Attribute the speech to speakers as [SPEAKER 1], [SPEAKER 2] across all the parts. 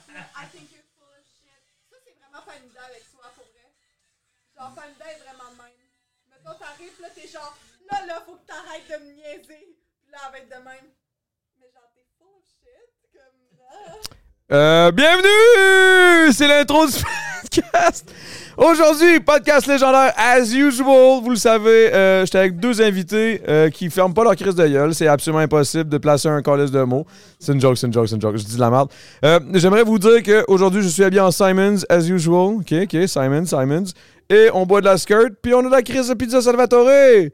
[SPEAKER 1] I think you're full of shit. Ça, c'est vraiment Fanida avec soi, pour vrai. Genre, Fanida est vraiment de même. Mettons, t'arrives, pis là, t'es genre, là, là, faut que t'arrêtes de me niaiser. Pis là, elle va être de même. Mais genre, t'es full of shit. Comme, là.
[SPEAKER 2] Euh, bienvenue! C'est l'intro du podcast! Aujourd'hui, podcast légendaire as usual. Vous le savez, euh, j'étais avec deux invités euh, qui ferment pas leur crise de gueule. C'est absolument impossible de placer un calice de mots. C'est une joke, c'est une joke, c'est une joke. Je dis de la merde. Euh, J'aimerais vous dire qu'aujourd'hui, je suis habillé en Simons as usual. OK, OK, Simons, Simons. Et on boit de la skirt, puis on a de la crise de pizza Salvatore.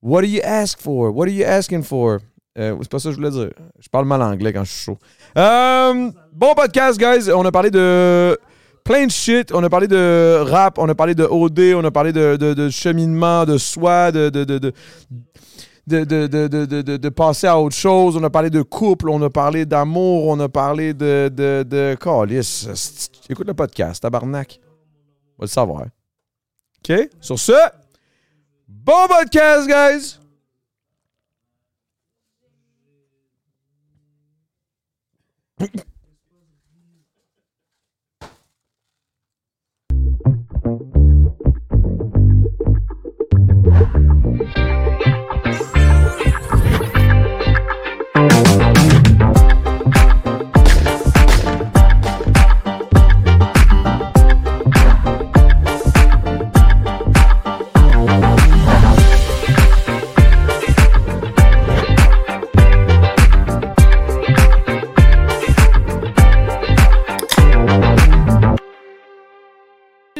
[SPEAKER 2] What do you ask for? What are you asking for? Euh, c'est pas ça que je voulais dire. Je parle mal anglais quand je suis chaud. Euh, bon podcast, guys. On a parlé de plein de shit. On a parlé de rap, on a parlé de OD, on a parlé de, de- de cheminement, de soi, de, de, de, de, de, de, de- de- de- de- de passer à autre chose. On a parlé de couple, on a parlé d'amour, on a parlé de. de, de... Calisse, sti- écoute le podcast, tabarnak. On va le savoir. OK? Sur ce, bon podcast, guys!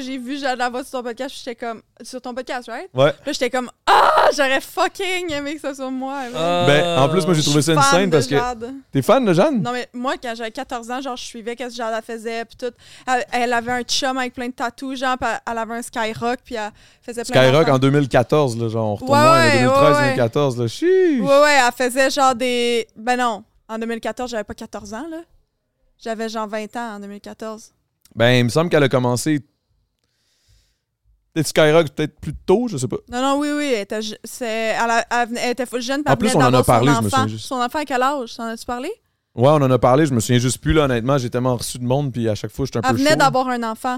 [SPEAKER 1] J'ai vu Jade Lavoie sur ton podcast, puis j'étais comme, sur ton podcast, right?
[SPEAKER 2] Ouais.
[SPEAKER 1] Là, j'étais comme, ah, j'aurais fucking aimé que ça soit moi. oui.
[SPEAKER 2] Ben, en plus, moi, j'ai trouvé ça
[SPEAKER 1] Euh, Fan
[SPEAKER 2] insane
[SPEAKER 1] de
[SPEAKER 2] parce que.
[SPEAKER 1] Jade.
[SPEAKER 2] T'es fan de Jeanne?
[SPEAKER 1] Non, mais moi, quand j'avais 14 ans, genre, je suivais qu'est-ce que Jade elle faisait, puis tout. Elle, elle avait un chum avec plein de tatous, genre, puis elle- elle avait un Skyrock, puis elle faisait plein
[SPEAKER 2] Skyrock
[SPEAKER 1] d'affaires.
[SPEAKER 2] en 2014, là, genre, on retourne
[SPEAKER 1] Ouais,
[SPEAKER 2] loin,
[SPEAKER 1] ouais, ouais,
[SPEAKER 2] 2013-2014, là, chiche!
[SPEAKER 1] Ouais, ouais, elle faisait genre des. Ben non, en 2014, j'avais pas 14 ans, là. J'avais genre 20 ans en 2014.
[SPEAKER 2] Ben, il me semble qu'elle a commencé... Peut-être Skyrock, peut-être plus tôt, je sais pas.
[SPEAKER 1] Non, non, oui, oui, elle était, je- c'est- elle a- elle venait- elle était full jeune. puis
[SPEAKER 2] En
[SPEAKER 1] elle
[SPEAKER 2] plus,
[SPEAKER 1] venait
[SPEAKER 2] on en a
[SPEAKER 1] d'avoir son
[SPEAKER 2] parlé, je me
[SPEAKER 1] enfant.
[SPEAKER 2] souviens juste.
[SPEAKER 1] Son enfant, à quel âge? T'en as-tu parlé?
[SPEAKER 2] Ouais, on en a parlé, je me souviens juste plus, là, honnêtement, j'ai tellement reçu de monde, puis à chaque fois, j'étais un
[SPEAKER 1] Elle
[SPEAKER 2] peu
[SPEAKER 1] venait
[SPEAKER 2] chaud.
[SPEAKER 1] d'avoir un enfant.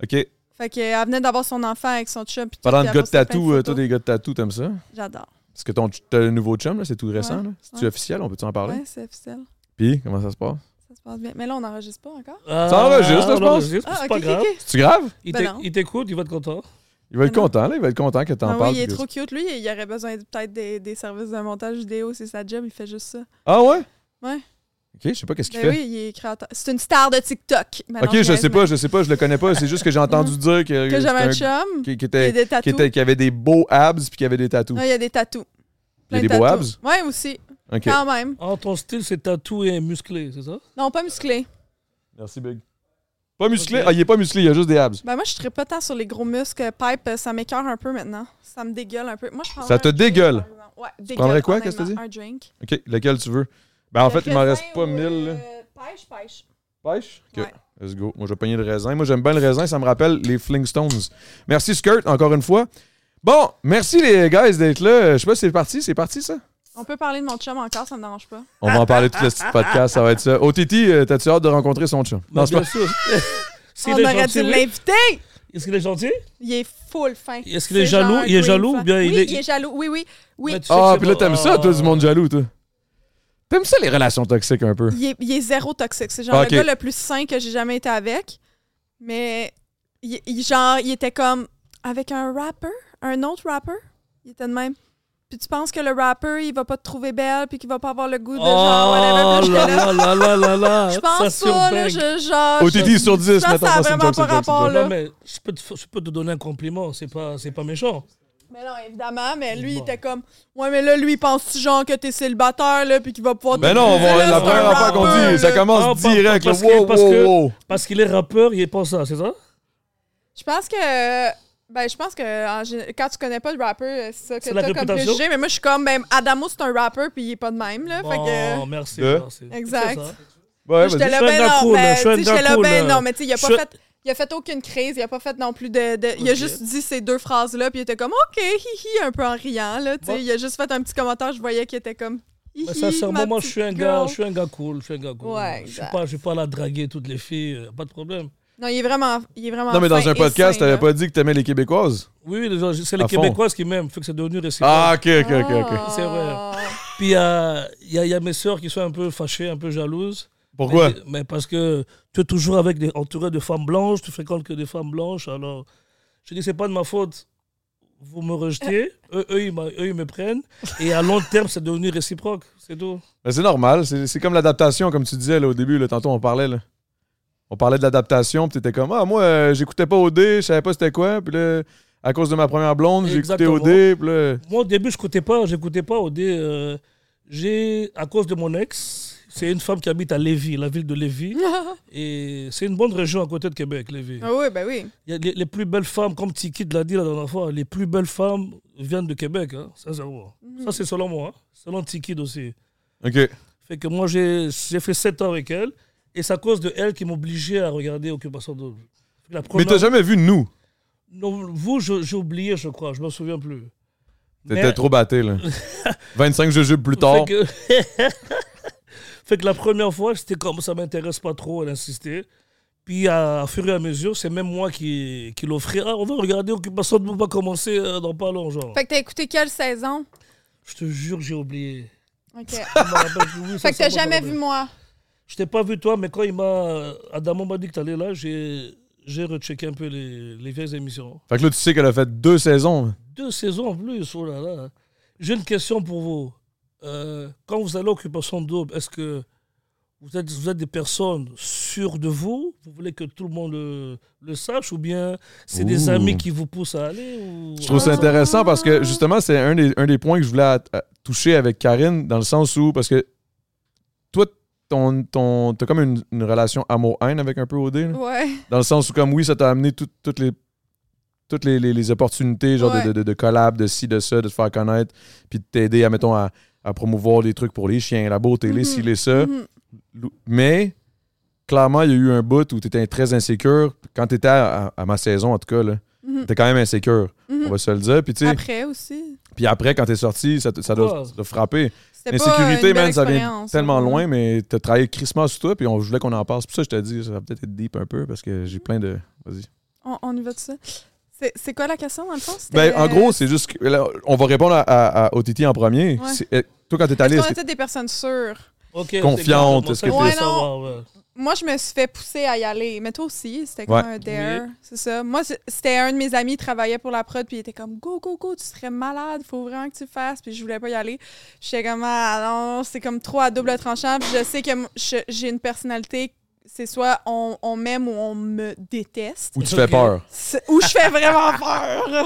[SPEAKER 2] OK.
[SPEAKER 1] Fait que, elle venait d'avoir son enfant avec son chum. puis tout,
[SPEAKER 2] Parlant
[SPEAKER 1] puis
[SPEAKER 2] de
[SPEAKER 1] elle
[SPEAKER 2] gars de
[SPEAKER 1] postait plein
[SPEAKER 2] tatou, euh, toi,
[SPEAKER 1] photos.
[SPEAKER 2] des gars de tatou, t'aimes ça?
[SPEAKER 1] J'adore.
[SPEAKER 2] Parce que ton t'as le nouveau chum, là, c'est tout récent,
[SPEAKER 1] Ouais,
[SPEAKER 2] là. C'est-tu
[SPEAKER 1] ouais.
[SPEAKER 2] officiel? On peut-tu en parler?
[SPEAKER 1] Ouais, c'est officiel.
[SPEAKER 2] Puis, comment ça se passe?
[SPEAKER 1] Ça se passe bien. Mais là, on n'enregistre pas encore.
[SPEAKER 3] Euh,
[SPEAKER 2] Ça enregistre, là, je pense.
[SPEAKER 1] Ah,
[SPEAKER 3] c'est
[SPEAKER 1] ok,
[SPEAKER 3] pas
[SPEAKER 1] ok,
[SPEAKER 3] grave.
[SPEAKER 1] ok.
[SPEAKER 2] C'est-tu grave?
[SPEAKER 3] Il
[SPEAKER 1] Ben
[SPEAKER 3] t'éc-
[SPEAKER 1] non.
[SPEAKER 3] Il t'écoute, il va être content.
[SPEAKER 2] Il va être
[SPEAKER 1] Mais non.
[SPEAKER 2] content, là, il va être content que t'en
[SPEAKER 1] Ah
[SPEAKER 2] parles.
[SPEAKER 1] oui, il est
[SPEAKER 2] puis que-
[SPEAKER 1] trop cute. Lui, il aurait besoin de- peut-être des, des services de montage vidéo. C'est sa job, il fait juste ça.
[SPEAKER 2] Ah ouais?
[SPEAKER 1] Ouais.
[SPEAKER 2] OK, je sais pas qu'est-ce qu'il
[SPEAKER 1] Ben
[SPEAKER 2] fait.
[SPEAKER 1] oui, il est créateur. C'est une star de TikTok. Ben non,
[SPEAKER 2] OK, je
[SPEAKER 1] niaise,
[SPEAKER 2] sais
[SPEAKER 1] mais- Mhm.
[SPEAKER 2] pas, je sais pas, je le connais pas, c'est juste que j'ai entendu dire que...
[SPEAKER 1] Que j'avais un
[SPEAKER 2] c'était
[SPEAKER 1] chum.
[SPEAKER 2] qui- qui
[SPEAKER 1] Il y
[SPEAKER 2] était
[SPEAKER 1] a des
[SPEAKER 2] qui,
[SPEAKER 1] tatous.
[SPEAKER 2] était, qui avait des beaux abs puis qui avait des tatous.
[SPEAKER 1] Non, il y a des tatous.
[SPEAKER 2] Il y a
[SPEAKER 1] Plein
[SPEAKER 2] des
[SPEAKER 1] de
[SPEAKER 2] beaux
[SPEAKER 1] tatous. Ouais, aussi.
[SPEAKER 2] OK.
[SPEAKER 1] Quand même.
[SPEAKER 3] Ah, ton style, c'est tatoué et musclé, c'est ça?
[SPEAKER 1] Non, pas musclé.
[SPEAKER 2] Merci, Big. Pas musclé?
[SPEAKER 3] Ok.
[SPEAKER 2] Ah, il est pas musclé, il a juste des abs.
[SPEAKER 1] Ben moi, je serais pas tant sur les gros muscles. Pipe, euh, ça m'écœure un peu maintenant. Ça me dégueule un peu. Moi, je prendrais
[SPEAKER 2] Ça te
[SPEAKER 1] un drink,
[SPEAKER 2] dégueule?
[SPEAKER 1] par exemple. Ouais, dégueule.
[SPEAKER 2] prendrais quoi, qu'est-ce que
[SPEAKER 1] honnêtement,
[SPEAKER 2] t'as
[SPEAKER 1] Un drink.
[SPEAKER 2] OK, lequel tu veux? Ben, en fait, il m'en reste pas mille. là.
[SPEAKER 1] Pêche, pêche.
[SPEAKER 2] Pêche? OK,
[SPEAKER 1] euh, Ouais.
[SPEAKER 2] let's go. Moi, je vais pogner le raisin. Moi, j'aime bien le raisin, ça me rappelle les Flintstones. Merci, Skirt, encore une fois. Bon, merci les guys d'être là. Je sais pas si c'est parti, c'est parti ça?
[SPEAKER 1] On peut parler de mon chum encore, ça me dérange pas.
[SPEAKER 2] On va en parler tout le petit podcast, ça va être ça. OTT, euh, t'as-tu hâte de rencontrer son chat?
[SPEAKER 3] Mais
[SPEAKER 2] Non, c'est
[SPEAKER 3] Ben, bien
[SPEAKER 2] pas...
[SPEAKER 3] sûr. S'il
[SPEAKER 1] On
[SPEAKER 3] est
[SPEAKER 1] aurait
[SPEAKER 3] gentil,
[SPEAKER 1] dû
[SPEAKER 3] oui.
[SPEAKER 1] l'inviter!
[SPEAKER 3] Est-ce qu'il est gentil?
[SPEAKER 1] Il est full fin.
[SPEAKER 3] Est-ce qu'il est
[SPEAKER 1] C'est genre
[SPEAKER 3] jaloux?
[SPEAKER 1] un
[SPEAKER 3] Il est
[SPEAKER 1] green
[SPEAKER 3] jaloux
[SPEAKER 1] fin.
[SPEAKER 3] ou bien il
[SPEAKER 1] Oui,
[SPEAKER 3] est-
[SPEAKER 1] il est jaloux. Oui, oui. Oui.
[SPEAKER 3] Mais Ben, tu sais que
[SPEAKER 2] Ah,
[SPEAKER 3] c'est
[SPEAKER 2] puis là,
[SPEAKER 3] pas-
[SPEAKER 2] t'aimes ça, toi, du monde jaloux, toi? T'aimes ça, les relations toxiques, un peu?
[SPEAKER 1] Il est, il est zéro toxique. C'est
[SPEAKER 3] Ah,
[SPEAKER 1] genre
[SPEAKER 2] Ok.
[SPEAKER 1] le gars le plus sain que j'ai jamais été avec. Mais il, il- genre, il était comme avec un rapper, un autre rapper. Il était de même. Puis tu penses que le rapper, il va pas te trouver belle, puis qu'il va pas avoir le goût de genre whatever.
[SPEAKER 3] Oh
[SPEAKER 1] Puis j'étais là,
[SPEAKER 3] là là là là là là!
[SPEAKER 1] Je
[SPEAKER 3] Ça
[SPEAKER 1] pense pas, là,
[SPEAKER 3] surpeigne.
[SPEAKER 1] je, genre.
[SPEAKER 2] OTT
[SPEAKER 1] Ah, je-
[SPEAKER 2] sur 10,
[SPEAKER 1] ça,
[SPEAKER 2] mettons,
[SPEAKER 1] ça a
[SPEAKER 2] non, c'est
[SPEAKER 1] vraiment
[SPEAKER 2] une joke, c'est une
[SPEAKER 1] pas
[SPEAKER 2] joke, c'est une
[SPEAKER 1] rapport,
[SPEAKER 2] joke.
[SPEAKER 1] là.
[SPEAKER 3] Non, mais je peux, te, je peux te donner un compliment, c'est pas, c'est pas méchant.
[SPEAKER 1] Mais non, évidemment, mais lui, il était comme. Ouais, mais là, lui, il pense-tu genre que t'es célibataire, là, puis qu'il va pouvoir. te
[SPEAKER 2] Ben non, on
[SPEAKER 1] Mais
[SPEAKER 2] va,
[SPEAKER 1] là,
[SPEAKER 2] la
[SPEAKER 1] c'est
[SPEAKER 2] première
[SPEAKER 1] un
[SPEAKER 2] affaire qu'on
[SPEAKER 1] rappeur,
[SPEAKER 2] dit, ça
[SPEAKER 1] là.
[SPEAKER 3] Ah,
[SPEAKER 2] commence
[SPEAKER 3] pas-
[SPEAKER 2] direct.
[SPEAKER 3] parce
[SPEAKER 2] là.
[SPEAKER 3] que-
[SPEAKER 2] Wow,
[SPEAKER 3] parce
[SPEAKER 2] wow,
[SPEAKER 3] que-
[SPEAKER 2] wow.
[SPEAKER 3] Parce qu'il est rappeur, il est pas ça, c'est ça?
[SPEAKER 1] Je pense que. Ben, je pense que en gé- quand tu connais pas le rappeur, euh, c'est ça que
[SPEAKER 3] C'est la
[SPEAKER 1] t'as comme
[SPEAKER 3] réputation.
[SPEAKER 1] préjugé. Mais moi, je suis comme, ben, Adamo, c'est un rappeur, puis il est pas de même, là. Fait que.
[SPEAKER 3] Bon, merci.
[SPEAKER 2] Deux.
[SPEAKER 3] merci.
[SPEAKER 1] Exact.
[SPEAKER 3] C'est ça.
[SPEAKER 2] Ouais,
[SPEAKER 1] J'étais
[SPEAKER 2] vas-y.
[SPEAKER 1] là,
[SPEAKER 3] Je suis
[SPEAKER 1] ben
[SPEAKER 3] un
[SPEAKER 1] non,
[SPEAKER 3] Draco, là,
[SPEAKER 1] ben,
[SPEAKER 3] je suis un
[SPEAKER 1] tu sais, j'étais là,
[SPEAKER 3] Draco,
[SPEAKER 1] ben
[SPEAKER 3] là.
[SPEAKER 1] non, mais tu sais, il a pas
[SPEAKER 3] Je-
[SPEAKER 1] fait. Il a fait aucune crise, il a pas fait non plus de. de- il a
[SPEAKER 3] Ok.
[SPEAKER 1] juste dit ces deux phrases-là, puis il était comme OK, hihi, un peu en riant, là. Tu sais,
[SPEAKER 3] Bon.
[SPEAKER 1] il a juste fait un petit commentaire, je voyais qu'il était comme
[SPEAKER 3] Mais ça, c'est un moment, Ben, je suis un, gars, je suis un gars cool. Je suis un gars cool.
[SPEAKER 1] Ouais,
[SPEAKER 3] je
[SPEAKER 1] exact.
[SPEAKER 3] ne vais pas la draguer toutes les filles, euh, pas de problème.
[SPEAKER 1] Non, il est vraiment. Il est vraiment
[SPEAKER 2] Non, mais dans
[SPEAKER 1] fin
[SPEAKER 2] un
[SPEAKER 1] et
[SPEAKER 2] podcast,
[SPEAKER 1] sain, là.
[SPEAKER 2] t'avais pas dit que t'aimais les Québécoises?
[SPEAKER 3] Oui, oui, les gens- c'est les
[SPEAKER 2] À fond.
[SPEAKER 3] Québécoises qui m'aiment, fait que c'est devenu réciproque.
[SPEAKER 2] Ah, ok, ok, ok, ok.
[SPEAKER 1] Ah.
[SPEAKER 3] C'est vrai. Puis il y a, il y a- il y a mes sœurs qui sont un peu fâchées, un peu jalouses.
[SPEAKER 2] Pourquoi?
[SPEAKER 3] mais, mais parce que tu es toujours avec des, entouré de femmes blanches, tu fréquentes que des femmes blanches. Alors, je dis, c'est pas de ma faute. Vous me rejetez, eux, eux, ils, m'a- eux, ils me prennent. Et à long terme, c'est devenu réciproque. C'est tout.
[SPEAKER 2] Ben, c'est normal. C'est c'est comme l'adaptation, comme tu disais là, au début. Là, tantôt, on parlait. Là. On parlait de l'adaptation, puis t'étais comme Ah, moi, euh, j'écoutais pas OD, je savais pas c'était quoi. Puis là, à cause de ma première blonde, j'ai écouté
[SPEAKER 3] Exactement.
[SPEAKER 2] OD. Puis là,
[SPEAKER 3] Moi, au début, je n'écoutais pas, j'écoutais pas au dé, euh, j'ai, à cause de mon ex, c'est une femme qui habite à Lévis, la ville de Lévis. Et c'est une bonne région à côté de Québec, Lévis.
[SPEAKER 1] Ah oui, ben oui.
[SPEAKER 3] Il y a les, les plus belles femmes, comme Tiki l'a dit la dernière fois, les plus belles femmes viennent de Québec, hein, sincèrement. Ça, c'est selon moi, hein, selon Tiki aussi.
[SPEAKER 2] OK.
[SPEAKER 3] Fait que moi, j'ai j'ai fait 7 ans avec elle, et c'est à cause de elle qui m'obligeait à regarder Occupation Double. Fait que La
[SPEAKER 2] Mais
[SPEAKER 3] première,
[SPEAKER 2] t'as jamais vu nous.
[SPEAKER 3] Non, vous, je- j'ai oublié, je crois, je me souviens plus.
[SPEAKER 2] T'étais
[SPEAKER 3] Mais-
[SPEAKER 2] trop batté, là. 25 jujubes plus
[SPEAKER 3] Fait
[SPEAKER 2] tard.
[SPEAKER 3] que... fait que la première fois, c'était comme ça m'intéresse pas trop, elle insistait. Puis, à, à fur et à mesure, c'est même moi qui, qui l'offrais. Ah, on va regarder Occupation Double va commencer euh, dans pas long, genre.
[SPEAKER 1] Fait que t'as écouté quelle saison?
[SPEAKER 3] Je te jure, j'ai oublié.
[SPEAKER 1] OK.
[SPEAKER 3] Je me rappelle plus, oui,
[SPEAKER 1] fait que t'as
[SPEAKER 3] sincèrement,
[SPEAKER 1] jamais
[SPEAKER 3] je me
[SPEAKER 1] vu
[SPEAKER 3] rappelle.
[SPEAKER 1] moi.
[SPEAKER 3] Je t'ai pas vu toi, mais quand il m'a. Adamo m'a dit que t'allais là, j'ai. J'ai rechecké un peu les, les vieilles émissions.
[SPEAKER 2] Fait que là, tu sais qu'elle a fait deux saisons.
[SPEAKER 3] Deux saisons en plus, oh là là. J'ai une question pour vous. Euh, quand vous allez à Occupation Double, est-ce que vous êtes, vous êtes des personnes sûres de vous Vous voulez que tout le monde le, le sache Ou bien c'est des
[SPEAKER 2] Ouh.
[SPEAKER 3] amis qui vous poussent à aller ou...
[SPEAKER 2] Je trouve ça intéressant parce que justement, c'est un des, un des points que je voulais à- à toucher avec Karine, dans le sens où, parce que toi, ton, ton, t'as comme une, une relation amour-haine avec un peu OD. là.
[SPEAKER 1] Ouais.
[SPEAKER 2] Dans le sens où, comme oui, ça t'a amené tout- toutes les toutes les, les- les opportunités, genre de-
[SPEAKER 1] Ouais.
[SPEAKER 2] de, de, de collab, de ci, de ça, de te faire connaître, puis de t'aider à, mettons, à, à promouvoir des trucs pour les chiens, la beauté, les ci,
[SPEAKER 1] Mhm.
[SPEAKER 2] les ça.
[SPEAKER 1] Mhm.
[SPEAKER 2] Lou- Mais, clairement, il y a eu un bout où tu étais très insécure. Quand tu étais à, à- à ma saison, en tout cas, là,
[SPEAKER 1] Mhm.
[SPEAKER 2] t'étais quand même insécure, on
[SPEAKER 1] Mhm.
[SPEAKER 2] va se le dire. Puis, tu sais,
[SPEAKER 1] Après aussi.
[SPEAKER 2] puis après, quand t'es sorti, ça, te- ça doit
[SPEAKER 3] Ouais.
[SPEAKER 2] ça doit frapper.
[SPEAKER 1] C'était pas
[SPEAKER 2] L'insécurité,
[SPEAKER 1] une belle
[SPEAKER 2] man, ça vient
[SPEAKER 1] expérience,
[SPEAKER 2] tellement
[SPEAKER 1] hein.
[SPEAKER 2] loin, mais t'as travaillé crissement sur toi, puis on je voulais qu'on en passe. C'est pour ça, que je te dis, ça va peut-être être deep un peu, parce que j'ai plein de... Vas-y.
[SPEAKER 1] On, on y va de ça. C'est- C'est quoi la question, dans le fond? C'était- euh,
[SPEAKER 2] Ben, en gros, c'est juste que, là, on va répondre à, à, à OTT en premier.
[SPEAKER 1] Ouais.
[SPEAKER 2] C'est- euh, Toi, quand t'es allé,
[SPEAKER 1] Est-ce qu'on
[SPEAKER 2] est-ce que-
[SPEAKER 1] était des personnes sûres?
[SPEAKER 3] Ah, Ok, c'est
[SPEAKER 2] Confiante,
[SPEAKER 3] exactement
[SPEAKER 2] est-ce
[SPEAKER 3] ça
[SPEAKER 2] que
[SPEAKER 3] je voulais
[SPEAKER 1] t'es- Ouais, non.
[SPEAKER 3] savoir, ouais.
[SPEAKER 1] Moi, je me suis fait pousser à y aller. Mais toi aussi, c'était comme
[SPEAKER 2] Ouais.
[SPEAKER 1] un dare. C'est ça. Moi, c'est- c'était un de mes amis qui travaillait pour la prod, puis il était comme Go, go, go, tu serais malade, faut vraiment que tu le fasses. Puis je voulais pas y aller. J'étais comme Ah non, c'est comme trop à double tranchant. Puis je sais que m- je- j'ai une personnalité, c'est soit on, on m'aime ou on me déteste.
[SPEAKER 2] ou tu fais peur?
[SPEAKER 1] C'est- où je fais vraiment peur.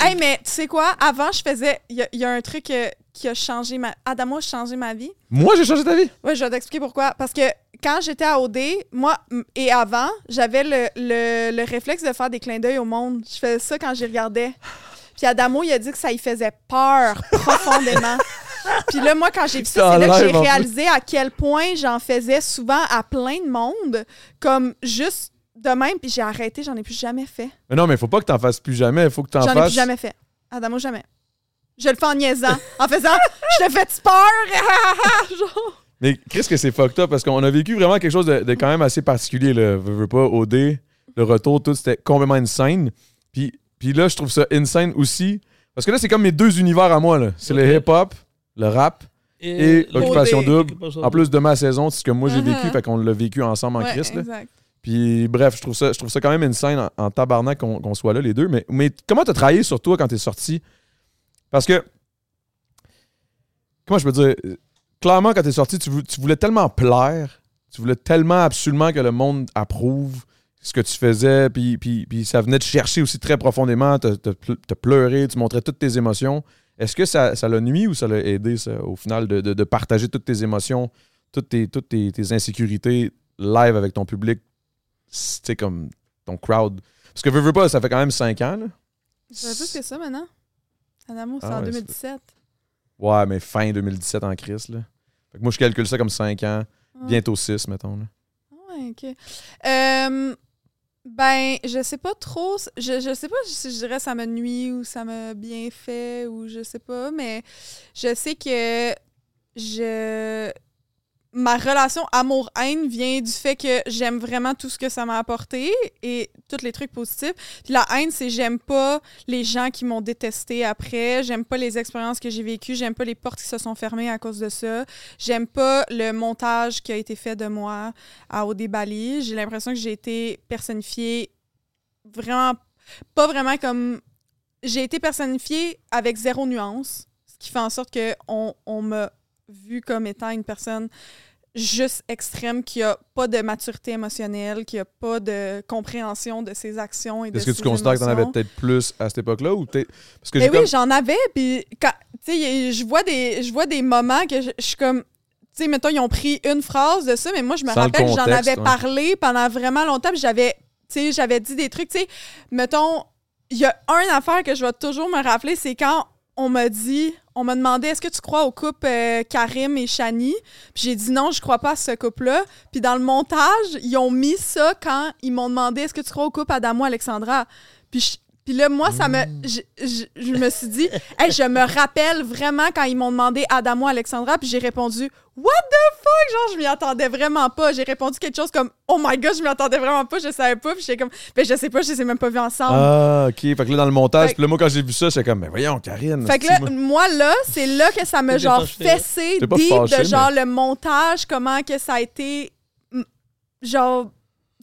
[SPEAKER 1] hey, mais tu sais quoi? Avant, je faisais. Il y, a- il y a un truc euh, qui a changé ma. Adamo a changé ma vie.
[SPEAKER 2] Moi, j'ai changé ta vie?
[SPEAKER 1] Oui, je vais t'expliquer pourquoi. Parce que quand j'étais à OD, moi m- et avant, j'avais le, le- le réflexe de faire des clins d'œil au monde. Je faisais ça quand j'y regardais. Puis Adamo, il a dit que ça lui faisait peur profondément. Puis là, moi, quand j'ai vu ça,
[SPEAKER 2] T'as
[SPEAKER 1] c'est là que
[SPEAKER 2] l'air,
[SPEAKER 1] j'ai
[SPEAKER 2] en plus.
[SPEAKER 1] réalisé à quel point j'en faisais souvent à plein de monde, comme juste de même. Puis j'ai arrêté, j'en ai plus jamais fait.
[SPEAKER 2] Mais non, mais faut pas que t'en fasses plus jamais. Faut que t'en
[SPEAKER 1] J'en ai
[SPEAKER 2] fasses.
[SPEAKER 1] plus jamais fait. Adamo, jamais. Je le fais en niaisant, en faisant « Je te fais peur! » Genre.
[SPEAKER 2] Mais qu'est-ce que c'est fucked up? Parce qu'on a vécu vraiment quelque chose de, de quand même assez particulier. Là. Veux, veux pas, OD, le retour, tout, c'était complètement insane. Puis, puis là, je trouve ça insane aussi. Parce que là, c'est comme mes deux univers à moi. là. C'est le
[SPEAKER 3] Ok.
[SPEAKER 2] hip-hop, le rap et, l'occupation
[SPEAKER 1] OD.
[SPEAKER 2] double.
[SPEAKER 3] Occupation
[SPEAKER 2] En plus de ma saison, c'est ce que moi j'ai
[SPEAKER 1] Mhm.
[SPEAKER 2] vécu, fait qu'on l'a vécu ensemble en
[SPEAKER 1] Ouais,
[SPEAKER 2] Christ. là.
[SPEAKER 1] exact.
[SPEAKER 2] Puis bref, je trouve ça, je trouve ça quand même une scène en, en tabarnak qu'on qu'on soit là les deux. Mais, mais comment t'as travaillé sur toi quand t'es sorti? Parce que, comment je peux dire, euh, clairement quand t'es sorti, tu, vou- tu voulais tellement plaire, tu voulais tellement absolument que le monde approuve ce que tu faisais, puis, puis, puis ça venait te chercher aussi très profondément, te, te, ple- te pleurer, tu montrais toutes tes émotions. Est-ce que ça ça l'a nuit ou ça l'a aidé ça, au final de, de- de partager toutes tes émotions, toutes tes, toutes tes, tes insécurités live avec ton public c'est tu sais, comme ton crowd. Parce que veux, veux pas, ça fait quand même 5 ans. Là.
[SPEAKER 1] Ça fait plus que ça maintenant. Un amour, c'est
[SPEAKER 2] Ah
[SPEAKER 1] en
[SPEAKER 2] ouais,
[SPEAKER 1] 2017.
[SPEAKER 2] Ouais, mais fin 2017 en crise. Là. Fait que moi, je calcule ça comme 5 ans,
[SPEAKER 1] Ah.
[SPEAKER 2] bientôt 6, mettons. là.
[SPEAKER 1] Ah ouais, ok. Euh, ben, je sais pas trop. s- Je, je sais pas si je dirais ça me nuit ou ça m'a bien fait ou je sais pas, mais je sais que je ma relation amour-haine vient du fait que j'aime vraiment tout ce que ça m'a apporté et tous les trucs positifs. Puis la haine, c'est j'aime pas les gens qui m'ont détesté après, j'aime pas les expériences que j'ai vécues, j'aime pas les portes qui se sont fermées à cause de ça, j'aime pas le montage qui a été fait de moi à Haut Bali. J'ai l'impression que j'ai été personnifiée vraiment, pas vraiment comme. J'ai été personnifiée avec zéro nuance, ce qui fait en sorte qu'on on me vue comme étant une personne juste extrême qui a pas de maturité émotionnelle, qui a pas de compréhension de ses actions et de
[SPEAKER 2] Est-ce que
[SPEAKER 1] ses
[SPEAKER 2] tu considères que t'en avais
[SPEAKER 1] émotions.
[SPEAKER 2] peut-être plus à cette époque-là ou peut-être. Parce que
[SPEAKER 1] Mais
[SPEAKER 2] j'ai
[SPEAKER 1] oui,
[SPEAKER 2] comme-
[SPEAKER 1] j'en avais. Puis, quand- tu sais, je vois des, je vois des moments que je je suis comme. Tu sais, mettons, ils ont pris une phrase de ça, mais moi, je me
[SPEAKER 2] Sans le
[SPEAKER 1] rappelle, j'en
[SPEAKER 2] contexte,
[SPEAKER 1] avais
[SPEAKER 2] ouais.
[SPEAKER 1] parlé pendant vraiment longtemps. puis j'avais, tu sais, j'avais dit des trucs. Tu sais, mettons, il y a une affaire que je vais toujours me rappeler, c'est quand on m'a dit, on m'a demandé, est-ce que tu crois au couple euh, Karim et Shani? Puis j'ai dit non, je crois pas à ce couple-là. Puis dans le montage, ils ont mis ça quand ils m'ont demandé, est-ce que tu crois au couple Adamo Alexandra? Puis je- puis là, moi, ça me. Je, je- je me suis dit, Hey, je me rappelle vraiment quand ils m'ont demandé Adamo Alexandra, puis j'ai répondu, What the fuck? Genre, je m'y attendais vraiment pas. J'ai répondu quelque chose comme, Oh my god, je m'y attendais vraiment pas, je savais pas, puis j'étais comme, Ben, je sais pas, je les ai même pas vus ensemble.
[SPEAKER 2] Ah, OK. Fait que là, dans le montage,
[SPEAKER 1] Fait-
[SPEAKER 2] puis là, moi, quand j'ai vu ça, j'étais comme, mais voyons, Karine.
[SPEAKER 1] Fait que là,
[SPEAKER 2] c'est-tu, moi-
[SPEAKER 1] moi, là, c'est là que ça me
[SPEAKER 3] T'es
[SPEAKER 1] genre
[SPEAKER 3] fâché, là.
[SPEAKER 1] fessé
[SPEAKER 2] T'es pas
[SPEAKER 1] deep
[SPEAKER 2] fâché,
[SPEAKER 1] de genre le montage, comment que ça a été. mm, Genre,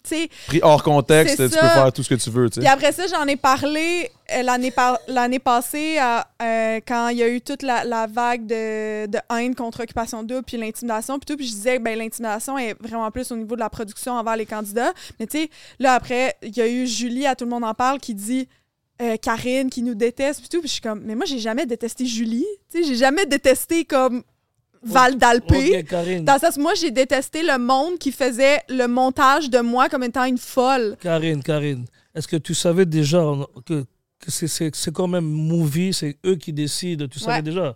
[SPEAKER 1] tu sais,
[SPEAKER 2] Pris hors contexte,
[SPEAKER 1] c'est
[SPEAKER 2] tu
[SPEAKER 1] ça.
[SPEAKER 2] peux faire tout ce que tu veux, tu sais.
[SPEAKER 1] Puis après ça, j'en ai parlé euh, l'année par- l'année passée à- euh, quand il y a eu toute la, la vague de, de haine contre Occupation Double puis l'intimidation puis tout. Puis je disais que ben, l'intimidation est vraiment plus au niveau de la production envers les candidats. Mais tu sais, là après, il y a eu Julie, à tout le monde en parle, qui dit euh, Karine qui nous déteste puis tout. Puis je suis comme, mais moi, j'ai jamais détesté Julie. Tu sais, j'ai jamais détesté comme Val d'Alpé.
[SPEAKER 3] Ok, Karine.
[SPEAKER 1] Dans le sens, moi, j'ai détesté le monde qui faisait le montage de moi comme étant une folle.
[SPEAKER 3] Karine, Karine, est-ce que tu savais déjà que, que c'est- c'est c'est quand même movie, c'est eux qui décident, tu savais
[SPEAKER 1] Ouais. Mhm.
[SPEAKER 3] déjà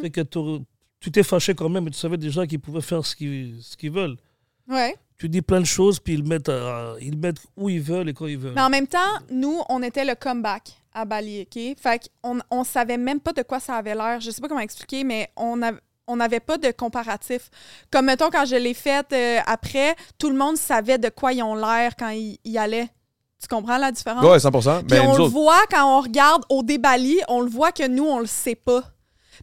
[SPEAKER 3] Fait que t'aurais- Tu t'es fâché quand même, mais tu savais déjà qu'ils pouvaient faire ce qu'ils ce qu'ils veulent.
[SPEAKER 1] Ouais.
[SPEAKER 3] Tu dis plein de choses, puis ils mettent, à- ils mettent où ils veulent et quand ils veulent.
[SPEAKER 1] Mais en même temps, nous, on était le comeback à Bali, OK? Fait qu'on on savait même pas de quoi ça avait l'air. Je sais pas comment expliquer, mais on a- on n'avait pas de comparatif. Comme, mettons, quand je l'ai faite euh, après, tout le monde savait de quoi ils ont l'air quand ils ils y allaient. Tu comprends la différence?
[SPEAKER 2] Ouais, 100
[SPEAKER 1] Puis
[SPEAKER 2] Mais Ben, nous
[SPEAKER 1] on le
[SPEAKER 2] autres,
[SPEAKER 1] voit quand on regarde au débali, on le voit que nous, on le sait pas.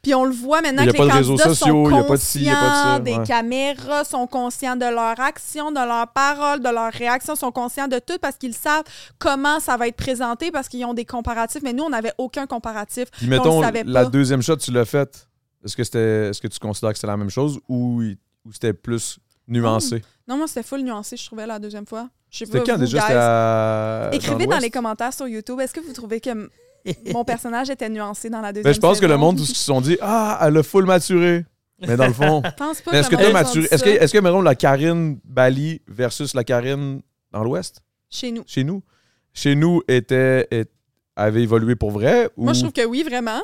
[SPEAKER 1] Puis on le voit maintenant
[SPEAKER 2] Il y a
[SPEAKER 1] que
[SPEAKER 2] pas
[SPEAKER 1] les
[SPEAKER 2] de réseaux
[SPEAKER 1] candidats
[SPEAKER 2] sociaux,
[SPEAKER 1] sont
[SPEAKER 2] il y a pas de ci, il y a pas de ça,
[SPEAKER 1] conscients des
[SPEAKER 2] ouais.
[SPEAKER 1] caméras, sont conscients de leurs actions, de leurs paroles, de leurs réactions, sont conscients de tout parce qu'ils savent comment ça va être présenté, parce qu'ils ont des comparatifs. Mais nous, on n'avait aucun comparatif.
[SPEAKER 2] puis
[SPEAKER 1] on
[SPEAKER 2] mettons,
[SPEAKER 1] le savait
[SPEAKER 2] la
[SPEAKER 1] pas.
[SPEAKER 2] deuxième shot, tu l'as faite. Est-ce que c'était, est-ce que tu considères que c'est la même chose ou, il- ou c'était plus nuancé?
[SPEAKER 1] Non, moi, c'était full nuancé, je trouvais, la deuxième fois. Je sais
[SPEAKER 2] C'était
[SPEAKER 1] pas,
[SPEAKER 2] quand
[SPEAKER 1] vous,
[SPEAKER 2] déjà? C'était
[SPEAKER 1] guys.
[SPEAKER 2] à-
[SPEAKER 1] Écrivez dans
[SPEAKER 2] l'Ouest?
[SPEAKER 1] les commentaires sur YouTube, est-ce que vous trouvez que m- mon personnage était nuancé dans la deuxième
[SPEAKER 2] Mais Ben, je pense que le
[SPEAKER 1] saison?
[SPEAKER 2] monde, tous se sont dit, ah, elle a full maturé. Mais dans le fond,
[SPEAKER 1] Je pense pas
[SPEAKER 2] mais est-ce que
[SPEAKER 1] le
[SPEAKER 2] t'as
[SPEAKER 1] monde
[SPEAKER 2] maturé?
[SPEAKER 1] dit
[SPEAKER 2] Est-ce que,
[SPEAKER 1] ça
[SPEAKER 2] est-ce que, mettons, la Karine Bali versus la Karine dans l'Ouest,
[SPEAKER 1] Chez nous.
[SPEAKER 2] chez nous, chez nous, était, est- avait évolué pour vrai? Ou...
[SPEAKER 1] Moi, je trouve que oui, vraiment.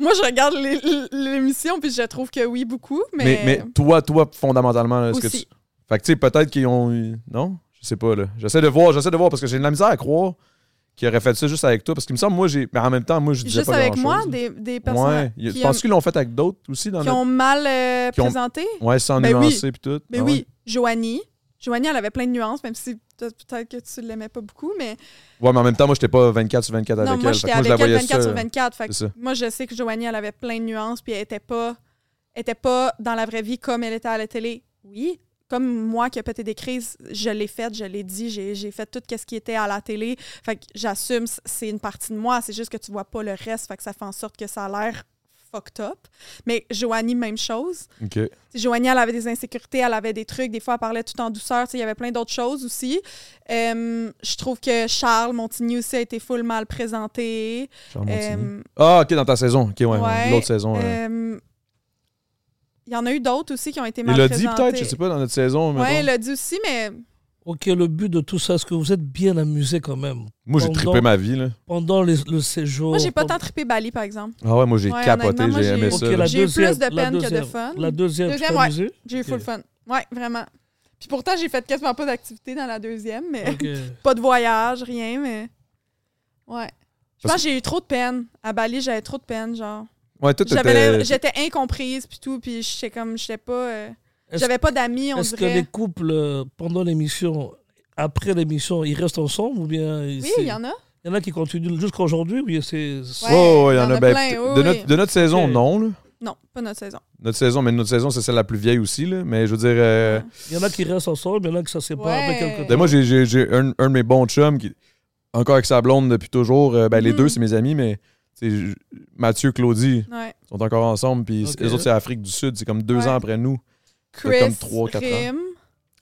[SPEAKER 1] Moi, je regarde les- l'émission, puis je trouve que oui, beaucoup, mais...
[SPEAKER 2] Mais, mais toi, toi, fondamentalement, là, est-ce que
[SPEAKER 1] Aussi.
[SPEAKER 2] tu. Fait que tu sais, peut-être qu'ils ont. eu- Non? Je sais pas, là. J'essaie de voir, j'essaie de voir parce que j'ai de la misère à croire qu'ils auraient fait ça juste avec toi. Parce qu'il me semble, moi, j'ai. Mais en même temps, moi, je disais
[SPEAKER 1] Juste
[SPEAKER 2] pas
[SPEAKER 1] avec
[SPEAKER 2] grand-chose,
[SPEAKER 1] moi,
[SPEAKER 2] là.
[SPEAKER 1] des, des personnes
[SPEAKER 2] Ouais. Y-
[SPEAKER 1] qui,
[SPEAKER 2] Penses-tu
[SPEAKER 1] ont,
[SPEAKER 2] qu'ils l'ont fait avec d'autres aussi dans
[SPEAKER 1] qui ont mal euh,
[SPEAKER 2] qui ont-
[SPEAKER 1] présenté.
[SPEAKER 2] le. Ouais, sans
[SPEAKER 1] Ben oui.
[SPEAKER 2] nuancer puis tout.
[SPEAKER 1] Mais
[SPEAKER 2] Ah ouais.
[SPEAKER 1] oui, Joanie. Joanie, elle avait plein de nuances, même si peut- peut-être que tu l'aimais pas beaucoup, mais...
[SPEAKER 2] Ouais, mais en même temps, moi, j'étais pas 24 sur 24
[SPEAKER 1] non,
[SPEAKER 2] avec
[SPEAKER 1] moi,
[SPEAKER 2] elle. Fait
[SPEAKER 1] j'étais
[SPEAKER 2] que moi,
[SPEAKER 1] avec
[SPEAKER 2] je la
[SPEAKER 1] elle
[SPEAKER 2] voyais
[SPEAKER 1] 24
[SPEAKER 2] ça.
[SPEAKER 1] sur 24. Fait que
[SPEAKER 2] C'est ça.
[SPEAKER 1] moi, je sais que Joanie, elle avait plein de nuances, puis elle était pas, elle était pas dans la vraie vie comme elle était à la télé. Oui, comme moi qui a pété des crises, je l'ai faite, je l'ai dit, j'ai j'ai fait tout ce qui était à la télé. Fait que j'assume, c- c'est une partie de moi, c'est juste que tu vois pas le reste, fait que ça fait en sorte que ça a l'air fucked up. Mais Joanie, même chose.
[SPEAKER 2] OK.
[SPEAKER 1] T'sais, Joanie, elle avait des insécurités, elle avait des trucs. Des fois, elle parlait tout en douceur. T'sais, Il y avait plein d'autres choses aussi. Euh, je trouve que Charles Montigny aussi a été full mal présenté.
[SPEAKER 2] Charles Montigny.
[SPEAKER 1] Euh,
[SPEAKER 2] Ah, OK, dans ta saison. OK, ouais. ouais,
[SPEAKER 1] ouais,
[SPEAKER 2] L'autre saison. ouais.
[SPEAKER 1] euh, Il y en a eu d'autres aussi qui ont été mal
[SPEAKER 2] Il l'a dit
[SPEAKER 1] présentés.
[SPEAKER 2] peut-être, je sais pas, dans notre saison. mettons.
[SPEAKER 1] Ouais, il l'a dit aussi, mais
[SPEAKER 3] Ok, le but de tout ça, est-ce que vous êtes bien amusé quand même
[SPEAKER 2] Moi, j'ai
[SPEAKER 3] Pendant-
[SPEAKER 2] trippé ma vie, là.
[SPEAKER 3] pendant les- le séjour
[SPEAKER 1] moi, j'ai pas
[SPEAKER 3] pendant-
[SPEAKER 1] tant trippé Bali, par exemple.
[SPEAKER 2] Ah ouais, moi, j'ai
[SPEAKER 1] Ouais,
[SPEAKER 2] capoté,
[SPEAKER 1] honnêtement, moi,
[SPEAKER 2] j'ai aimé
[SPEAKER 1] j'ai-
[SPEAKER 2] ça.
[SPEAKER 3] Ok,
[SPEAKER 2] là.
[SPEAKER 3] la
[SPEAKER 1] J'ai eu plus
[SPEAKER 3] deuxième-
[SPEAKER 1] de peine
[SPEAKER 3] la
[SPEAKER 1] que de
[SPEAKER 3] deuxième.
[SPEAKER 1] fun.
[SPEAKER 3] La deuxième, tu t'es
[SPEAKER 1] Deuxième, ouais.
[SPEAKER 3] amusé
[SPEAKER 1] J'ai eu full
[SPEAKER 3] Ok.
[SPEAKER 1] fun. Ouais, vraiment. Puis pourtant, j'ai fait quasiment pas d'activité dans la deuxième, mais
[SPEAKER 3] Ok.
[SPEAKER 1] pas de voyage, rien, mais. Ouais. Je
[SPEAKER 2] Parce
[SPEAKER 1] pense que j'ai eu trop de peine. À Bali, j'avais trop de peine, genre.
[SPEAKER 2] Ouais, tout
[SPEAKER 1] J'avais l'air-
[SPEAKER 2] était...
[SPEAKER 1] J'étais incomprise, puis tout, puis j'étais comme, j'étais pas. euh,
[SPEAKER 3] Est-ce-
[SPEAKER 1] J'avais pas d'amis, on
[SPEAKER 3] Est-ce que les
[SPEAKER 1] dirait.
[SPEAKER 3] couples, euh, pendant l'émission, après l'émission, ils restent ensemble ou bien ils-
[SPEAKER 1] Oui,
[SPEAKER 3] c'est-
[SPEAKER 1] il y en a.
[SPEAKER 3] il y en a qui continuent jusqu'à aujourd'hui ou bien c'est.
[SPEAKER 1] Ouais,
[SPEAKER 2] Oh,
[SPEAKER 1] il
[SPEAKER 2] il
[SPEAKER 1] y en a
[SPEAKER 2] ben,
[SPEAKER 1] plein,
[SPEAKER 2] peut-
[SPEAKER 1] oui,
[SPEAKER 2] de,
[SPEAKER 1] oui.
[SPEAKER 2] notre, de notre saison,
[SPEAKER 3] Ok.
[SPEAKER 2] non. là.
[SPEAKER 1] Non, pas notre saison.
[SPEAKER 2] Notre saison, mais notre saison, c'est celle la plus vieille aussi. Là. Mais je veux dire, euh,
[SPEAKER 3] Il y en a qui restent ensemble, il y en a qui ça sépare après
[SPEAKER 1] Ouais.
[SPEAKER 3] quelques
[SPEAKER 2] ben,
[SPEAKER 3] temps.
[SPEAKER 2] moi, j'ai- j'ai j'ai un, un de mes bons chums qui, encore avec sa blonde depuis toujours. euh, ben, les
[SPEAKER 1] Mhm.
[SPEAKER 2] deux, c'est mes amis, mais c'est j- Mathieu, Claudie
[SPEAKER 1] Ouais.
[SPEAKER 2] sont encore ensemble. Puis
[SPEAKER 3] Ok.
[SPEAKER 2] les autres, c'est Afrique du Sud. C'est comme deux
[SPEAKER 1] Ouais.
[SPEAKER 2] ans après nous.
[SPEAKER 1] Chris,
[SPEAKER 2] comme trois, quatre ans.
[SPEAKER 1] Rim.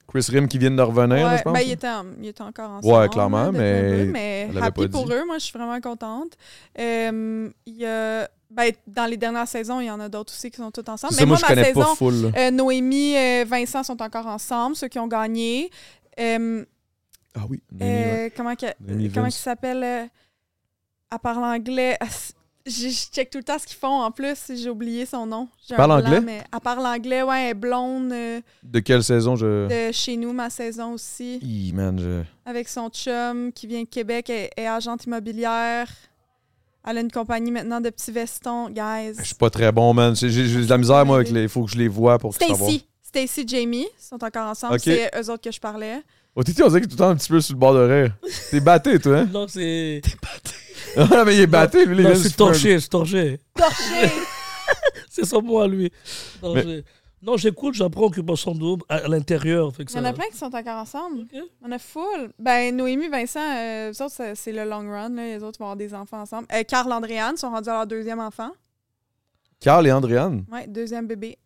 [SPEAKER 2] Chris Rim qui vient de revenir, là, je
[SPEAKER 1] Ouais,
[SPEAKER 2] pense.
[SPEAKER 1] ben,
[SPEAKER 2] là.
[SPEAKER 1] il, était en- il était encore ensemble. là,
[SPEAKER 2] clairement,
[SPEAKER 1] depuis un
[SPEAKER 2] mais
[SPEAKER 1] peu, mais
[SPEAKER 2] elle l'avait
[SPEAKER 1] happy
[SPEAKER 2] pas
[SPEAKER 1] pour
[SPEAKER 2] dit.
[SPEAKER 1] eux, moi, je suis vraiment contente. Euh, il y a- ben, dans les dernières saisons, il y en a d'autres aussi qui sont tous ensemble.
[SPEAKER 2] C'est
[SPEAKER 1] mais
[SPEAKER 2] ça, moi, je
[SPEAKER 1] ma
[SPEAKER 2] connais
[SPEAKER 1] saison,
[SPEAKER 2] pas full. là.
[SPEAKER 1] euh, Noémie et Vincent sont encore ensemble, ceux qui ont gagné. Euh,
[SPEAKER 2] Ah oui. Noémie, ouais.
[SPEAKER 1] euh, comment que-
[SPEAKER 2] Noémie
[SPEAKER 1] comment
[SPEAKER 2] Vince.
[SPEAKER 1] il s'appelle euh, À part l'anglais. Ah, c- Je je check tout le temps ce qu'ils font en plus, j'ai oublié son nom. J'ai un
[SPEAKER 2] Parle
[SPEAKER 1] blanc,
[SPEAKER 2] anglais?
[SPEAKER 1] mais à part l'anglais, ouais, elle est blonde euh,
[SPEAKER 2] De quelle saison je.
[SPEAKER 1] de chez nous, ma saison aussi.
[SPEAKER 2] Hi, man, je-
[SPEAKER 1] avec son chum qui vient de Québec, elle est agente immobilière. Elle a une compagnie maintenant de petits vestons, guys.
[SPEAKER 2] je suis pas très bon, man. J'ai j'ai- j'ai de la misère, moi, avec les. Il faut que je les vois pour que je sache.
[SPEAKER 1] Stacy. Stacy et Jamie sont encore ensemble.
[SPEAKER 2] Ok.
[SPEAKER 1] C'est eux autres que je parlais.
[SPEAKER 2] Au Oh, Titi, on dirait que t'es tout le temps un petit peu sur le bord de rire. T'es batté, toi, hein?
[SPEAKER 3] Non, c'est.
[SPEAKER 2] Ah, non, mais il est batté, lui, les
[SPEAKER 3] Non,
[SPEAKER 2] gars,
[SPEAKER 3] c'est
[SPEAKER 2] c'est pas un-
[SPEAKER 3] torché, c'est torché.
[SPEAKER 1] Torché!
[SPEAKER 3] C'est son mot à lui. Non,
[SPEAKER 2] Mais-
[SPEAKER 3] j'ai- non, j'écoute, j'apprends occupation double à, à l'intérieur. fait que
[SPEAKER 1] Il y en
[SPEAKER 3] ça-
[SPEAKER 1] a plein qui sont encore ensemble.
[SPEAKER 3] Ok.
[SPEAKER 1] On a full. Ben, Noémie, Vincent, euh, eux autres, c'est- c'est le long run. Là. Les autres vont avoir des enfants ensemble. Euh, Carl Andréane sont rendus à leur deuxième enfant.
[SPEAKER 2] Carl et Andréane.
[SPEAKER 1] Ouais, deuxième bébé.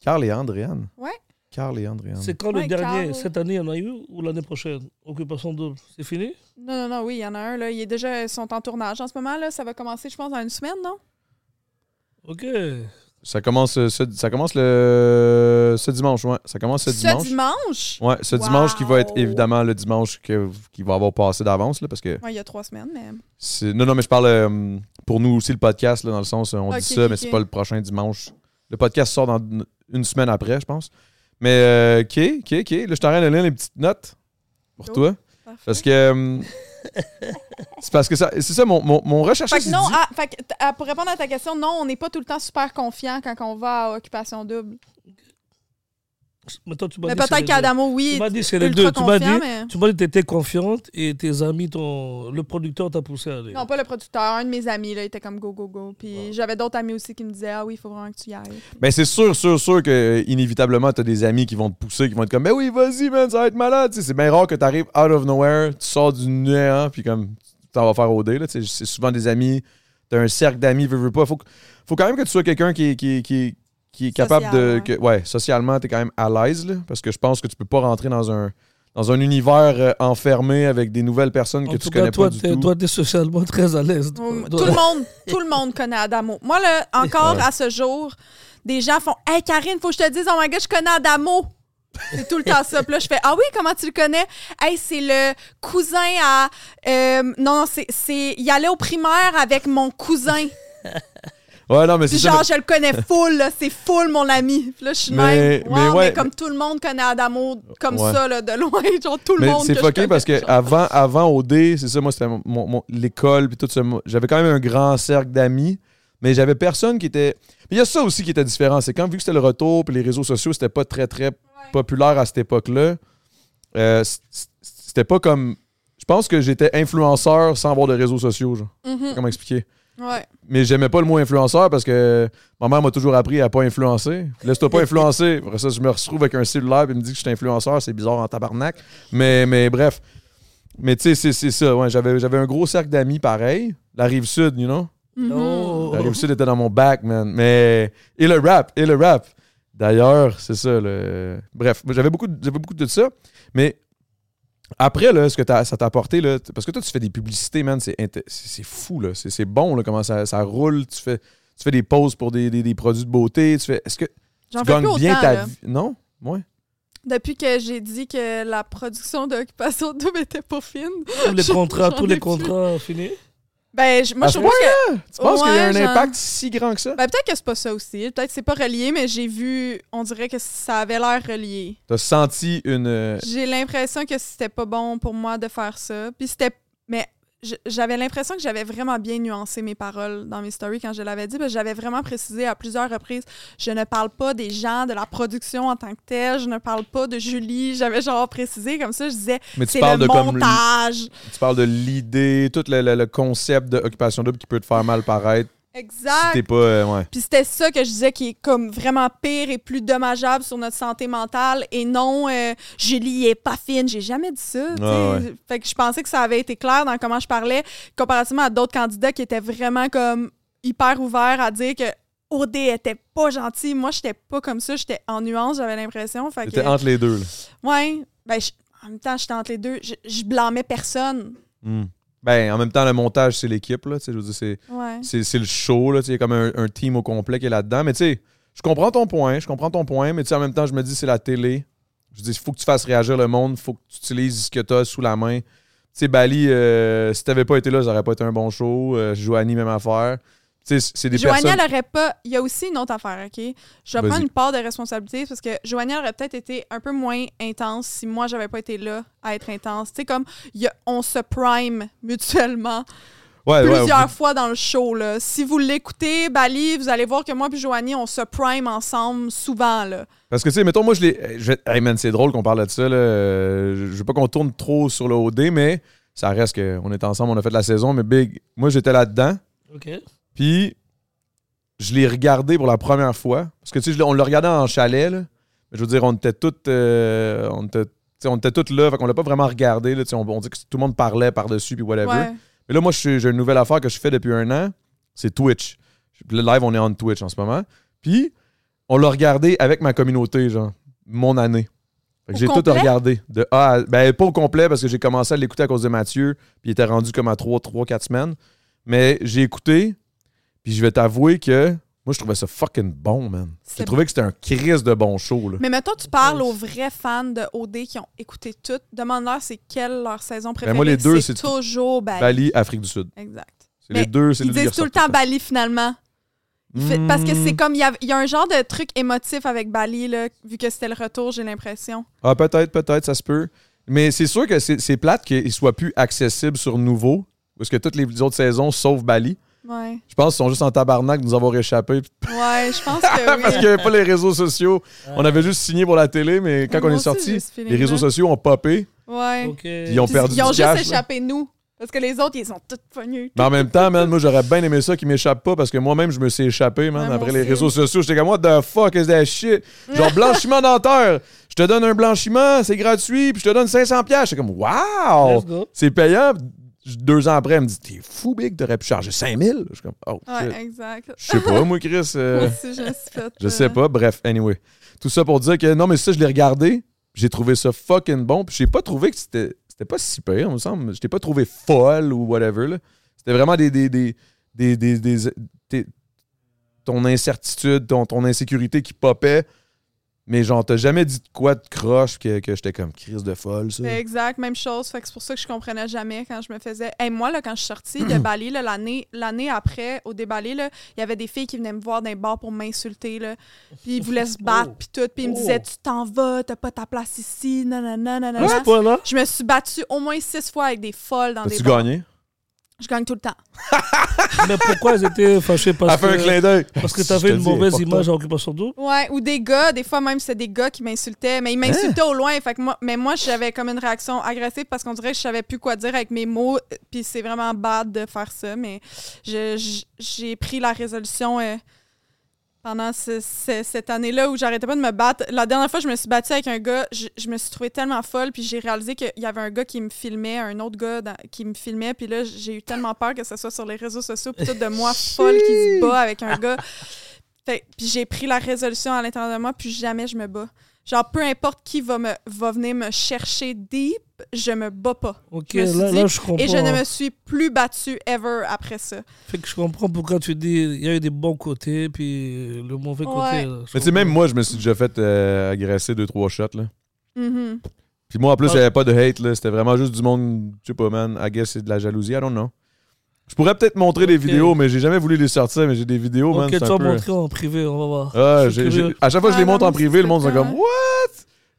[SPEAKER 2] Carl et Andréane.
[SPEAKER 1] Ouais.
[SPEAKER 2] Carl et Andréane.
[SPEAKER 3] C'est quand
[SPEAKER 1] Ouais,
[SPEAKER 3] le dernier
[SPEAKER 1] Carl.
[SPEAKER 3] Cette année, il y en a eu ou l'année prochaine Occupation double. C'est fini
[SPEAKER 1] Non, non, non, oui, il y en a un. Là. Il est déjà, ils sont en tournage en ce moment. Là. Ça va commencer, je pense, dans une semaine, non?
[SPEAKER 3] Ok.
[SPEAKER 2] Ça commence, euh, ce, ça commence le, ce dimanche, ouais. Ça commence ce dimanche.
[SPEAKER 1] Ce dimanche?
[SPEAKER 2] Ouais, ce dimanche qui va être
[SPEAKER 1] Wow.
[SPEAKER 2] évidemment le dimanche que, qui va avoir passé d'avance, là, parce que
[SPEAKER 1] Ouais, il y a trois semaines, mais.
[SPEAKER 2] c'est. Non, non, mais je parle euh, pour nous aussi le podcast, là, dans le sens, euh, on
[SPEAKER 1] Ok,
[SPEAKER 2] dit ça,
[SPEAKER 1] ok,
[SPEAKER 2] mais c'est
[SPEAKER 1] ok.
[SPEAKER 2] pas le prochain dimanche. Le podcast sort dans une- une semaine après, je pense. Mais, euh, ok, ok, ok. Là, je t'arrête de lire les petites notes pour
[SPEAKER 1] Go.
[SPEAKER 2] toi.
[SPEAKER 1] Parfait.
[SPEAKER 2] Parce que. euh, c'est parce que ça. C'est ça, mon, mon, mon recherche.
[SPEAKER 1] Fait que non, ah, fait que t- ah, pour répondre à ta question, non, on n'est pas tout le temps super confiant quand on va à Occupation Double.
[SPEAKER 3] Mais toi, tu m'as
[SPEAKER 1] Mais
[SPEAKER 3] dit c'est
[SPEAKER 1] peut-être
[SPEAKER 3] les deux.
[SPEAKER 1] qu'Adamo,
[SPEAKER 3] Tu
[SPEAKER 1] oui,
[SPEAKER 3] m'as dit c'est les deux.
[SPEAKER 1] ultra
[SPEAKER 3] Tu m'as
[SPEAKER 1] confiant,
[SPEAKER 3] dit.
[SPEAKER 1] mais...
[SPEAKER 3] Tu m'as dit que tu étais confiante et tes amis, t'ont- le producteur t'a poussé à aller.
[SPEAKER 1] Non, pas le producteur. Un de mes amis, là, il était comme go, go, go. Puis j'avais d'autres amis aussi qui me disaient, ah oui, il faut vraiment que tu y ailles.
[SPEAKER 2] Ben, c'est sûr, sûr, sûr que euh, inévitablement, t'as des amis qui vont te pousser, qui vont être comme, ben oui, vas-y, man, ça va être malade. Tu sais, c'est bien rare que t'arrives out of nowhere, tu sors du néant, puis comme, t'en vas faire au dé. là. Tu sais, C'est souvent des amis, t'as un cercle d'amis, veux, veux pas. Faut, que- faut quand même que tu sois quelqu'un qui, qui, qui, qui est capable
[SPEAKER 1] Social,
[SPEAKER 2] de. que- ouais, socialement, t'es quand même à l'aise, là, parce que je pense que tu peux pas rentrer dans un. Dans un univers euh, enfermé avec des nouvelles personnes
[SPEAKER 3] En
[SPEAKER 2] que
[SPEAKER 3] tout
[SPEAKER 2] tu
[SPEAKER 3] cas,
[SPEAKER 2] connais
[SPEAKER 3] toi,
[SPEAKER 2] pas du
[SPEAKER 3] t'es-
[SPEAKER 2] tout.
[SPEAKER 3] Toi, t'es socialement très à l'aise.
[SPEAKER 2] Hum,
[SPEAKER 1] Tout
[SPEAKER 3] Toi-
[SPEAKER 1] le monde, tout le monde connaît Adamo. Moi, là, encore
[SPEAKER 2] Ouais.
[SPEAKER 1] à ce jour, des gens font Hey Karine, faut que je te dise, oh my god, je connais Adamo. C'est tout le temps ça. Puis là, je fais Ah oui, comment tu le connais? Hey, c'est le cousin à. euh, non, non, c'est. c'est- Il allait au primaire avec mon cousin.
[SPEAKER 2] Ouais, non, mais c'est
[SPEAKER 1] Puis
[SPEAKER 2] ça,
[SPEAKER 1] genre, je le connais full, là. C'est full, mon ami. Puis là, je suis de
[SPEAKER 2] Mais-
[SPEAKER 1] même. Wow,
[SPEAKER 2] mais
[SPEAKER 1] mais,
[SPEAKER 2] ouais.
[SPEAKER 1] comme tout le monde connaît Adamo, comme
[SPEAKER 2] Ouais.
[SPEAKER 1] ça, là, de loin. Genre, tout le
[SPEAKER 2] Mais
[SPEAKER 1] monde.
[SPEAKER 2] c'est
[SPEAKER 1] que je
[SPEAKER 2] fucké parce
[SPEAKER 1] connais,
[SPEAKER 2] que avant, avant au D, c'est ça, moi, c'était mon- mon- mon- l'école, puis tout ça. moi, J'avais quand même un grand cercle d'amis, mais j'avais personne qui était. Mais il y a ça aussi qui était différent. C'est quand, vu que c'était le retour, puis les réseaux sociaux, c'était pas très, très populaire à cette époque-là, euh, c- c- c'était pas comme. Je pense que j'étais influenceur sans avoir de réseaux sociaux, genre.
[SPEAKER 1] genre. Mhm.
[SPEAKER 2] Comment expliquer?
[SPEAKER 1] Ouais.
[SPEAKER 2] Mais j'aimais pas le mot influenceur parce que ma mère m'a toujours appris à pas influencer. Laisse-toi pas influencer. Après ça, je me retrouve avec un cellulaire et me dit que je suis influenceur. C'est bizarre en tabarnak. Mais, mais bref. Mais tu sais, c'est- c'est ça. Ouais, J'avais j'avais un gros cercle d'amis pareil. La rive sud, you know?
[SPEAKER 1] Mhm.
[SPEAKER 3] Non.
[SPEAKER 2] La rive sud était dans mon bac, man. Mais. Et le rap, et le rap. D'ailleurs, c'est ça. Le... Bref, moi, j'avais beaucoup, de- j'avais beaucoup de ça. Mais après, là, ce que t'as- ça t'a apporté, là, t- parce que toi, tu fais des publicités, man, c'est inté- c'est c'est fou, là. C'est c'est bon, là, comment ça, ça roule. Tu fais, tu fais des pauses pour des, des- des produits de beauté. Tu fais. Est-ce que
[SPEAKER 1] J'en
[SPEAKER 2] tu
[SPEAKER 1] fais plus
[SPEAKER 2] gagnes
[SPEAKER 1] autant.
[SPEAKER 2] bien ta
[SPEAKER 1] là.
[SPEAKER 2] vie? Non? Ouais.
[SPEAKER 1] Depuis que j'ai dit que la production d'Occupation Double était pas fine,
[SPEAKER 3] Tous les contrats,
[SPEAKER 1] j'en
[SPEAKER 3] tous
[SPEAKER 1] ai
[SPEAKER 3] les
[SPEAKER 1] plus.
[SPEAKER 3] contrats finis.
[SPEAKER 1] ben, je- moi,
[SPEAKER 2] À
[SPEAKER 1] je
[SPEAKER 2] ce
[SPEAKER 1] trouve que.
[SPEAKER 2] Tu penses
[SPEAKER 1] Ouais,
[SPEAKER 2] qu'il y a un
[SPEAKER 1] genre-
[SPEAKER 2] impact si grand que ça?
[SPEAKER 1] Ben, peut-être que c'est pas ça aussi. Peut-être que c'est pas relié, mais j'ai vu. On dirait que ça avait l'air relié.
[SPEAKER 2] T'as senti une. euh,
[SPEAKER 1] J'ai l'impression que c'était pas bon pour moi de faire ça. Puis c'était. Mais je- j'avais l'impression que j'avais vraiment bien nuancé mes paroles dans mes stories quand je l'avais dit, parce que j'avais vraiment précisé à plusieurs reprises, je ne parle pas des gens, de la production en tant que telle, je ne parle pas de Julie, j'avais genre précisé comme ça, je disais,
[SPEAKER 2] Mais tu
[SPEAKER 1] c'est
[SPEAKER 2] parles,
[SPEAKER 1] le
[SPEAKER 2] de comme,
[SPEAKER 1] montage.
[SPEAKER 2] tu parles de l'idée, tout le, le- le concept d'occupation double qui peut te faire mal paraître. Si
[SPEAKER 1] Exact.
[SPEAKER 2] t'es pas. euh, ouais.
[SPEAKER 1] Puis c'était ça que je disais qui est comme vraiment pire et plus dommageable sur notre santé mentale. Et non, euh, Julie est pas fine. J'ai jamais dit ça. tu sais.
[SPEAKER 2] Ah Ouais,
[SPEAKER 1] Fait que je pensais que ça avait été clair dans comment je parlais, comparativement à d'autres candidats qui étaient vraiment comme hyper ouverts à dire que OD était pas gentil. Moi, j'étais pas comme ça. J'étais en nuance, j'avais l'impression. Fait que,
[SPEAKER 2] T'étais entre les deux. là.
[SPEAKER 1] ouais, ben, je- en même temps, j'étais entre les deux. Je, je blâmais personne.
[SPEAKER 2] Mm. Ben, en même temps, le montage, c'est l'équipe. là, tu sais, je veux dire, C'est
[SPEAKER 1] Ouais.
[SPEAKER 2] c'est- c'est le show. là, tu sais, Il y a comme un, un team au complet qui est là-dedans. Mais tu sais, je comprends ton point. Je comprends ton point. Mais tu sais, en même temps, je me dis, c'est la télé. Je dis, il faut que tu fasses réagir le monde. faut que tu utilises ce que tu as sous la main. Tu sais, Bali, euh, si t'avais pas été là, ça aurait pas été un bon show. Euh, Joanie, même affaire. Tu sais, c'est des
[SPEAKER 1] Joanie,
[SPEAKER 2] personnes.
[SPEAKER 1] elle aurait pas. Il y a aussi une autre affaire, OK? Je vais
[SPEAKER 2] Vas-y.
[SPEAKER 1] prendre une part de responsabilité parce que Joanie elle aurait peut-être été un peu moins intense si moi, j'avais pas été là à être intense. Tu sais, comme il y a- on se prime mutuellement
[SPEAKER 2] Ah, Ouais, ouais,
[SPEAKER 1] plusieurs
[SPEAKER 2] vous-
[SPEAKER 1] fois dans le show. Là. Si vous l'écoutez, Bali, vous allez voir que moi et Joanie, on se prime ensemble souvent. Là.
[SPEAKER 2] Parce que, tu sais, mettons, moi, je l'ai. euh, je vais- Hey, man, c'est drôle qu'on parle de ça. Là. Euh, Je je veux pas qu'on tourne trop sur le OD, mais ça reste qu'on est ensemble, on a fait la saison. Mais Big, moi, j'étais là-dedans.
[SPEAKER 3] Ok.
[SPEAKER 2] Puis, je l'ai regardé pour la première fois. Parce que, tu sais, je l'ai- on le regardait en chalet, là. Mais je veux dire, on était toutes. euh, on était. tu sais, on était toutes là, fait qu'on l'a pas vraiment regardé. Là, tu sais, on, on dit que tout le monde parlait par-dessus, puis whatever.
[SPEAKER 1] Ouais.
[SPEAKER 2] Mais là, moi, je suis- j'ai une nouvelle affaire que je fais depuis un an. C'est Twitch. Le live, on est en Twitch en ce moment. Puis, on l'a regardé avec ma communauté, genre, mon année. Fait que
[SPEAKER 1] Au
[SPEAKER 2] J'ai tout
[SPEAKER 1] complet?
[SPEAKER 2] regardé. De A à- Ben, pas au complet, parce que j'ai commencé à l'écouter à cause de Mathieu. Puis, il était rendu comme à 3, 3, 4 semaines. Mais j'ai écouté. Puis, je vais t'avouer que moi, je trouvais ça fucking bon, man. J'ai
[SPEAKER 1] C'était-
[SPEAKER 2] trouvé que c'était un crise de bon show, là.
[SPEAKER 1] Mais mettons, tu parles aux vrais fans de OD qui ont écouté tout. Demande-leur c'est quelle leur saison préférée.
[SPEAKER 2] Ben, moi, les deux, c'est tout-
[SPEAKER 1] toujours Bali.
[SPEAKER 2] Bali, Afrique du Sud.
[SPEAKER 1] Exact.
[SPEAKER 2] C'est
[SPEAKER 1] Mais
[SPEAKER 2] les deux, c'est
[SPEAKER 1] Ils
[SPEAKER 2] les deux qui
[SPEAKER 1] disent tout le
[SPEAKER 2] ressortent Mmh.
[SPEAKER 1] temps Bali finalement. Fait- Parce que
[SPEAKER 2] Hmm.
[SPEAKER 1] c'est comme, il y, a- il y a un genre de truc émotif avec Bali, là, vu que c'était le retour, j'ai l'impression.
[SPEAKER 2] Ah, peut-être, peut-être, ça se peut. Mais c'est sûr que c'est c'est plate qu'il soit plus accessible sur nouveau. Parce que toutes les autres saisons, sauf Bali,
[SPEAKER 1] Ouais.
[SPEAKER 2] je pense qu'ils sont juste en tabarnak de nous avoir échappé.
[SPEAKER 1] Ouais, je pense que oui.
[SPEAKER 2] Parce qu'il n'y avait pas les réseaux sociaux. On avait juste signé pour la télé, mais quand
[SPEAKER 1] Moi
[SPEAKER 2] on est
[SPEAKER 1] aussi, j'ai
[SPEAKER 2] sorti,
[SPEAKER 1] ce
[SPEAKER 2] les
[SPEAKER 1] feeling-là.
[SPEAKER 2] réseaux sociaux ont popé.
[SPEAKER 1] Ouais.
[SPEAKER 3] Ok.
[SPEAKER 2] puis Ils ont
[SPEAKER 1] Puis
[SPEAKER 2] perdu
[SPEAKER 1] Ils ont
[SPEAKER 2] du
[SPEAKER 1] juste
[SPEAKER 2] cash, là.
[SPEAKER 1] échappé nous. Parce que les autres, ils ont tous pognus.
[SPEAKER 2] Mais en même temps, man, moi, j'aurais bien aimé ça qu'ils m'échappent pas parce que moi-même, je me suis échappé, man,
[SPEAKER 1] Ouais, moi
[SPEAKER 2] après les
[SPEAKER 1] aussi.
[SPEAKER 2] réseaux sociaux. J'étais comme, what the fuck is that shit? Genre, blanchiment dentaire. Je te donne un blanchiment, c'est gratuit, puis je te donne 500$. piastres. J'étais comme, wow!
[SPEAKER 3] Let's go.
[SPEAKER 2] C'est payant. Deux ans après, elle me dit T'es fou, Big, t'aurais pu charger 5000 Je suis comme Oh, shit.
[SPEAKER 1] Ouais, exact.
[SPEAKER 2] Je sais pas, moi, Chris. euh,
[SPEAKER 1] Moi aussi, je me suis fait,
[SPEAKER 2] je
[SPEAKER 1] euh,
[SPEAKER 2] sais pas. Bref, anyway. Tout ça pour dire que non, mais ça, je l'ai regardé. J'ai trouvé ça fucking bon. Puis j'ai pas trouvé que c'était. C'était pas si pire, il me semble. Je t'ai pas trouvé folle ou whatever. là. C'était vraiment des. des, des, des, des- des- des- ton incertitude, ton, ton insécurité qui popait. Mais genre, t'as jamais dit de quoi de croche que, que j'étais comme crise de folle, ça.
[SPEAKER 1] C'est exact, même chose. Fait que c'est pour ça que je comprenais jamais quand je me faisais. Hey, moi, là, quand je suis sortie de Bali, là, l'année, l'année après, au déballé, là, il y avait des filles qui venaient me voir dans les bars pour m'insulter. Là. Puis ils voulaient se battre,
[SPEAKER 3] Oh.
[SPEAKER 1] puis tout. Puis ils me
[SPEAKER 3] Oh.
[SPEAKER 1] disaient Tu t'en vas, t'as pas ta place ici, nanana, nanana.
[SPEAKER 3] À ce point-là.
[SPEAKER 1] Je me suis battue au moins six fois avec des folles dans des
[SPEAKER 2] T'as-tu
[SPEAKER 1] bars.
[SPEAKER 2] gagné?
[SPEAKER 1] Je gagne tout le temps.
[SPEAKER 3] Mais pourquoi ils étaient fâchés parce
[SPEAKER 2] Elle fait un
[SPEAKER 3] que
[SPEAKER 2] clin d'œil.
[SPEAKER 3] parce que
[SPEAKER 2] Si, je
[SPEAKER 3] t'avais
[SPEAKER 2] te
[SPEAKER 3] une
[SPEAKER 2] dis,
[SPEAKER 3] mauvaise
[SPEAKER 2] porte-toi.
[SPEAKER 3] image à Occupation Double.
[SPEAKER 1] Ouais, ou des gars, des fois même c'est des gars qui m'insultaient, mais ils m'insultaient
[SPEAKER 2] Hein?
[SPEAKER 1] au loin, fait que moi, mais moi j'avais comme une réaction agressive parce qu'on dirait que je savais plus quoi dire avec mes mots, euh, puis c'est vraiment bad de faire ça, mais je- je- j'ai pris la résolution euh, pendant ce- ce- cette année-là où j'arrêtais pas de me battre. La dernière fois je me suis battue avec un gars, je, je me suis trouvée tellement folle, puis j'ai réalisé qu'il y avait un gars qui me filmait, un autre gars dans- qui me filmait, puis là j'ai eu tellement peur que ce soit sur les réseaux sociaux, puis tout de moi folle qui se bat avec un gars. Fait- puis j'ai pris la résolution à l'intérieur de moi, puis jamais je me bats. Genre, peu importe qui va, me, va venir me chercher deep, je me bats pas.
[SPEAKER 3] Ok,
[SPEAKER 1] Je me suis
[SPEAKER 3] là,
[SPEAKER 1] dit,
[SPEAKER 3] là, je comprends.
[SPEAKER 1] Et je ne me suis plus battue ever après ça.
[SPEAKER 3] Fait que je comprends pourquoi tu dis il y a eu des bons côtés puis le mauvais
[SPEAKER 1] Ouais.
[SPEAKER 3] côté. là. Je
[SPEAKER 2] Mais tu sais,
[SPEAKER 3] comprends.
[SPEAKER 2] même moi, je me suis déjà fait euh, agresser deux, trois shots. Là.
[SPEAKER 1] Mhm.
[SPEAKER 2] Puis moi, en plus,
[SPEAKER 3] Ah.
[SPEAKER 2] j'avais pas de hate. là. C'était vraiment juste du monde, je sais pas, man. I guess c'est de la jalousie. I don't know. Je pourrais peut-être montrer des
[SPEAKER 3] Ok.
[SPEAKER 2] vidéos, mais j'ai jamais voulu les sortir. Mais j'ai des vidéos, man.
[SPEAKER 3] Ok,
[SPEAKER 2] c'est
[SPEAKER 3] tu
[SPEAKER 2] un
[SPEAKER 3] vas
[SPEAKER 2] peu-
[SPEAKER 3] montrer en privé, on va voir.
[SPEAKER 2] Ah,
[SPEAKER 3] Je suis
[SPEAKER 2] j'ai- j'ai-
[SPEAKER 3] curieux.
[SPEAKER 2] à chaque fois que je
[SPEAKER 1] Ah,
[SPEAKER 2] les
[SPEAKER 1] non,
[SPEAKER 2] montre
[SPEAKER 1] moi
[SPEAKER 2] en
[SPEAKER 1] aussi,
[SPEAKER 2] privé, le
[SPEAKER 1] c'est
[SPEAKER 2] monde sont
[SPEAKER 1] ça.
[SPEAKER 2] comme What?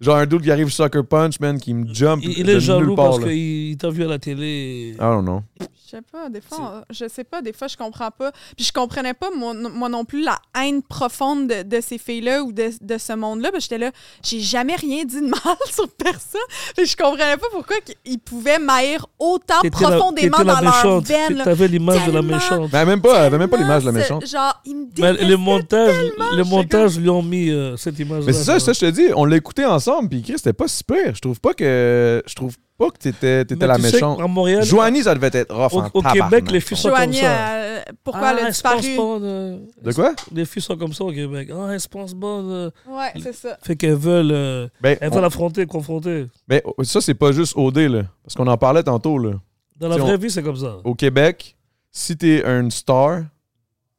[SPEAKER 2] Genre un dude qui arrive Sucker Punch, man, qui me jump.
[SPEAKER 3] Il, il
[SPEAKER 2] de
[SPEAKER 3] est jaloux
[SPEAKER 2] nulle part,
[SPEAKER 3] parce
[SPEAKER 2] là. Ah.
[SPEAKER 3] qu'il t'a vu à la télé.
[SPEAKER 2] I don't know.
[SPEAKER 1] Je sais pas, des fois, on- je sais pas, des fois, je comprends pas. Puis je comprenais pas, moi, moi non plus, la haine profonde de, de ces filles-là ou de, de ce monde-là. Parce que j'étais là, j'ai jamais rien dit de mal sur personne. Puis je comprenais pas pourquoi ils pouvaient m'haïr autant
[SPEAKER 3] T'étais la-
[SPEAKER 1] Ah, profondément
[SPEAKER 3] t'étais
[SPEAKER 1] dans
[SPEAKER 3] la
[SPEAKER 1] leur
[SPEAKER 3] méchante.
[SPEAKER 1] veine. là.
[SPEAKER 3] T'avais l'image de la
[SPEAKER 1] Tellement.
[SPEAKER 3] méchante.
[SPEAKER 2] Mais elle a même pas, elle avait même pas
[SPEAKER 1] Tellement
[SPEAKER 2] l'image de la
[SPEAKER 1] ce-
[SPEAKER 2] méchante.
[SPEAKER 1] Genre, ils me
[SPEAKER 3] Mais
[SPEAKER 1] détestaient.
[SPEAKER 3] les montages, les
[SPEAKER 1] je sais
[SPEAKER 3] montages lui ont mis euh, cette image-là.
[SPEAKER 2] Mais c'est ça, ça, je te dis, on l'a écouté ensemble, puis Chris, c'était pas si pire. Je trouve pas que. Je trouve pas que t'étais, t'étais
[SPEAKER 3] Mais
[SPEAKER 2] la
[SPEAKER 3] tu sais
[SPEAKER 2] méchante.
[SPEAKER 3] qu'à Montréal,
[SPEAKER 2] Joanie, ça devait être rough
[SPEAKER 3] au,
[SPEAKER 2] en
[SPEAKER 3] au Québec,
[SPEAKER 2] tabarnak.
[SPEAKER 3] les filles sont comme
[SPEAKER 1] Joanie,
[SPEAKER 3] ça.
[SPEAKER 1] euh, pourquoi
[SPEAKER 3] Ah,
[SPEAKER 1] elle a
[SPEAKER 3] elles se pensent
[SPEAKER 1] disparu?
[SPEAKER 3] bonnes, euh,
[SPEAKER 2] De quoi?
[SPEAKER 3] les filles sont comme ça au Québec. Ah, elles se pensent bonnes. euh.
[SPEAKER 1] Ouais, c'est ça.
[SPEAKER 3] Fait qu'elles veulent, euh,
[SPEAKER 2] Ben,
[SPEAKER 3] elles
[SPEAKER 2] on-
[SPEAKER 3] veulent affronter, confronter.
[SPEAKER 2] ben, ça, c'est pas juste OD, là. Parce qu'on en parlait tantôt, là.
[SPEAKER 3] Dans la
[SPEAKER 2] Si on-
[SPEAKER 3] vraie vie, c'est comme ça.
[SPEAKER 2] Au Québec, si t'es une star,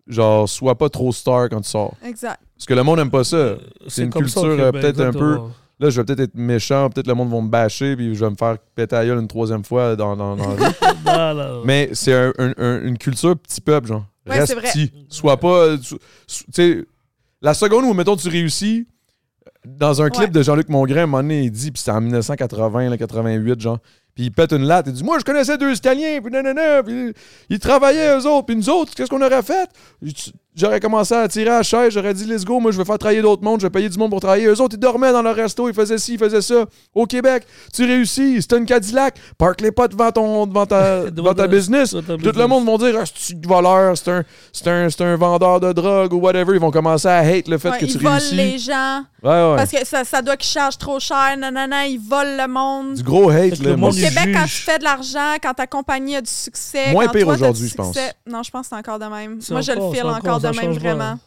[SPEAKER 2] genre, sois pas trop star quand tu sors.
[SPEAKER 1] Exact.
[SPEAKER 2] Parce que le monde aime pas ça. c'est une
[SPEAKER 3] Euh, comme ça au
[SPEAKER 2] culture, euh,
[SPEAKER 3] Québec,
[SPEAKER 2] peut-être un peu-
[SPEAKER 3] exactement.
[SPEAKER 2] Là, je vais peut-être être méchant, peut-être le monde va me bâcher, puis je vais me faire péter la gueule une troisième fois dans, dans, dans la vie.
[SPEAKER 3] Voilà.
[SPEAKER 2] Mais c'est un- un- un- une culture petit peuple, genre.
[SPEAKER 1] Ouais,
[SPEAKER 2] Reste
[SPEAKER 1] c'est vrai.
[SPEAKER 2] petit. Sois pas. so- so- Tu sais, la seconde où, mettons, tu réussis, dans un
[SPEAKER 1] Ouais.
[SPEAKER 2] clip de Jean-Luc Mongrain, à un moment donné, il dit, puis c'est en 1980, là, 88, genre. Puis il pète une latte, il dit Moi, je connaissais deux Italiens, puis nanana, puis ils travaillaient eux autres, puis nous autres, qu'est-ce qu'on aurait fait J'aurais commencé à tirer à la chaise, j'aurais dit Let's go, moi, je vais faire travailler d'autres mondes, je vais payer du monde pour travailler. Eux autres, ils dormaient dans leur resto, ils faisaient ci, ils faisaient ça. Au Québec, tu réussis, c'était une Cadillac, parque les pas devant, ton, devant, ta, devant ta business.
[SPEAKER 3] Devant ta
[SPEAKER 2] Tout le
[SPEAKER 3] business.
[SPEAKER 2] monde vont dire Ah, c'est un voleur, c'est un, c'est un, c'est un vendeur de drogue ou whatever. Ils vont commencer à hate le fait
[SPEAKER 1] Ouais,
[SPEAKER 2] que
[SPEAKER 1] ils
[SPEAKER 2] tu
[SPEAKER 1] volent
[SPEAKER 2] réussis.
[SPEAKER 1] les gens
[SPEAKER 2] Ouais, ouais.
[SPEAKER 1] parce que ça, ça doit qu'ils chargent trop cher. Nanana, ils volent le monde.
[SPEAKER 2] Du gros
[SPEAKER 3] Fait
[SPEAKER 2] hate,
[SPEAKER 3] que
[SPEAKER 2] là.
[SPEAKER 3] le
[SPEAKER 2] moi,
[SPEAKER 1] Au
[SPEAKER 3] monde-
[SPEAKER 1] Québec,
[SPEAKER 3] juge.
[SPEAKER 1] quand tu fais de l'argent, quand ta compagnie a du succès.
[SPEAKER 2] Moins
[SPEAKER 1] quand
[SPEAKER 2] pire
[SPEAKER 1] toi, t'as du
[SPEAKER 2] aujourd'hui, je pense.
[SPEAKER 1] succès- Non, je pense que c'est encore de même.
[SPEAKER 3] C'est
[SPEAKER 1] Moi, je le
[SPEAKER 3] encore-
[SPEAKER 1] file
[SPEAKER 3] c'est
[SPEAKER 1] encore,
[SPEAKER 3] encore,
[SPEAKER 1] de
[SPEAKER 3] ça
[SPEAKER 1] même,
[SPEAKER 3] change pas.
[SPEAKER 1] vraiment.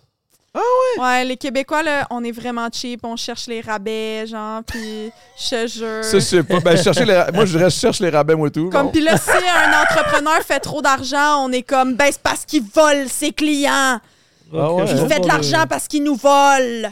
[SPEAKER 2] Ah
[SPEAKER 1] ouais? Ouais, les Québécois, là, on est vraiment cheap, on cherche les rabais, genre, puis je te jure.
[SPEAKER 2] Ça, je sais pas. Ben, chercher les... Moi, je dirais, je cherche les rabais, moi, tout.
[SPEAKER 1] Comme,
[SPEAKER 2] Bon.
[SPEAKER 1] puis là, si un entrepreneur fait trop d'argent, on est comme, ben, c'est parce qu'il vole ses clients.
[SPEAKER 2] Ah
[SPEAKER 3] Ok, euh,
[SPEAKER 2] ouais.
[SPEAKER 3] je
[SPEAKER 2] Il
[SPEAKER 1] Il
[SPEAKER 3] comprends
[SPEAKER 1] fait de
[SPEAKER 3] le-
[SPEAKER 1] l'argent parce qu'il nous vole.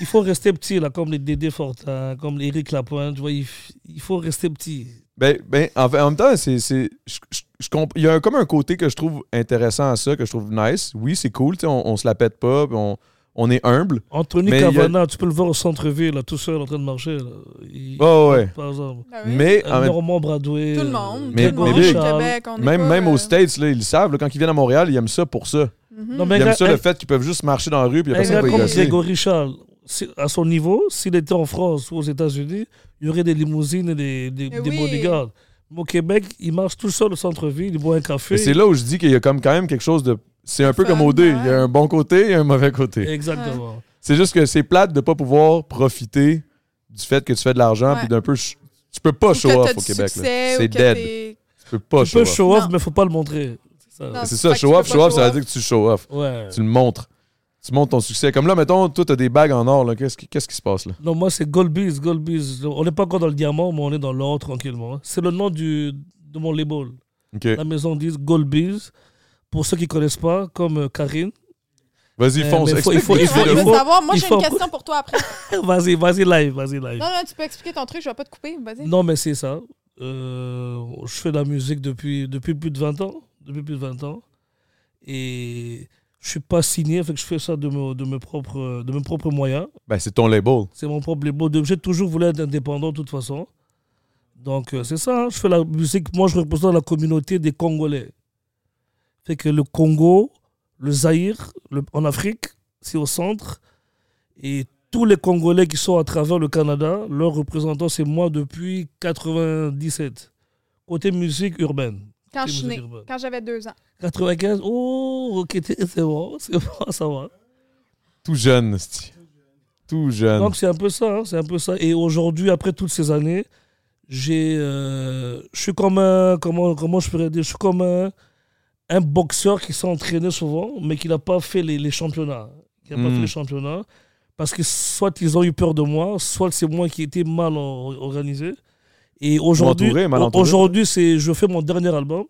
[SPEAKER 3] Il faut rester petit, là, comme les Dédé Fortin, comme les Éric Lapointe. Tu vois, il, f- il faut rester petit.
[SPEAKER 2] Ben, ben, en, fait, en même temps, c'est, c'est- je- je- je comp- il y a un- comme un côté que je trouve intéressant à ça, que je trouve nice. Oui, c'est cool, tu sais, on, on se la pète pas, puis on, on est humble.
[SPEAKER 3] Anthony
[SPEAKER 2] Mais il y a-
[SPEAKER 3] Cavana, tu peux le voir au centre-ville, là, tout seul, en train de marcher. Là. Il-
[SPEAKER 2] Oh, ouais. Ah,
[SPEAKER 3] Par exemple.
[SPEAKER 1] Ah
[SPEAKER 2] Mais, en
[SPEAKER 3] Euh,
[SPEAKER 2] même-
[SPEAKER 3] Normand Bradway. euh,
[SPEAKER 1] Tout le monde,
[SPEAKER 2] Mais-
[SPEAKER 1] tout le monde
[SPEAKER 2] mais-
[SPEAKER 1] au Québec, on est
[SPEAKER 2] même,
[SPEAKER 1] pas,
[SPEAKER 2] même
[SPEAKER 1] euh,
[SPEAKER 2] aux States, là, ils le savent. là, quand ils viennent à Montréal, ils aiment ça pour ça.
[SPEAKER 1] mhm.
[SPEAKER 3] Non, mais
[SPEAKER 2] Ils
[SPEAKER 3] un
[SPEAKER 2] aiment
[SPEAKER 3] gars-
[SPEAKER 2] ça, le
[SPEAKER 3] un-
[SPEAKER 2] fait qu'ils peuvent juste marcher dans la rue, puis il y a
[SPEAKER 3] un
[SPEAKER 2] personne
[SPEAKER 3] gars
[SPEAKER 2] qui va
[SPEAKER 3] comme
[SPEAKER 2] les gosser.
[SPEAKER 3] Grégory Charles, si- à son niveau, s'il était en France ou aux États-Unis, il y aurait des limousines et des, des,
[SPEAKER 1] Mais
[SPEAKER 3] des
[SPEAKER 1] oui.
[SPEAKER 3] bodyguards. Mais au Québec, il marche tout seul au centre-ville, il boit un café.
[SPEAKER 2] Mais c'est là où je dis qu'il y a comme quand même quelque chose de. C'est un peu
[SPEAKER 1] Fun,
[SPEAKER 2] comme OD. Il y
[SPEAKER 1] ouais.
[SPEAKER 2] a un bon côté et un mauvais côté.
[SPEAKER 3] Exactement.
[SPEAKER 2] C'est juste que c'est plate de pas pouvoir profiter du fait que tu fais de l'argent
[SPEAKER 1] Ouais.
[SPEAKER 2] puis d'un peu. ch- Tu peux pas
[SPEAKER 1] Ou
[SPEAKER 2] show
[SPEAKER 1] que
[SPEAKER 2] off
[SPEAKER 1] t'as
[SPEAKER 2] au
[SPEAKER 1] du
[SPEAKER 2] Québec. là.
[SPEAKER 1] succès, ou
[SPEAKER 2] C'est
[SPEAKER 1] que
[SPEAKER 2] dead. Tu
[SPEAKER 1] t'es-
[SPEAKER 2] peux pas
[SPEAKER 3] Tu
[SPEAKER 2] show
[SPEAKER 3] peux
[SPEAKER 2] off.
[SPEAKER 3] show off,
[SPEAKER 1] Non.
[SPEAKER 3] mais faut pas le montrer. Ça-
[SPEAKER 1] Non.
[SPEAKER 2] C'est
[SPEAKER 1] Fait
[SPEAKER 2] ça,
[SPEAKER 1] que
[SPEAKER 2] show
[SPEAKER 1] tu
[SPEAKER 2] off,
[SPEAKER 1] peux
[SPEAKER 2] show
[SPEAKER 1] pas
[SPEAKER 2] off, ça veut
[SPEAKER 1] show
[SPEAKER 2] dire que tu show off.
[SPEAKER 3] Ouais.
[SPEAKER 2] Tu le montres. Tu montres ton succès. Comme là, mettons, toi, t'as des bagues en or. là. Qu'est-ce qui, qu'est-ce qui se passe là?
[SPEAKER 3] Non, moi, c'est Golbiz. Golbiz. On n'est pas encore dans le diamant, mais on est dans l'or tranquillement. C'est le nom du, de mon label.
[SPEAKER 2] OK.
[SPEAKER 3] La maison dit Golbiz. Pour ceux qui ne connaissent pas, comme euh, Karine.
[SPEAKER 2] Vas-y,
[SPEAKER 3] Euh,
[SPEAKER 2] fonce.
[SPEAKER 3] mais faut-
[SPEAKER 2] Explique
[SPEAKER 3] il faut-
[SPEAKER 2] les
[SPEAKER 3] il
[SPEAKER 1] Ouais,
[SPEAKER 3] faut-
[SPEAKER 2] vidéos.
[SPEAKER 1] je veux
[SPEAKER 3] faut-
[SPEAKER 1] savoir. Moi,
[SPEAKER 3] il
[SPEAKER 1] j'ai
[SPEAKER 3] faut-
[SPEAKER 1] une question pour toi après.
[SPEAKER 3] vas-y, vas-y, live, vas-y, live.
[SPEAKER 1] Non, non, tu peux expliquer ton truc, je vais pas te couper. Vas-y.
[SPEAKER 3] Non, mais c'est ça. Euh, je fais de la musique depuis, depuis plus de 20 ans. Depuis plus de 20 ans. Et je suis pas signé, fait que je fais ça de mes, de mes, propres, de mes propres moyens.
[SPEAKER 2] Ben, c'est ton label.
[SPEAKER 3] C'est mon propre label. Donc, J'ai toujours voulu être indépendant de toute façon. Donc euh, c'est ça, hein. je fais la musique, moi je représente la communauté des Congolais. Fait que le Congo, le Zaïre, le- en Afrique, c'est au centre. Et tous les Congolais qui sont à travers le Canada, leur représentant c'est moi depuis 97. Côté musique urbaine.
[SPEAKER 1] Quand je suis
[SPEAKER 3] musique
[SPEAKER 1] née,
[SPEAKER 3] urbaine.
[SPEAKER 1] quand j'avais deux ans.
[SPEAKER 3] 95, oh ok, t'es- c'est bon, c'est bon, ça va.
[SPEAKER 2] Tout jeune, c'ti. Tout jeune.
[SPEAKER 3] Donc c'est un peu ça, hein, c'est un peu ça. Et aujourd'hui, après toutes ces années, j'ai, euh, je suis comme un, comment, comment je pourrais dire, je suis comme un, un boxeur qui s'est entraîné souvent, mais qui n'a pas fait les, les championnats, hein. qui n'a pas
[SPEAKER 2] Mm.
[SPEAKER 3] fait les championnats, parce que soit ils ont eu peur de moi, soit c'est moi qui étais mal or- organisé. Et aujourd'hui,
[SPEAKER 2] entouré, mal
[SPEAKER 3] au-
[SPEAKER 2] entouré.
[SPEAKER 3] aujourd'hui, c'est, je fais mon dernier album.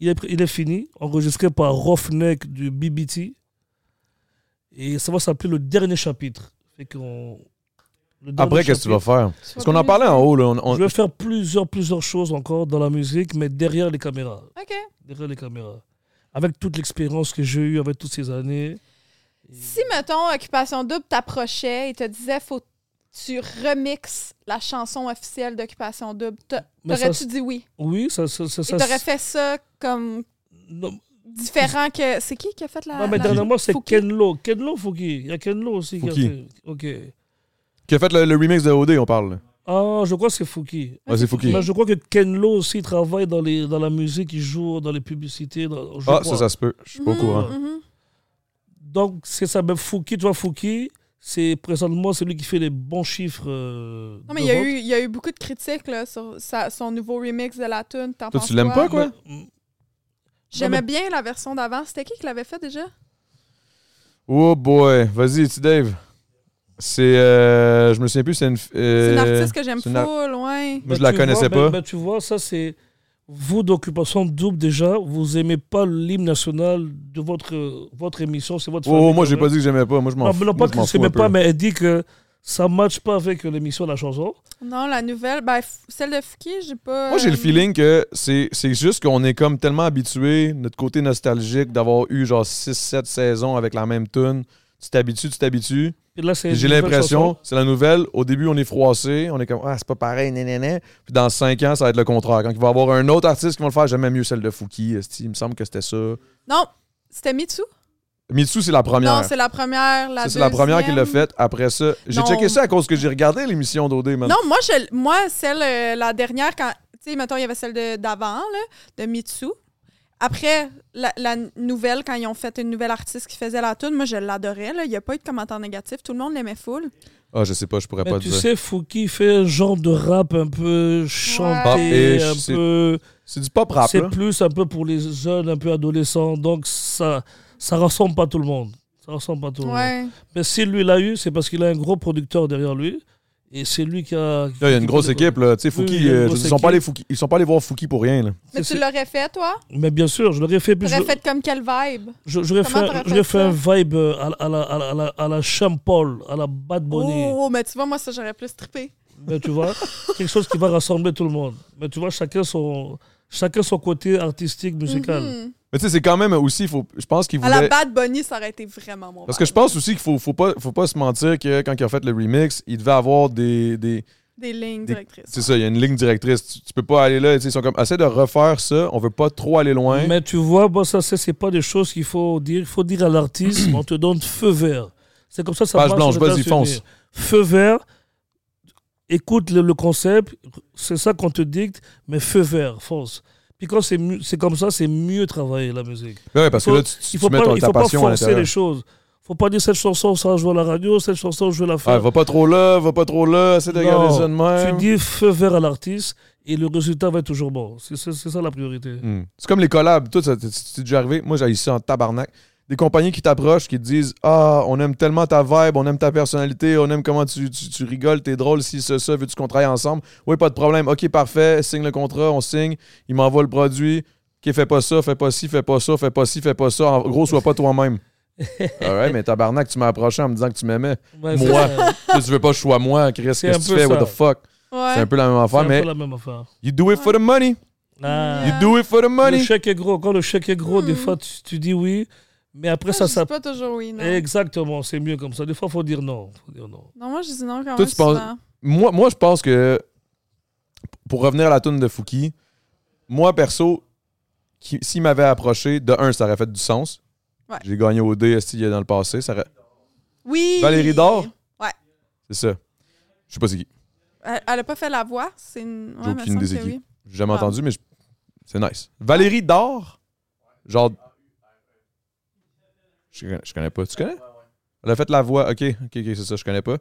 [SPEAKER 3] Il est, pr- il est fini, enregistré par Roughneck du BBT. Et ça va s'appeler le dernier chapitre. Fait qu'on- le
[SPEAKER 2] Après,
[SPEAKER 3] dernier
[SPEAKER 2] qu'est-ce que tu vas
[SPEAKER 3] chapitre-
[SPEAKER 2] faire? Parce qu'on en parlait en haut, là. On, on-
[SPEAKER 3] Je vais faire plusieurs, plusieurs choses encore dans la musique, mais derrière les caméras.
[SPEAKER 1] OK.
[SPEAKER 3] Derrière les caméras. Avec toute l'expérience que j'ai eue, avec toutes ces années.
[SPEAKER 1] Si, mettons, Occupation Double t'approchait et te disait faut tu remixes la chanson officielle d'Occupation Double, t'a-
[SPEAKER 3] Mais ça,
[SPEAKER 1] t'aurais-tu dit oui?
[SPEAKER 3] Oui, ça. ça, ça,
[SPEAKER 1] Et
[SPEAKER 3] ça-
[SPEAKER 1] t'aurais fait ça comme
[SPEAKER 3] Non,
[SPEAKER 1] différent que. C'est qui qui a fait la.
[SPEAKER 3] non, mais
[SPEAKER 1] la-
[SPEAKER 3] dernièrement, c'est
[SPEAKER 1] Ah, Fouki. Mhm,
[SPEAKER 3] Kenlo. Kenlo Fouki. Il y a Kenlo aussi qui a
[SPEAKER 2] Fouki.
[SPEAKER 3] fait. Ok.
[SPEAKER 2] Qui a fait le, le remix de OD, on parle. là.
[SPEAKER 3] Ah, je crois que c'est Fouki.
[SPEAKER 2] Ouais, c'est Fouki.
[SPEAKER 3] Mais je crois que Kenlo aussi travaille dans, les, dans la musique, il joue dans les publicités. dans- je
[SPEAKER 2] Ah,
[SPEAKER 3] crois.
[SPEAKER 2] ça, ça se peut. Je suis pas au
[SPEAKER 1] Mhm,
[SPEAKER 3] Mm.
[SPEAKER 2] courant.
[SPEAKER 1] mhm.
[SPEAKER 3] Donc, c'est ça. Mais Fouki, tu vois, Fouki, c'est présentement celui qui fait les bons chiffres. euh,
[SPEAKER 1] Non, mais
[SPEAKER 3] de
[SPEAKER 1] il y, a
[SPEAKER 3] vente.
[SPEAKER 1] eu, il y a eu beaucoup de critiques là, sur sa- son nouveau remix de la tune. T'en
[SPEAKER 2] Toi,
[SPEAKER 1] penses
[SPEAKER 2] tu l'aimes pas,
[SPEAKER 1] quoi?
[SPEAKER 2] quoi?
[SPEAKER 3] Mais-
[SPEAKER 1] J'aimais
[SPEAKER 3] Non,
[SPEAKER 1] bien la version d'avant. C'était qui qui l'avait fait déjà?
[SPEAKER 2] Oh boy. Vas-y, tu Dave. C'est. euh, je me souviens plus, c'est une.
[SPEAKER 1] C'est
[SPEAKER 2] euh,
[SPEAKER 1] une artiste que j'aime
[SPEAKER 2] c'est une ar-
[SPEAKER 1] full, ouais.
[SPEAKER 2] Moi, je
[SPEAKER 3] Ben,
[SPEAKER 2] la
[SPEAKER 3] tu
[SPEAKER 2] connaissais
[SPEAKER 3] vois, ben-
[SPEAKER 2] pas.
[SPEAKER 3] ben, tu vois, ça, c'est. Vous, d'occupation double, déjà, vous aimez pas l'hymne national de votre, euh, votre émission, c'est votre.
[SPEAKER 2] Oh, oh,
[SPEAKER 3] famille,
[SPEAKER 2] moi,
[SPEAKER 3] quand
[SPEAKER 2] j'ai
[SPEAKER 3] même.
[SPEAKER 2] pas dit que j'aimais pas. Moi, je m'en
[SPEAKER 3] Non,
[SPEAKER 2] fous.
[SPEAKER 3] mais non,
[SPEAKER 2] Moi,
[SPEAKER 3] pas
[SPEAKER 2] je m'en
[SPEAKER 3] que c'est
[SPEAKER 2] fous un
[SPEAKER 3] même pas,
[SPEAKER 2] peu.
[SPEAKER 3] mais elle dit que ça ne matche pas avec euh, l'émission La Chanson.
[SPEAKER 1] Non, la nouvelle, ben, f- celle de Fouki, j'ai pas.
[SPEAKER 2] Moi, j'ai le
[SPEAKER 1] euh,
[SPEAKER 2] feeling que c'est c'est juste qu'on est comme tellement habitué, notre côté nostalgique, d'avoir eu genre 6-7 saisons avec la même tune. Tu t'habitues, tu t'habitues.
[SPEAKER 3] Et là, c'est
[SPEAKER 2] Puis
[SPEAKER 3] une
[SPEAKER 2] J'ai
[SPEAKER 3] nouvelle
[SPEAKER 2] l'impression,
[SPEAKER 3] chanson.
[SPEAKER 2] c'est la nouvelle. Au début, on est froissé. On est comme, ah, c'est pas pareil, nénéné. Puis dans 5 ans, ça va être le contraire. Quand il va y avoir un autre artiste qui va le faire, j'aimais mieux celle de Fouki. esti. Il me semble que c'était ça.
[SPEAKER 1] Non, c'était Mitsu?
[SPEAKER 2] Mitsu, c'est la première.
[SPEAKER 1] Non, c'est la première. La
[SPEAKER 2] Ça, c'est la première qui l'a
[SPEAKER 1] deuxième.
[SPEAKER 2] faite. Après ça, j'ai
[SPEAKER 1] Non.
[SPEAKER 2] checké ça à cause que j'ai regardé l'émission d'OD, man.
[SPEAKER 1] Non, moi, je, moi celle, euh, la dernière, quand, tu sais, mettons, il y avait celle de- d'avant, là, de Mitsu. Après, la, la nouvelle, quand ils ont fait une nouvelle artiste qui faisait la tune, moi, je l'adorais, là. Il n'y a pas eu de commentaires négatifs. Tout le monde l'aimait full.
[SPEAKER 2] Ah, je sais pas, je pourrais
[SPEAKER 3] Mais
[SPEAKER 2] pas te
[SPEAKER 3] tu
[SPEAKER 2] dire.
[SPEAKER 3] sais, Fouki fait un genre de rap un peu chanté,
[SPEAKER 2] Pop-ish, c'est-
[SPEAKER 3] un peu.
[SPEAKER 2] C'est du pop rap,
[SPEAKER 3] C'est
[SPEAKER 2] là.
[SPEAKER 3] plus un peu pour les jeunes, un peu adolescents. Donc, ça ça ressemble pas à tout le monde. Ça ressemble pas à tout le monde.
[SPEAKER 1] Ouais.
[SPEAKER 3] Mais si lui l'a eu, c'est parce qu'il a un gros producteur derrière lui. Et c'est lui qui a.
[SPEAKER 2] Là, il y a une grosse équipe, là. Tu sais, Fouki,
[SPEAKER 3] Oui, il y a une
[SPEAKER 2] euh, je veux
[SPEAKER 3] grosse
[SPEAKER 2] dire, ils, sont pas
[SPEAKER 3] équipe.
[SPEAKER 2] allés Fouki- ils sont pas allés voir Fouki pour rien, là.
[SPEAKER 1] Mais tu
[SPEAKER 3] C'est-
[SPEAKER 1] l'aurais fait, toi?
[SPEAKER 3] Mais bien sûr, je l'aurais fait.
[SPEAKER 1] Tu
[SPEAKER 3] Puis je,
[SPEAKER 1] l'aurais fait comme quelle vibe?
[SPEAKER 3] je- j'aurais
[SPEAKER 1] Comment
[SPEAKER 3] fait,
[SPEAKER 1] t'aurais
[SPEAKER 3] j'aurais
[SPEAKER 1] fait
[SPEAKER 3] fait un vibe euh, à, la- à la, à, la, à, la, à la Sean Paul, à la Bad Bunny.
[SPEAKER 1] Oh, mais tu vois, moi, ça, j'aurais plus trippé.
[SPEAKER 3] Mais tu vois, quelque chose qui va rassembler tout le monde. Mais tu vois, chacun son, chacun son côté artistique, musical.
[SPEAKER 1] Mhm.
[SPEAKER 2] Mais tu sais, c'est quand même aussi, il faut, je pense qu'ils
[SPEAKER 1] À la
[SPEAKER 2] voulaient.
[SPEAKER 1] Bad Bunny, ça aurait été vraiment mon
[SPEAKER 2] Parce que
[SPEAKER 1] vibe.
[SPEAKER 2] je pense aussi qu'il faut, faut, pas, faut pas se mentir que quand ils ont fait le remix, ils devaient avoir des. des-
[SPEAKER 1] Des lignes
[SPEAKER 2] Des-
[SPEAKER 1] directrices.
[SPEAKER 2] c'est ça, il y a une ligne directrice. Tu, tu peux pas aller là. tu sais, Ils sont comme, essaie de refaire ça, on veut pas trop aller loin.
[SPEAKER 3] Mais tu vois, bon, ça, c'est c'est pas des choses qu'il faut dire. Il faut dire à l'artiste, on te donne feu vert. C'est comme ça, ça
[SPEAKER 2] Page
[SPEAKER 3] marche
[SPEAKER 2] blanche,
[SPEAKER 3] aux
[SPEAKER 2] vas-y,
[SPEAKER 3] États-Unis.
[SPEAKER 2] fonce.
[SPEAKER 3] Feu vert, écoute le, le concept, c'est ça qu'on te dicte, mais feu vert, fonce. Puis quand c'est mieux- c'est comme ça, c'est mieux travailler la musique.
[SPEAKER 2] Ouais, parce
[SPEAKER 3] faut-
[SPEAKER 2] que là, tu, tu
[SPEAKER 3] Il faut
[SPEAKER 2] mets
[SPEAKER 3] pas,
[SPEAKER 2] ton-
[SPEAKER 3] il
[SPEAKER 2] ta
[SPEAKER 3] faut pas
[SPEAKER 2] passion à
[SPEAKER 3] forcer les
[SPEAKER 2] l'intérieur.
[SPEAKER 3] choses. Faut pas dire cette chanson, ça je vais à la radio, cette chanson, je vais la
[SPEAKER 2] Ouais,
[SPEAKER 3] faire.
[SPEAKER 2] va pas trop là, va pas trop là, essaie de
[SPEAKER 3] Non,
[SPEAKER 2] regarder ça de même.
[SPEAKER 3] tu dis feu vert à l'artiste et le résultat va être toujours bon. C'est c'est- c'est ça la priorité.
[SPEAKER 2] Hmm. C'est comme les collabs, tout ça, c'est déjà arrivé. Moi, j'ai ça en tabarnak. Des compagnies qui t'approchent, qui te disent Ah, on aime tellement ta vibe, on aime ta personnalité, on aime comment tu, tu, tu rigoles, t'es drôle, si ça, ça, veux-tu qu'on travaille ensemble Oui, pas de problème. Ok, parfait, signe le contrat, on signe, il m'envoie le produit. Ok, fais pas ça, fais pas ci, fais pas ça, fais pas ci, fais pas ça. En gros, sois pas toi-même. Ah ouais, mais tabarnak, tu m'as approché en me disant que tu m'aimais.
[SPEAKER 3] Ouais, c'est
[SPEAKER 2] Moi.
[SPEAKER 3] ça.
[SPEAKER 2] Là, tu veux pas que je sois moi, Chris, qu'est-ce
[SPEAKER 3] C'est un
[SPEAKER 2] que tu
[SPEAKER 3] peu
[SPEAKER 2] fais What
[SPEAKER 3] ça.
[SPEAKER 2] the fuck C'est
[SPEAKER 1] Ouais.
[SPEAKER 2] un peu la même
[SPEAKER 3] C'est
[SPEAKER 2] affaire,
[SPEAKER 3] un
[SPEAKER 2] mais
[SPEAKER 3] peu la même affaire.
[SPEAKER 2] you do it for the money.
[SPEAKER 3] Ah.
[SPEAKER 2] You do it for the
[SPEAKER 3] Le
[SPEAKER 2] money.
[SPEAKER 3] chèque est gros. Quand le chèque est gros, des
[SPEAKER 1] Hmm.
[SPEAKER 3] fois, tu, tu dis oui, mais après,
[SPEAKER 1] Moi,
[SPEAKER 3] ça,
[SPEAKER 1] je dis
[SPEAKER 3] ça.
[SPEAKER 1] pas toujours oui, non.
[SPEAKER 3] Exactement, c'est mieux comme ça. Des fois, il faut dire non. Faut dire non.
[SPEAKER 1] Non, moi, je dis non quand
[SPEAKER 2] Toi,
[SPEAKER 1] même
[SPEAKER 2] tu penses-
[SPEAKER 1] souvent.
[SPEAKER 2] moi, moi je pense que pour revenir à la tune de Fouki, moi perso, qui- s'il m'avait approché, de un, ça aurait fait du sens.
[SPEAKER 1] Ouais.
[SPEAKER 2] J'ai gagné au D STI dans le passé. Ça aurait-
[SPEAKER 1] Oui!
[SPEAKER 2] Valérie Dor?
[SPEAKER 1] Ouais.
[SPEAKER 2] C'est ça. Je sais pas c'est qui.
[SPEAKER 1] Elle, elle a pas fait la voix. C'est une...
[SPEAKER 2] J'ai
[SPEAKER 1] ouais, me
[SPEAKER 2] aucune
[SPEAKER 1] semble
[SPEAKER 2] idée
[SPEAKER 1] que
[SPEAKER 2] c'est qui.
[SPEAKER 1] oui.
[SPEAKER 2] J'ai jamais
[SPEAKER 1] Ah.
[SPEAKER 2] entendu, mais je- c'est nice. Valérie Dor? Genre. Je, connais- je connais pas. Tu connais? Elle a fait la voix. Ok, ok, ok, c'est ça, je connais pas.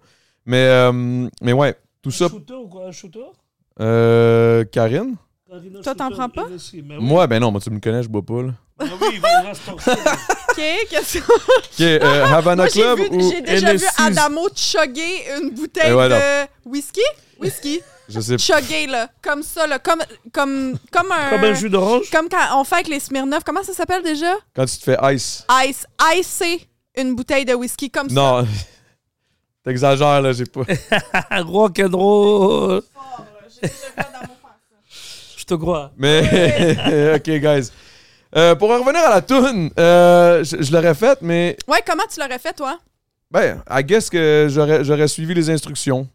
[SPEAKER 2] Mais, euh, mais ouais, tout ça.
[SPEAKER 3] Un shooter ou quoi Un shooter
[SPEAKER 2] euh, Karine?
[SPEAKER 3] Karina
[SPEAKER 1] Toi, t'en
[SPEAKER 3] Shooter,
[SPEAKER 1] prends pas
[SPEAKER 3] LSI, mais oui.
[SPEAKER 2] Moi, ben non, moi tu me connais, je bois pas là.
[SPEAKER 3] Ah oui, il va- il va se torcher.
[SPEAKER 1] OK, question.
[SPEAKER 2] Ok, euh, Havana
[SPEAKER 1] Moi, j'ai
[SPEAKER 2] Club
[SPEAKER 1] vu-
[SPEAKER 2] ou.
[SPEAKER 1] j'ai déjà vu
[SPEAKER 3] LSI?
[SPEAKER 1] Adamo chugger une bouteille
[SPEAKER 2] Eh ouais, non.
[SPEAKER 1] de whisky. Whisky.
[SPEAKER 2] Je sais pas.
[SPEAKER 1] Chugger, là. Comme ça, là. Comme, comme, comme un...
[SPEAKER 3] Comme un jus d'orange
[SPEAKER 1] comme quand on fait avec les Smirnoff. Comment ça s'appelle déjà?
[SPEAKER 2] Quand tu te fais ice.
[SPEAKER 1] Ice. Icer une bouteille de whisky comme ça.
[SPEAKER 2] Non. T'exagères, là, j'ai pas.
[SPEAKER 3] Un rock'n'roll.
[SPEAKER 1] Oh, J'ai déjà vu Adamo faire ça.
[SPEAKER 3] Je te crois.
[SPEAKER 2] Mais. ok, guys. Euh, pour en revenir à la toune, euh, je, je l'aurais faite, mais.
[SPEAKER 1] Ouais, comment tu l'aurais fait, toi?
[SPEAKER 2] Ben, I guess que j'aurais, j'aurais suivi les instructions.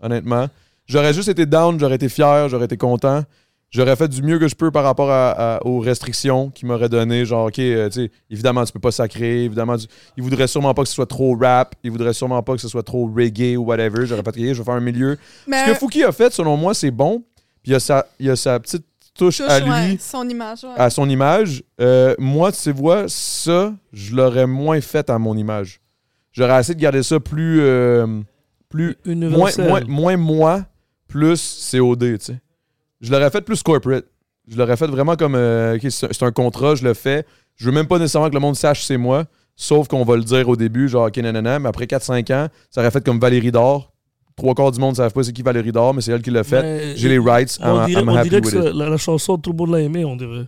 [SPEAKER 2] honnêtement. J'aurais juste été down, j'aurais été fier, j'aurais été content. J'aurais fait du mieux que je peux par rapport à- à- aux restrictions qu'ils m'auraient données. Genre, OK, euh, tu sais, évidemment, tu peux pas sacrer. Évidemment, tu- ils voudraient sûrement pas que ce soit trop rap. Ils voudraient sûrement pas que ce soit trop reggae ou whatever. J'aurais pas crié, je vais faire un milieu.
[SPEAKER 1] Mais
[SPEAKER 2] Ce que Fouki a fait, selon moi, c'est bon. Puis il y a sa, il y a sa petite touche,
[SPEAKER 1] touche,
[SPEAKER 2] à lui, Ah.
[SPEAKER 1] ouais, son image, ouais.
[SPEAKER 2] à son image. Euh, moi, tu vois, ça, je l'aurais moins fait à mon image. J'aurais essayé de garder ça plus. euh, plus moins,
[SPEAKER 3] Universel.
[SPEAKER 2] moins, moins moi, plus COD, tu sais. Je l'aurais fait plus corporate. Je l'aurais fait vraiment comme. euh, OK, c'est un- c'est un contrat, je le fais. Je veux même pas nécessairement que le monde sache c'est moi, sauf qu'on va le dire au début, genre, OK, nanana, mais après 4-5 ans, ça aurait fait comme Valérie Dor. Trois quarts du monde ne savent pas c'est qui Valérie Dor, mais c'est elle qui l'a fait.
[SPEAKER 3] Mais-
[SPEAKER 2] J'ai les rights.
[SPEAKER 3] On
[SPEAKER 2] I'm-
[SPEAKER 3] dirait,
[SPEAKER 2] I'm
[SPEAKER 3] on
[SPEAKER 2] happy
[SPEAKER 3] dirait que
[SPEAKER 2] with it.
[SPEAKER 3] c'est- la, la chanson, tout le monde l'a aimée, on dirait.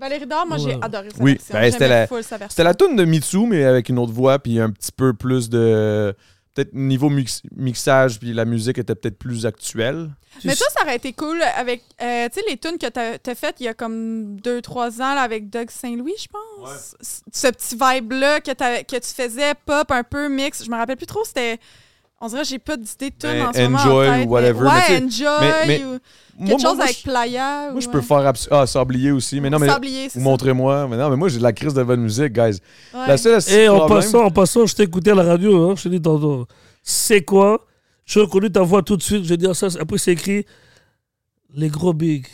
[SPEAKER 1] Valérie Dore, moi, j'ai
[SPEAKER 3] Ouais.
[SPEAKER 1] adoré sa
[SPEAKER 2] Oui,
[SPEAKER 1] version.
[SPEAKER 2] ben, c'était
[SPEAKER 1] J'aimais
[SPEAKER 2] la-
[SPEAKER 1] full sa version.
[SPEAKER 2] C'était la toune de Mitsu, mais avec une autre voix, puis un petit peu plus de. Peut-être niveau mix- mixage, puis la musique était peut-être plus actuelle.
[SPEAKER 1] Mais ça, ça aurait été cool avec, euh, tu sais, les tunes que t'as as faites il y a comme 2-3 ans là, avec Doug Saint-Louis, je pense. C- Ce petit vibe-là que, t'avais- que tu faisais, pop, un peu mix. Je me rappelle plus trop, c'était... On dirait que j'ai pas d'idée de tunes
[SPEAKER 2] Ben,
[SPEAKER 1] en ce moment. en
[SPEAKER 2] Enjoy
[SPEAKER 1] tête,
[SPEAKER 2] ou whatever,
[SPEAKER 1] mais- Ouais,
[SPEAKER 2] mais
[SPEAKER 1] Enjoy
[SPEAKER 2] mais- mais-
[SPEAKER 1] ou quelque
[SPEAKER 2] Moi, moi,
[SPEAKER 1] chose
[SPEAKER 2] moi,
[SPEAKER 1] avec
[SPEAKER 2] je-
[SPEAKER 1] Playa. euh,
[SPEAKER 2] Moi, je peux faire abs- Ah, Sablier aussi. Mais non, mais.
[SPEAKER 1] Sablier, c'est
[SPEAKER 2] Ou
[SPEAKER 1] ça.
[SPEAKER 2] montrez-moi. Mais non, mais moi, j'ai de la crise de bonne musique, guys.
[SPEAKER 1] Ouais.
[SPEAKER 2] La seule astuce
[SPEAKER 3] Et Eh, en
[SPEAKER 2] problème-
[SPEAKER 3] passant, en passant, je t'ai écouté à la radio, hein, je t'ai dit tantôt, c'est quoi J'ai reconnu ta voix tout de suite, j'ai dit, ah, ça, c'est- après c'est écrit, les gros bigs.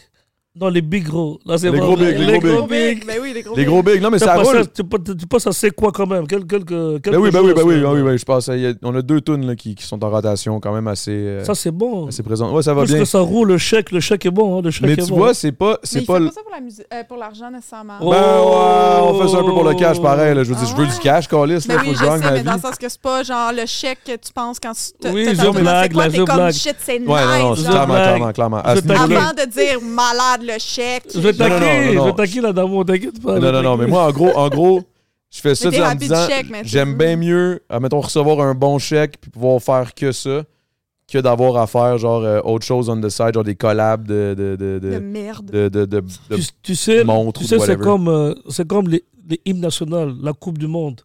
[SPEAKER 3] Non, les big gros. Là, c'est
[SPEAKER 2] Les
[SPEAKER 3] pas
[SPEAKER 2] gros
[SPEAKER 3] vrai.
[SPEAKER 2] bigs, les
[SPEAKER 3] les
[SPEAKER 2] gros
[SPEAKER 3] gros
[SPEAKER 1] Big,
[SPEAKER 3] bigs.
[SPEAKER 1] ben oui, les gros
[SPEAKER 2] Les
[SPEAKER 1] bigs.
[SPEAKER 2] gros bigs. Non, mais
[SPEAKER 3] Tu
[SPEAKER 2] ça
[SPEAKER 3] passes
[SPEAKER 2] roule.
[SPEAKER 3] à- Tu passes- tu passes à c'est quoi quand même Quel- quelque- quelque
[SPEAKER 2] Ben oui, ben oui,
[SPEAKER 3] chose,
[SPEAKER 2] ben oui,
[SPEAKER 3] euh,
[SPEAKER 2] ben oui, ben oui, je passe. à- il y a- On a deux tunes là, qui, qui sont en rotation quand même assez, euh,
[SPEAKER 3] Ça, c'est bon.
[SPEAKER 2] assez présentes. Ouais, ça va
[SPEAKER 3] Plus
[SPEAKER 2] bien.
[SPEAKER 3] que ça roule, le chèque, le chèque est bon. hein, le chèque
[SPEAKER 2] Mais
[SPEAKER 3] est
[SPEAKER 2] tu
[SPEAKER 3] bon.
[SPEAKER 2] vois, c'est pas.
[SPEAKER 1] Mais
[SPEAKER 2] C'est
[SPEAKER 1] il
[SPEAKER 2] pas
[SPEAKER 1] fait
[SPEAKER 2] le-
[SPEAKER 1] pas ça pour la musi- euh, pour l'argent, nécessairement.
[SPEAKER 3] Oh.
[SPEAKER 2] Ben ouais, on fait ça un peu pour le cash pareil. là. Je veux dire,
[SPEAKER 1] Ah
[SPEAKER 2] je veux
[SPEAKER 1] ouais?
[SPEAKER 2] du cash, Calis.
[SPEAKER 1] Mais
[SPEAKER 2] Là, faut
[SPEAKER 1] Ben oui,
[SPEAKER 2] que
[SPEAKER 1] je
[SPEAKER 2] je gagne
[SPEAKER 1] sais,
[SPEAKER 2] ma
[SPEAKER 1] mais dans le
[SPEAKER 2] vie.
[SPEAKER 1] sens que c'est pas genre le chèque que tu penses quand tu te.
[SPEAKER 3] Oui,
[SPEAKER 1] t'as
[SPEAKER 3] je
[SPEAKER 1] ta tournée,
[SPEAKER 3] blague,
[SPEAKER 1] c'est quoi,
[SPEAKER 3] la
[SPEAKER 1] t'es
[SPEAKER 3] je
[SPEAKER 1] comme
[SPEAKER 3] blague.
[SPEAKER 1] shit, c'est nice.
[SPEAKER 2] Ouais, non, non,
[SPEAKER 3] Je
[SPEAKER 1] genre,
[SPEAKER 2] clairement,
[SPEAKER 3] blague.
[SPEAKER 2] clairement, clairement. À
[SPEAKER 3] Je
[SPEAKER 2] ce niveau-là-
[SPEAKER 3] blague.
[SPEAKER 1] avant de dire malade le chèque.
[SPEAKER 3] Je vais
[SPEAKER 2] Non, non, non,
[SPEAKER 3] t'inquiéter,
[SPEAKER 2] non,
[SPEAKER 3] je vais
[SPEAKER 2] non.
[SPEAKER 3] t'inquiéter, la dame, t'inquiète pas.
[SPEAKER 2] Non,
[SPEAKER 3] je vais
[SPEAKER 2] non, non, mais
[SPEAKER 3] t'inquiéter.
[SPEAKER 2] moi, en gros, en gros, je fais ça
[SPEAKER 1] Mais t'es
[SPEAKER 2] en me
[SPEAKER 1] rapide
[SPEAKER 2] disant,
[SPEAKER 1] chèque, mais c'est
[SPEAKER 2] j'aime
[SPEAKER 1] ça.
[SPEAKER 2] bien mieux, euh, mettons, recevoir un bon chèque puis pouvoir faire que ça que d'avoir à faire, genre, euh, autre chose on the side, genre des collabs de... de, de,
[SPEAKER 1] De
[SPEAKER 2] de,
[SPEAKER 1] merde.
[SPEAKER 2] de, de- de- de-
[SPEAKER 3] Tu, tu sais,
[SPEAKER 2] montre
[SPEAKER 3] tu
[SPEAKER 2] ou
[SPEAKER 3] sais c'est
[SPEAKER 2] whatever.
[SPEAKER 3] comme, euh, c'est comme les, les hymnes nationaux, la Coupe du Monde.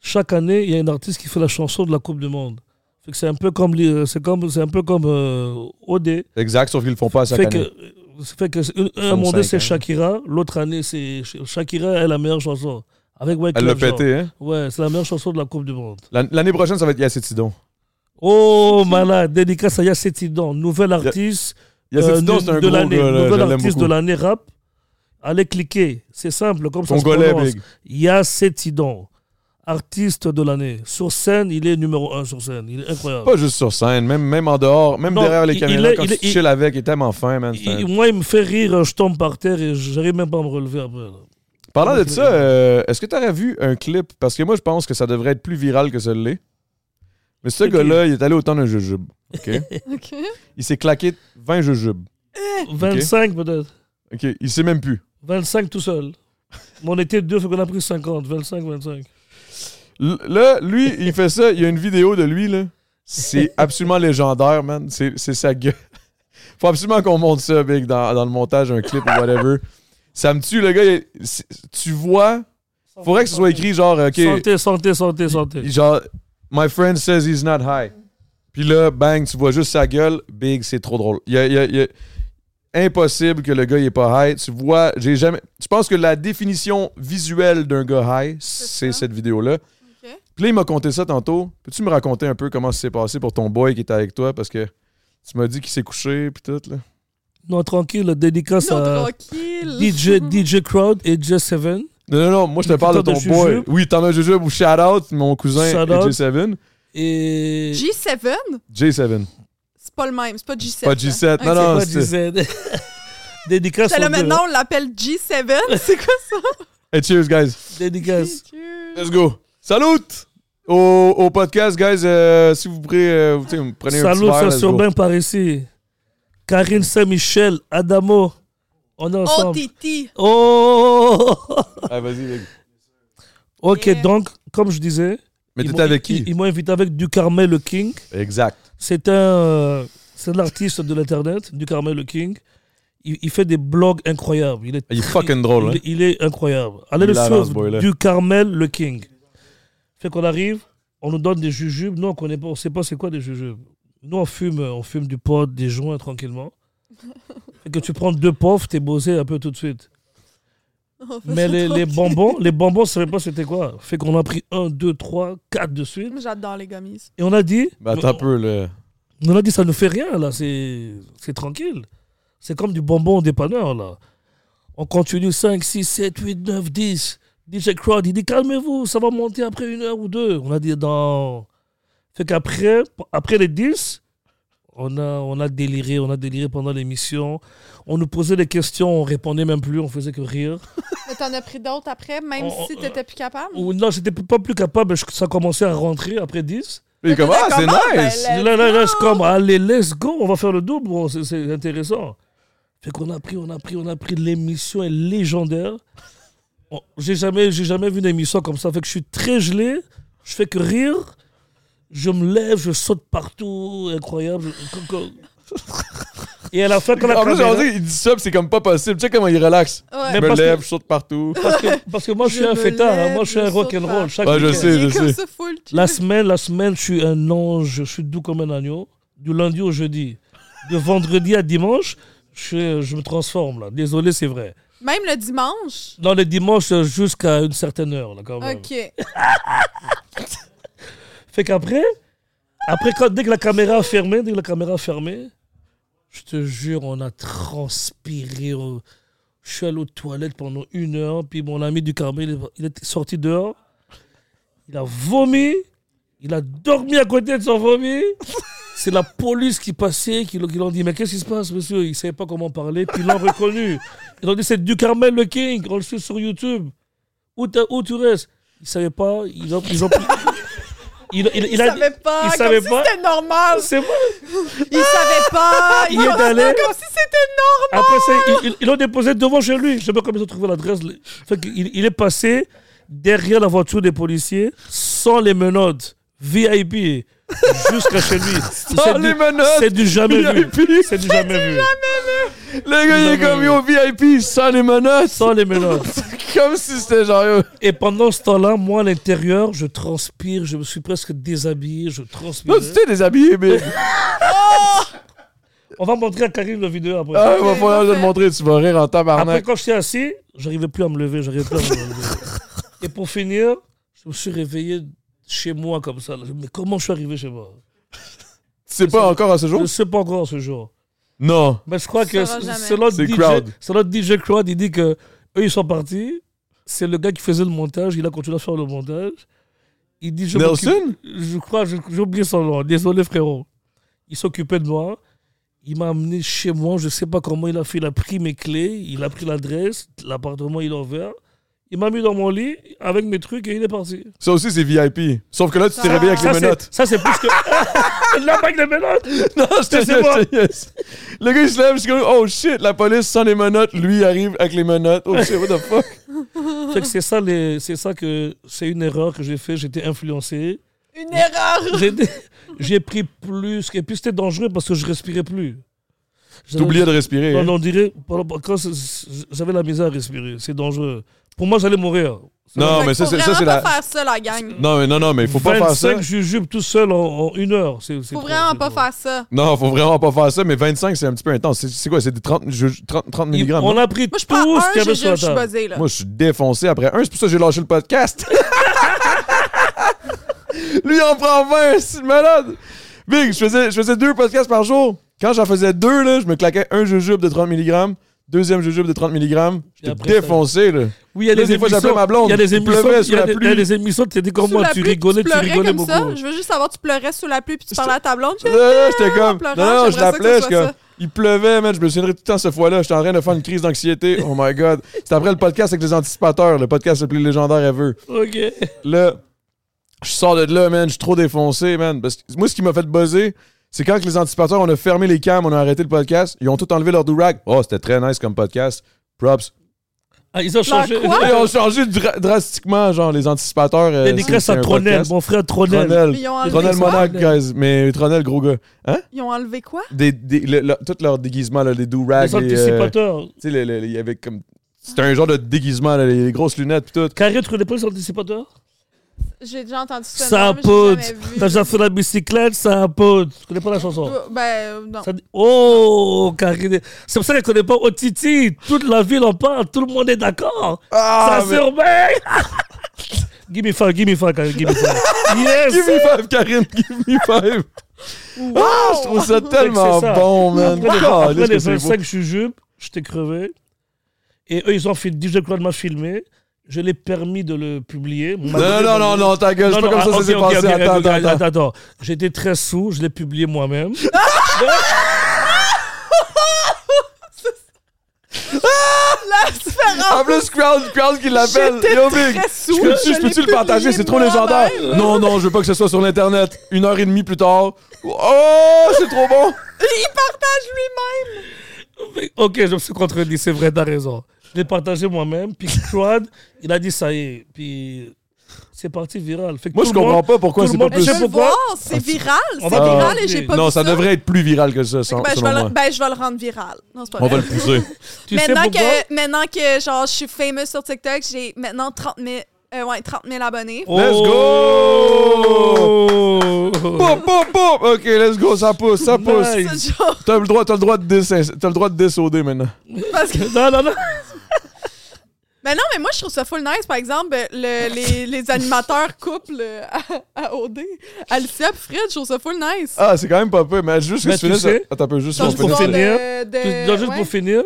[SPEAKER 3] Chaque année, il y a un artiste qui fait la chanson de la Coupe du Monde. Fait que c'est un peu comme, les- euh, c'est comme, c'est un peu comme euh, OD.
[SPEAKER 2] Exact, sauf qu'ils le font pas à chaque
[SPEAKER 3] Fait que,
[SPEAKER 2] année.
[SPEAKER 3] euh, fait que c'est- une- un
[SPEAKER 2] Font
[SPEAKER 3] moment donné,
[SPEAKER 2] cinq
[SPEAKER 3] c'est
[SPEAKER 2] ans.
[SPEAKER 3] Shakira, l'autre année, c'est Sh- Shakira est la meilleure chanson. Avec White
[SPEAKER 2] Elle l'a
[SPEAKER 3] Love, genre.
[SPEAKER 2] pété, hein?
[SPEAKER 3] Ouais, c'est la meilleure chanson de la Coupe du Monde.
[SPEAKER 2] L'an- L'année prochaine, ça va être Yacetidon.
[SPEAKER 3] Oh, malade, dédicace à Yacetidon, nouvel artiste.
[SPEAKER 2] Yacetidon,
[SPEAKER 3] euh,
[SPEAKER 2] c'est un
[SPEAKER 3] de
[SPEAKER 2] gros gars,
[SPEAKER 3] l'année,
[SPEAKER 2] là, je
[SPEAKER 3] nouvel
[SPEAKER 2] l'aime
[SPEAKER 3] artiste de
[SPEAKER 2] beaucoup.
[SPEAKER 3] l'année rap. Allez cliquer, c'est simple, comme ça se
[SPEAKER 2] Congolais,
[SPEAKER 3] prononce.
[SPEAKER 2] big.
[SPEAKER 3] Yacetidon, artiste de l'année. Sur scène, il est numéro un sur scène, il est incroyable.
[SPEAKER 2] Pas juste sur scène, même, même en dehors, même
[SPEAKER 3] Non,
[SPEAKER 2] derrière les
[SPEAKER 3] il-
[SPEAKER 2] caméras,
[SPEAKER 3] il est-
[SPEAKER 2] quand
[SPEAKER 3] il
[SPEAKER 2] tu
[SPEAKER 3] est- il-
[SPEAKER 2] chill avec, il est tellement fin, man. c'est un-
[SPEAKER 3] Il- moi, il me fait rire, hein, je tombe par terre et j'arrive même pas à me relever après. là.
[SPEAKER 2] Parlant
[SPEAKER 3] Moi,
[SPEAKER 2] de
[SPEAKER 3] je
[SPEAKER 2] ça,
[SPEAKER 3] l'ai vu.
[SPEAKER 2] euh, est-ce que tu aurais vu un clip? Parce que moi, je pense que ça devrait être plus viral que ça l'est. Mais ce
[SPEAKER 3] Ok.
[SPEAKER 2] gars-là, il est allé au temps d'un jujube. OK?
[SPEAKER 1] Ok.
[SPEAKER 2] il s'est claqué 20 jujubes. Eh.
[SPEAKER 3] 25 peut-être,
[SPEAKER 2] OK? Il sait même plus.
[SPEAKER 3] 25 tout seul. Mais on était deux, fait qu'on a pris 50, 25, 25.
[SPEAKER 2] L- là, lui, il fait ça. Il y a une vidéo de lui, là. C'est absolument légendaire, man. C'est c'est sa gueule. Faut absolument qu'on monte ça, Big, dans, dans le montage, un clip ou whatever. Ça me tue, le gars. il- c'est- tu vois... Faudrait que ce soit écrit genre, OK...
[SPEAKER 3] Santé, santé, santé, santé.
[SPEAKER 2] Genre, my friend says he's not high. Puis là, bang, tu vois juste sa gueule. Big, c'est trop drôle. Il y a- il y a- il y a- Impossible que le gars il est pas high. Tu vois, j'ai jamais. Je pense que la définition visuelle d'un gars high, c'est
[SPEAKER 1] ça.
[SPEAKER 2] cette vidéo-là. Puis là, il m'a conté ça tantôt. Peux-tu me raconter un peu comment ça s'est passé pour ton boy qui était avec toi? Parce que tu m'as dit qu'il s'est couché, puis tout, là.
[SPEAKER 3] Non, tranquille, dédicace
[SPEAKER 1] Non,
[SPEAKER 3] à
[SPEAKER 1] tranquille.
[SPEAKER 3] DJ, DJ Crowd et J7.
[SPEAKER 2] Non, non, non, moi, je te
[SPEAKER 3] Le
[SPEAKER 2] parle de ton
[SPEAKER 3] tuteur de
[SPEAKER 2] boy.
[SPEAKER 3] Jujube.
[SPEAKER 2] Oui, t'en as Jujube ou shout-out, mon cousin
[SPEAKER 3] Shout out.
[SPEAKER 2] J7.
[SPEAKER 3] Et.
[SPEAKER 1] G7,
[SPEAKER 2] J7.
[SPEAKER 1] c'est pas le même, c'est pas G7.
[SPEAKER 2] Pas G7. Non,
[SPEAKER 1] Ok.
[SPEAKER 2] non,
[SPEAKER 3] Pas
[SPEAKER 2] c'est...
[SPEAKER 3] du Z. Dédicace
[SPEAKER 1] C'est
[SPEAKER 3] aux
[SPEAKER 1] là
[SPEAKER 3] deux.
[SPEAKER 1] maintenant, on l'appelle G7. C'est quoi
[SPEAKER 2] Hey, cheers, guys.
[SPEAKER 3] Dédicace.
[SPEAKER 1] ça?
[SPEAKER 2] Let's go. Salut au, au podcast, guys. euh, si vous prenez, euh, vous, tu sais, vous prenez un petit
[SPEAKER 3] Salut,
[SPEAKER 2] verre,
[SPEAKER 3] ça Ben-
[SPEAKER 2] let's go.
[SPEAKER 3] surbain par ici. Karine Saint-Michel, Adamo. On est ensemble.
[SPEAKER 1] OTT.
[SPEAKER 3] Oh!
[SPEAKER 2] Ah, vas-y, vas-y.
[SPEAKER 3] ok,
[SPEAKER 1] Yeah.
[SPEAKER 3] donc, comme je disais.
[SPEAKER 2] Mais
[SPEAKER 3] ils
[SPEAKER 2] t'étais
[SPEAKER 3] m'ont-
[SPEAKER 2] avec
[SPEAKER 3] ils-
[SPEAKER 2] qui
[SPEAKER 3] Ils m'ont invité avec Ducarmel le King.
[SPEAKER 2] Exact.
[SPEAKER 3] C'est un, euh, c'est un artiste de l'Internet, Ducarmel le King. Il, il fait des blogs incroyables. Il est
[SPEAKER 2] Il est fucking drôle, hein.
[SPEAKER 3] Il, il est incroyable. Allez le
[SPEAKER 2] Il a l'air, ce
[SPEAKER 3] suivre
[SPEAKER 2] boy-là.
[SPEAKER 3] du Carmel le King. Fait qu'on arrive, on nous donne des jujubes. Non, on ne sait pas c'est quoi des jujubes. Nous, on fume, on fume du pot, des joints tranquillement. Et que tu prends deux pofs, t'es bossé un peu tout de suite.
[SPEAKER 1] On fait
[SPEAKER 3] Mais
[SPEAKER 1] ça
[SPEAKER 3] les, les
[SPEAKER 1] tranquille.
[SPEAKER 3] bonbons, les bonbons, je savais pas c'était quoi. Fait qu'on a pris un, deux, trois, quatre de suite.
[SPEAKER 1] J'adore les gummies.
[SPEAKER 3] Et on a dit.
[SPEAKER 2] Ben, attends un peu, là.
[SPEAKER 3] On a dit, ça ne fait rien, là, c'est c'est tranquille. C'est comme du bonbon au dépanneur, là. On continue 5, 6, 7, 8, 9, 10. DJ Crowd, il dit, calmez-vous, ça va monter après une heure ou deux. On a dit, dans. Fait qu'après après les 10, on a, on a déliré, on a déliré pendant l'émission. On nous posait des questions, on répondait même plus, on faisait que rire.
[SPEAKER 1] Mais t'en as pris d'autres après, même
[SPEAKER 3] On-
[SPEAKER 1] si
[SPEAKER 3] on-
[SPEAKER 1] t'étais plus capable.
[SPEAKER 3] Ou non, j'étais pas plus capable, je- ça commençait à rentrer après 10.
[SPEAKER 2] Il est comme, ah, c'est
[SPEAKER 4] comment, ben,
[SPEAKER 2] nice!
[SPEAKER 4] Let's
[SPEAKER 3] là, là, là, je suis comme, allez, let's go, on va faire le double, bon, c'est- c'est intéressant. Fait qu'on a pris, on a pris, on a pris, l'émission est légendaire. On- J'ai jamais, j'ai jamais vu une émission comme ça, fait que je suis très gelé, je fais que rire, je me lève, je saute partout, incroyable. je- co- co- Et à la fin, quand la
[SPEAKER 2] En plus,
[SPEAKER 3] caméra-
[SPEAKER 2] on dit, il dit ça, puis c'est comme pas possible. Tu sais comment il relaxe. Je
[SPEAKER 1] Ouais.
[SPEAKER 3] Mais
[SPEAKER 2] me
[SPEAKER 3] parce que-
[SPEAKER 2] lève, je saute partout.
[SPEAKER 3] parce, que, parce que moi, je,
[SPEAKER 1] Je
[SPEAKER 3] suis un
[SPEAKER 1] me
[SPEAKER 3] fêtard, hein,
[SPEAKER 1] lève,
[SPEAKER 3] moi, je suis un
[SPEAKER 1] je saute
[SPEAKER 3] rock'n'roll.
[SPEAKER 1] partout.
[SPEAKER 3] chaque
[SPEAKER 2] Ouais, je
[SPEAKER 3] week-end.
[SPEAKER 2] sais.
[SPEAKER 1] Il est
[SPEAKER 2] je
[SPEAKER 1] comme
[SPEAKER 2] sais.
[SPEAKER 1] ça, full cute.
[SPEAKER 3] La semaine, la semaine, je suis un ange, je suis doux comme un agneau. Du lundi au jeudi, de vendredi à dimanche, je, je me transforme là. Désolé, c'est vrai.
[SPEAKER 1] Même le dimanche.
[SPEAKER 3] Dans le dimanche euh, jusqu'à une certaine heure là quand même.
[SPEAKER 1] Ok.
[SPEAKER 3] Fait qu'après, après quand, dès que la caméra a fermé, dès que la caméra a fermé, je te jure, on a transpiré. on- Je suis allé aux toilettes pendant une heure, puis mon ami du Carmel, il- il était sorti dehors, il a vomi, il a dormi à côté de son vomi. C'est la police qui passait, qui, l'ont- qui l'ont dit, mais qu'est-ce qui se passe, monsieur Il ne savait pas comment parler, puis ils l'ont reconnu. Ils ont dit, c'est du Carmel le King, on le suit sur YouTube. Où, t'as- où tu restes Ils ne savaient pas, ils ont... Ils ont il, il- il
[SPEAKER 4] Il
[SPEAKER 3] a-
[SPEAKER 4] savait pas,
[SPEAKER 3] il
[SPEAKER 4] comme
[SPEAKER 3] savait
[SPEAKER 4] si
[SPEAKER 3] pas.
[SPEAKER 4] c'était normal.
[SPEAKER 3] c'est vrai.
[SPEAKER 4] Il savait pas.
[SPEAKER 3] Il est allé.
[SPEAKER 2] Ah,
[SPEAKER 4] Comme si c'était normal.
[SPEAKER 3] Après ça, ils- ils- ils l'ont déposé devant chez lui. Je sais pas comment ils ont trouvé l'adresse. Fait qu'il- il est passé derrière la voiture des policiers, sans les menottes, VIP, jusqu'à chez lui. C'est
[SPEAKER 2] les
[SPEAKER 3] du-
[SPEAKER 2] menottes,
[SPEAKER 3] C'est du jamais vu.
[SPEAKER 2] VIP.
[SPEAKER 3] C'est du jamais vu.
[SPEAKER 2] Le gars, il est comme, yo, VIP, sans les menottes.
[SPEAKER 3] Sans les menottes.
[SPEAKER 2] Comme si c'était genre, yo.
[SPEAKER 3] Et pendant ce temps-là, moi, à l'intérieur, je transpire, je me suis presque déshabillé, je transpire.
[SPEAKER 2] Non, tu t'es déshabillé, mais.
[SPEAKER 3] On va montrer à Karim la vidéo après.
[SPEAKER 2] Ah, il va falloir que je te le montrer, tu vas rire en
[SPEAKER 3] Après,
[SPEAKER 2] tabarnak.
[SPEAKER 3] quand j'étais assis, j'arrivais plus à me lever, j'arrivais plus à me lever. Et pour finir, je me suis réveillé chez moi comme ça. là. Mais comment je suis arrivé chez moi
[SPEAKER 2] Tu sais pas encore à ce
[SPEAKER 3] Je
[SPEAKER 2] jour?
[SPEAKER 3] ne sais pas encore ce jour.
[SPEAKER 2] Non.
[SPEAKER 3] Mais je crois
[SPEAKER 1] Tu
[SPEAKER 3] que
[SPEAKER 1] sauras
[SPEAKER 3] c-
[SPEAKER 1] jamais.
[SPEAKER 3] selon
[SPEAKER 2] C'est
[SPEAKER 3] DJ,
[SPEAKER 2] Crowd.
[SPEAKER 3] selon DJ Crowd, il dit que eux ils sont partis. C'est le gars qui faisait le montage, il a continué à faire le montage. Il dit je m'occupe-
[SPEAKER 2] Nelson?
[SPEAKER 3] Je crois, je- j'ai oublié son nom. Désolé frérot. Il s'occupait de moi. Il m'a amené chez moi. Je sais pas comment il a fait. Il a pris mes clés, il a pris l'adresse, l'appartement il a ouvert. Il m'a mis dans mon lit avec mes trucs et il est parti.
[SPEAKER 2] Ça aussi, c'est VIP. Sauf que là, tu t'es
[SPEAKER 1] Ah.
[SPEAKER 2] réveillé avec les
[SPEAKER 3] Ça, c'est-
[SPEAKER 2] menottes.
[SPEAKER 3] Ça c'est plus que la bague de menottes.
[SPEAKER 2] Non, je te
[SPEAKER 3] Mais c'est
[SPEAKER 2] jure,
[SPEAKER 3] moi.
[SPEAKER 2] je te jure. Le gars, il se lève, je suis comme, oh shit, la police sans les menottes. Lui, il arrive avec les menottes. Oh shit, what the fuck?
[SPEAKER 3] Fait que c'est ça les- c'est ça que c'est une erreur que j'ai fait. J'étais influencé.
[SPEAKER 4] Une erreur.
[SPEAKER 3] J'ai- J'ai pris plus. Et puis c'était dangereux parce que je respirais plus. J'avais-
[SPEAKER 2] T'oubliais de respirer.
[SPEAKER 3] Non,
[SPEAKER 2] hein.
[SPEAKER 3] non, on dirait. pendant- Quand c'est- c'est- j'avais la misère à respirer, c'est dangereux. Pour moi, j'allais mourir.
[SPEAKER 2] Non, mais ça,
[SPEAKER 1] Faut
[SPEAKER 2] c'est ça,
[SPEAKER 1] vraiment
[SPEAKER 2] c'est
[SPEAKER 1] pas
[SPEAKER 2] la.
[SPEAKER 1] faire ça, la gang.
[SPEAKER 2] Non, mais non, non, mais il faut pas faire ça.
[SPEAKER 3] 25 jujubes tout seul en, en une heure. C'est, c'est
[SPEAKER 1] Faut
[SPEAKER 3] trop,
[SPEAKER 1] vraiment
[SPEAKER 3] c'est
[SPEAKER 1] pas
[SPEAKER 3] trop.
[SPEAKER 1] faire ça.
[SPEAKER 2] Non, faut vraiment pas faire ça, mais 25, c'est un petit peu intense. C'est- C'est quoi? C'est des 30, je- 30, 30
[SPEAKER 3] Il-
[SPEAKER 2] mg.
[SPEAKER 3] on a pris
[SPEAKER 1] Moi, je
[SPEAKER 3] tout
[SPEAKER 1] prends
[SPEAKER 3] ce qu'il y
[SPEAKER 1] un, je
[SPEAKER 3] avait sur
[SPEAKER 1] je
[SPEAKER 3] la
[SPEAKER 1] suis
[SPEAKER 3] table.
[SPEAKER 1] buzzée, là.
[SPEAKER 2] Moi, je suis défoncé après un. C'est pour ça que j'ai lâché le podcast. Lui, il en prend 20, c'est le malade. Big, je faisais, je faisais deux podcasts par jour. Quand j'en faisais deux, là, je me claquais un jujube de 30 mg, deuxième jujube de 30 mg.
[SPEAKER 3] Et
[SPEAKER 2] J'étais
[SPEAKER 3] après ça-
[SPEAKER 2] défoncé, là.
[SPEAKER 3] Oui, il y a
[SPEAKER 2] Là,
[SPEAKER 3] des
[SPEAKER 2] des fois,
[SPEAKER 3] émissions.
[SPEAKER 2] j'appelais ma blonde.
[SPEAKER 3] Il y a des
[SPEAKER 2] Il
[SPEAKER 3] émissions.
[SPEAKER 2] pleuvait
[SPEAKER 3] Il
[SPEAKER 2] sous
[SPEAKER 3] y a
[SPEAKER 2] la
[SPEAKER 3] des- il y a
[SPEAKER 2] pluie.
[SPEAKER 3] des émissions. Tu étais
[SPEAKER 1] Sous
[SPEAKER 3] comme moi.
[SPEAKER 1] la
[SPEAKER 3] Tu
[SPEAKER 1] pluie,
[SPEAKER 3] rigolais, tu
[SPEAKER 1] pleurais
[SPEAKER 3] rigolais
[SPEAKER 1] comme
[SPEAKER 3] beaucoup.
[SPEAKER 1] ça. Je veux juste savoir, tu pleurais sous la pluie puis tu parlais à ta blonde.
[SPEAKER 2] Là, là, j'étais
[SPEAKER 1] Ah, en
[SPEAKER 2] comme. Non,
[SPEAKER 1] pleurant,
[SPEAKER 2] non,
[SPEAKER 1] j'aimerais ça
[SPEAKER 2] je
[SPEAKER 1] que
[SPEAKER 2] l'appelais,
[SPEAKER 1] ce
[SPEAKER 2] je
[SPEAKER 1] soit
[SPEAKER 2] comme.
[SPEAKER 1] ça.
[SPEAKER 2] Il pleuvait, man. Je me souviendrai tout le temps ce fois-là. J'étais en train de faire une crise d'anxiété. Oh my god. C'était après le podcast avec les anticipateurs, le podcast le plus légendaire ever.
[SPEAKER 3] Ok.
[SPEAKER 2] Là, je sors de là, man. Je suis trop défoncé, man. Parce que moi, ce qui m'a fait buzzer, c'est quand que les anticipateurs, on a fermé les cams, on a arrêté le podcast. Ils ont tout enlevé leur durag. Oh, c'était très nice comme podcast. Props.
[SPEAKER 3] Ah, ils ont changé.
[SPEAKER 1] quoi?
[SPEAKER 2] Ils ont changé dra- drastiquement, genre, les anticipateurs. euh,
[SPEAKER 3] Dédicace
[SPEAKER 2] c'est-
[SPEAKER 3] à
[SPEAKER 2] c'est un
[SPEAKER 3] Tronel,
[SPEAKER 2] podcast.
[SPEAKER 3] mon frère Tronel.
[SPEAKER 2] Tronel.
[SPEAKER 1] Ils ont enlevé
[SPEAKER 2] Tronel
[SPEAKER 1] ça.
[SPEAKER 2] Monarque, guys. Mais Tronel, gros gars.
[SPEAKER 1] Ils ont enlevé quoi?
[SPEAKER 2] Des, des, le- le- tous leurs déguisements, là, les do-rags.
[SPEAKER 3] Les anticipateurs.
[SPEAKER 2] Tu sais, le- le- le- il y avait comme. C'était un genre de déguisement, là, les, les grosses lunettes pis tout.
[SPEAKER 3] Carré, tu connais pas les anticipateurs
[SPEAKER 1] J'ai déjà entendu ça.
[SPEAKER 3] Ça pote. T'as déjà fait la bicyclette, ça pote. Tu connais pas la chanson
[SPEAKER 1] Ben, non.
[SPEAKER 3] Ça dit- Oh, Karine. C'est pour ça qu'elle connaît pas Otiti. Toute la ville en parle, tout le monde est d'accord.
[SPEAKER 2] Ah,
[SPEAKER 3] ça
[SPEAKER 2] mais-
[SPEAKER 3] surveille. give me five, give me five, Karine, give me five. yes.
[SPEAKER 2] Give me five, Karine, give me five. Ah, je trouve ça tellement
[SPEAKER 3] C'est ça.
[SPEAKER 2] bon, man.
[SPEAKER 3] Après les, après
[SPEAKER 2] Caliste
[SPEAKER 3] les
[SPEAKER 2] que c'est beau.
[SPEAKER 3] 25 jujubes, j'étais crevé. Et eux, ils ont fait 10 jeux de m'a filmé. Je l'ai permis de le publier. ah,
[SPEAKER 2] Non, non, non, non, ta gueule, c'est pas comme ça que ça s'est passé. Attends, attends, attends.
[SPEAKER 3] J'étais très sous, je l'ai publié moi-même.
[SPEAKER 1] La différence.
[SPEAKER 2] En plus, crowd, crowd qui l'appelle.
[SPEAKER 1] J'étais
[SPEAKER 2] Yo, Big.
[SPEAKER 1] très
[SPEAKER 2] Je
[SPEAKER 1] sous.
[SPEAKER 2] peux-tu je
[SPEAKER 1] l'ai
[SPEAKER 2] peux-tu le
[SPEAKER 1] publié
[SPEAKER 2] partager? C'est trop
[SPEAKER 1] moi-même.
[SPEAKER 2] légendaire. Non, non, je veux pas que ce soit sur l'Internet. Une heure et demie plus tard. Oh, c'est trop bon.
[SPEAKER 1] Il partage lui-même.
[SPEAKER 3] Mais, Ok, je me suis contredit, c'est vrai, t'as raison. Je l'ai partagé moi-même, puis Quad, il a dit ça y est, puis c'est parti viral. Fait que
[SPEAKER 2] Moi,
[SPEAKER 3] tout
[SPEAKER 2] je
[SPEAKER 3] le
[SPEAKER 2] comprends
[SPEAKER 3] monde-
[SPEAKER 2] pas pourquoi
[SPEAKER 3] tout
[SPEAKER 2] c'est
[SPEAKER 3] le
[SPEAKER 2] pas
[SPEAKER 3] monde-
[SPEAKER 1] Mais
[SPEAKER 2] plus.
[SPEAKER 1] je
[SPEAKER 3] sais
[SPEAKER 1] veux le
[SPEAKER 3] pourquoi. Ah,
[SPEAKER 1] voir. C'est viral. C'est
[SPEAKER 3] On va-
[SPEAKER 1] viral et j'ai pas
[SPEAKER 2] Non,
[SPEAKER 1] vu
[SPEAKER 2] ça devrait être plus viral que ça,
[SPEAKER 1] Fait
[SPEAKER 2] sans-
[SPEAKER 1] que ben, je
[SPEAKER 2] selon
[SPEAKER 1] vais le-
[SPEAKER 2] moi.
[SPEAKER 1] ben, je vais le rendre viral. Non, c'est pas
[SPEAKER 2] On
[SPEAKER 1] vrai.
[SPEAKER 2] va le pousser.
[SPEAKER 3] Tu sais
[SPEAKER 1] maintenant,
[SPEAKER 3] pourquoi
[SPEAKER 1] que, maintenant que genre, je suis famous sur TikTok, j'ai maintenant 30 000, euh, ouais, 30 000 abonnés.
[SPEAKER 2] Let's
[SPEAKER 3] Oh
[SPEAKER 2] Pop, pop, pop. OK, let's go, ça pousse, ça pousse.
[SPEAKER 3] Nice.
[SPEAKER 1] C'est genre,
[SPEAKER 2] T'as le droit, t'as le droit de dis, t'as le droit de dis au dé maintenant.
[SPEAKER 1] parce que-
[SPEAKER 3] Non, non, non.
[SPEAKER 1] Euh, Mais non, mais moi, je trouve ça full nice. Par exemple, ben, le- les, les animateurs couple euh, à, à OD. Alicia et Fred, je trouve ça full nice.
[SPEAKER 2] Ah, c'est quand même pas peu, mais juste que
[SPEAKER 3] Mais
[SPEAKER 2] je
[SPEAKER 3] tu
[SPEAKER 2] finisse.
[SPEAKER 3] sais-
[SPEAKER 2] Attends, un peu, juste
[SPEAKER 1] Dans
[SPEAKER 2] qu'on
[SPEAKER 1] le
[SPEAKER 3] Juste pour
[SPEAKER 2] finisse.
[SPEAKER 1] pouvoir
[SPEAKER 3] finir,
[SPEAKER 1] de- de-
[SPEAKER 3] Puis, non, juste
[SPEAKER 1] ouais.
[SPEAKER 3] pour finir,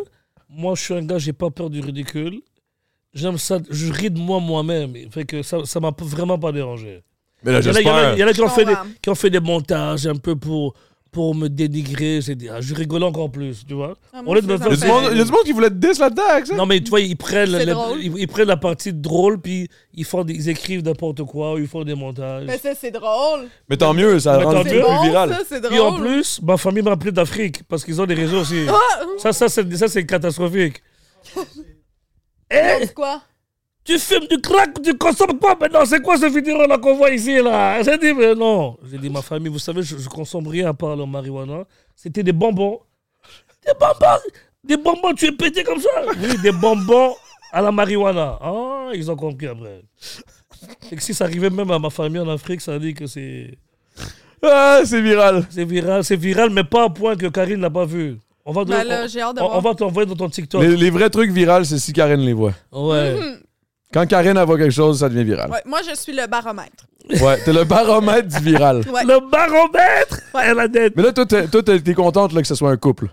[SPEAKER 3] moi, je suis un gars, j'ai pas peur du ridicule. J'aime ça, je ris de moi moi-même. Fait que ça, ça m'a p- vraiment pas dérangé.
[SPEAKER 2] Mais là,
[SPEAKER 3] Il y en a- il y en a, il y
[SPEAKER 2] Euh, j'espère.
[SPEAKER 3] en a qui, ont
[SPEAKER 1] Je
[SPEAKER 3] fait des,
[SPEAKER 1] comprends.
[SPEAKER 3] qui ont fait des montages un peu pour, pour me dénigrer. J'ai dit, ah, je rigole encore plus, tu vois.
[SPEAKER 1] Ah,
[SPEAKER 3] Au
[SPEAKER 1] moi,
[SPEAKER 3] lieu
[SPEAKER 1] je
[SPEAKER 3] de me
[SPEAKER 1] les
[SPEAKER 3] faire-
[SPEAKER 2] Il
[SPEAKER 1] en
[SPEAKER 2] y a du
[SPEAKER 1] fais.
[SPEAKER 2] monde- il y a du monde qui voulait te dis là-dedans, Axel.
[SPEAKER 3] Non, mais tu vois, ils prennent,
[SPEAKER 1] C'est
[SPEAKER 3] la-
[SPEAKER 1] drôle.
[SPEAKER 3] ils, ils prennent la partie drôle, puis ils, font des- ils écrivent n'importe quoi, ils font des montages.
[SPEAKER 1] Mais Ben, ça, c'est drôle.
[SPEAKER 2] Mais tant mieux, ça
[SPEAKER 3] Mais
[SPEAKER 2] rend
[SPEAKER 3] tant
[SPEAKER 1] C'est
[SPEAKER 2] le truc
[SPEAKER 3] mieux.
[SPEAKER 2] plus
[SPEAKER 1] bon,
[SPEAKER 2] viral.
[SPEAKER 1] ça, c'est drôle. Oh. Ah,
[SPEAKER 3] Et en plus, ma famille m'a appelé d'Afrique, parce qu'ils ont des réseaux
[SPEAKER 1] hum.
[SPEAKER 3] aussi. Ça, ça, c'est, ça, c'est catastrophique. Eh,
[SPEAKER 1] C'est quoi?
[SPEAKER 3] tu fumes du crack, tu consommes pas maintenant, c'est quoi ce vidéo-là qu'on voit ici, là J'ai dit, mais non. J'ai dit, ma famille, vous savez, je, je consomme rien à part le marijuana. C'était des bonbons. Des bonbons Des bonbons, tu es pété comme ça Oui, des bonbons à la marijuana. Ah, ils ont compris après. Et que si ça arrivait même à ma famille en Afrique, ça dit que c'est...
[SPEAKER 2] Ah, c'est viral.
[SPEAKER 3] C'est viral, c'est viral, mais pas au point que Karine n'a pas vu. On va, te-
[SPEAKER 1] Ben là, j'ai hâte de
[SPEAKER 3] on,
[SPEAKER 1] voir.
[SPEAKER 3] on va t'envoyer dans ton TikTok.
[SPEAKER 2] Les, les vrais trucs virales, c'est si Karen les voit.
[SPEAKER 3] Ouais.
[SPEAKER 2] Quand Karen elle voit quelque chose, ça devient viral.
[SPEAKER 1] Hmm. Ouais, moi, je suis le baromètre.
[SPEAKER 2] Ouais, t'es le baromètre du viral.
[SPEAKER 1] Ouais.
[SPEAKER 3] Le baromètre et la dette.
[SPEAKER 2] Mais là, toi, t'es toi, t'es- t'es contente là, que ce soit un couple.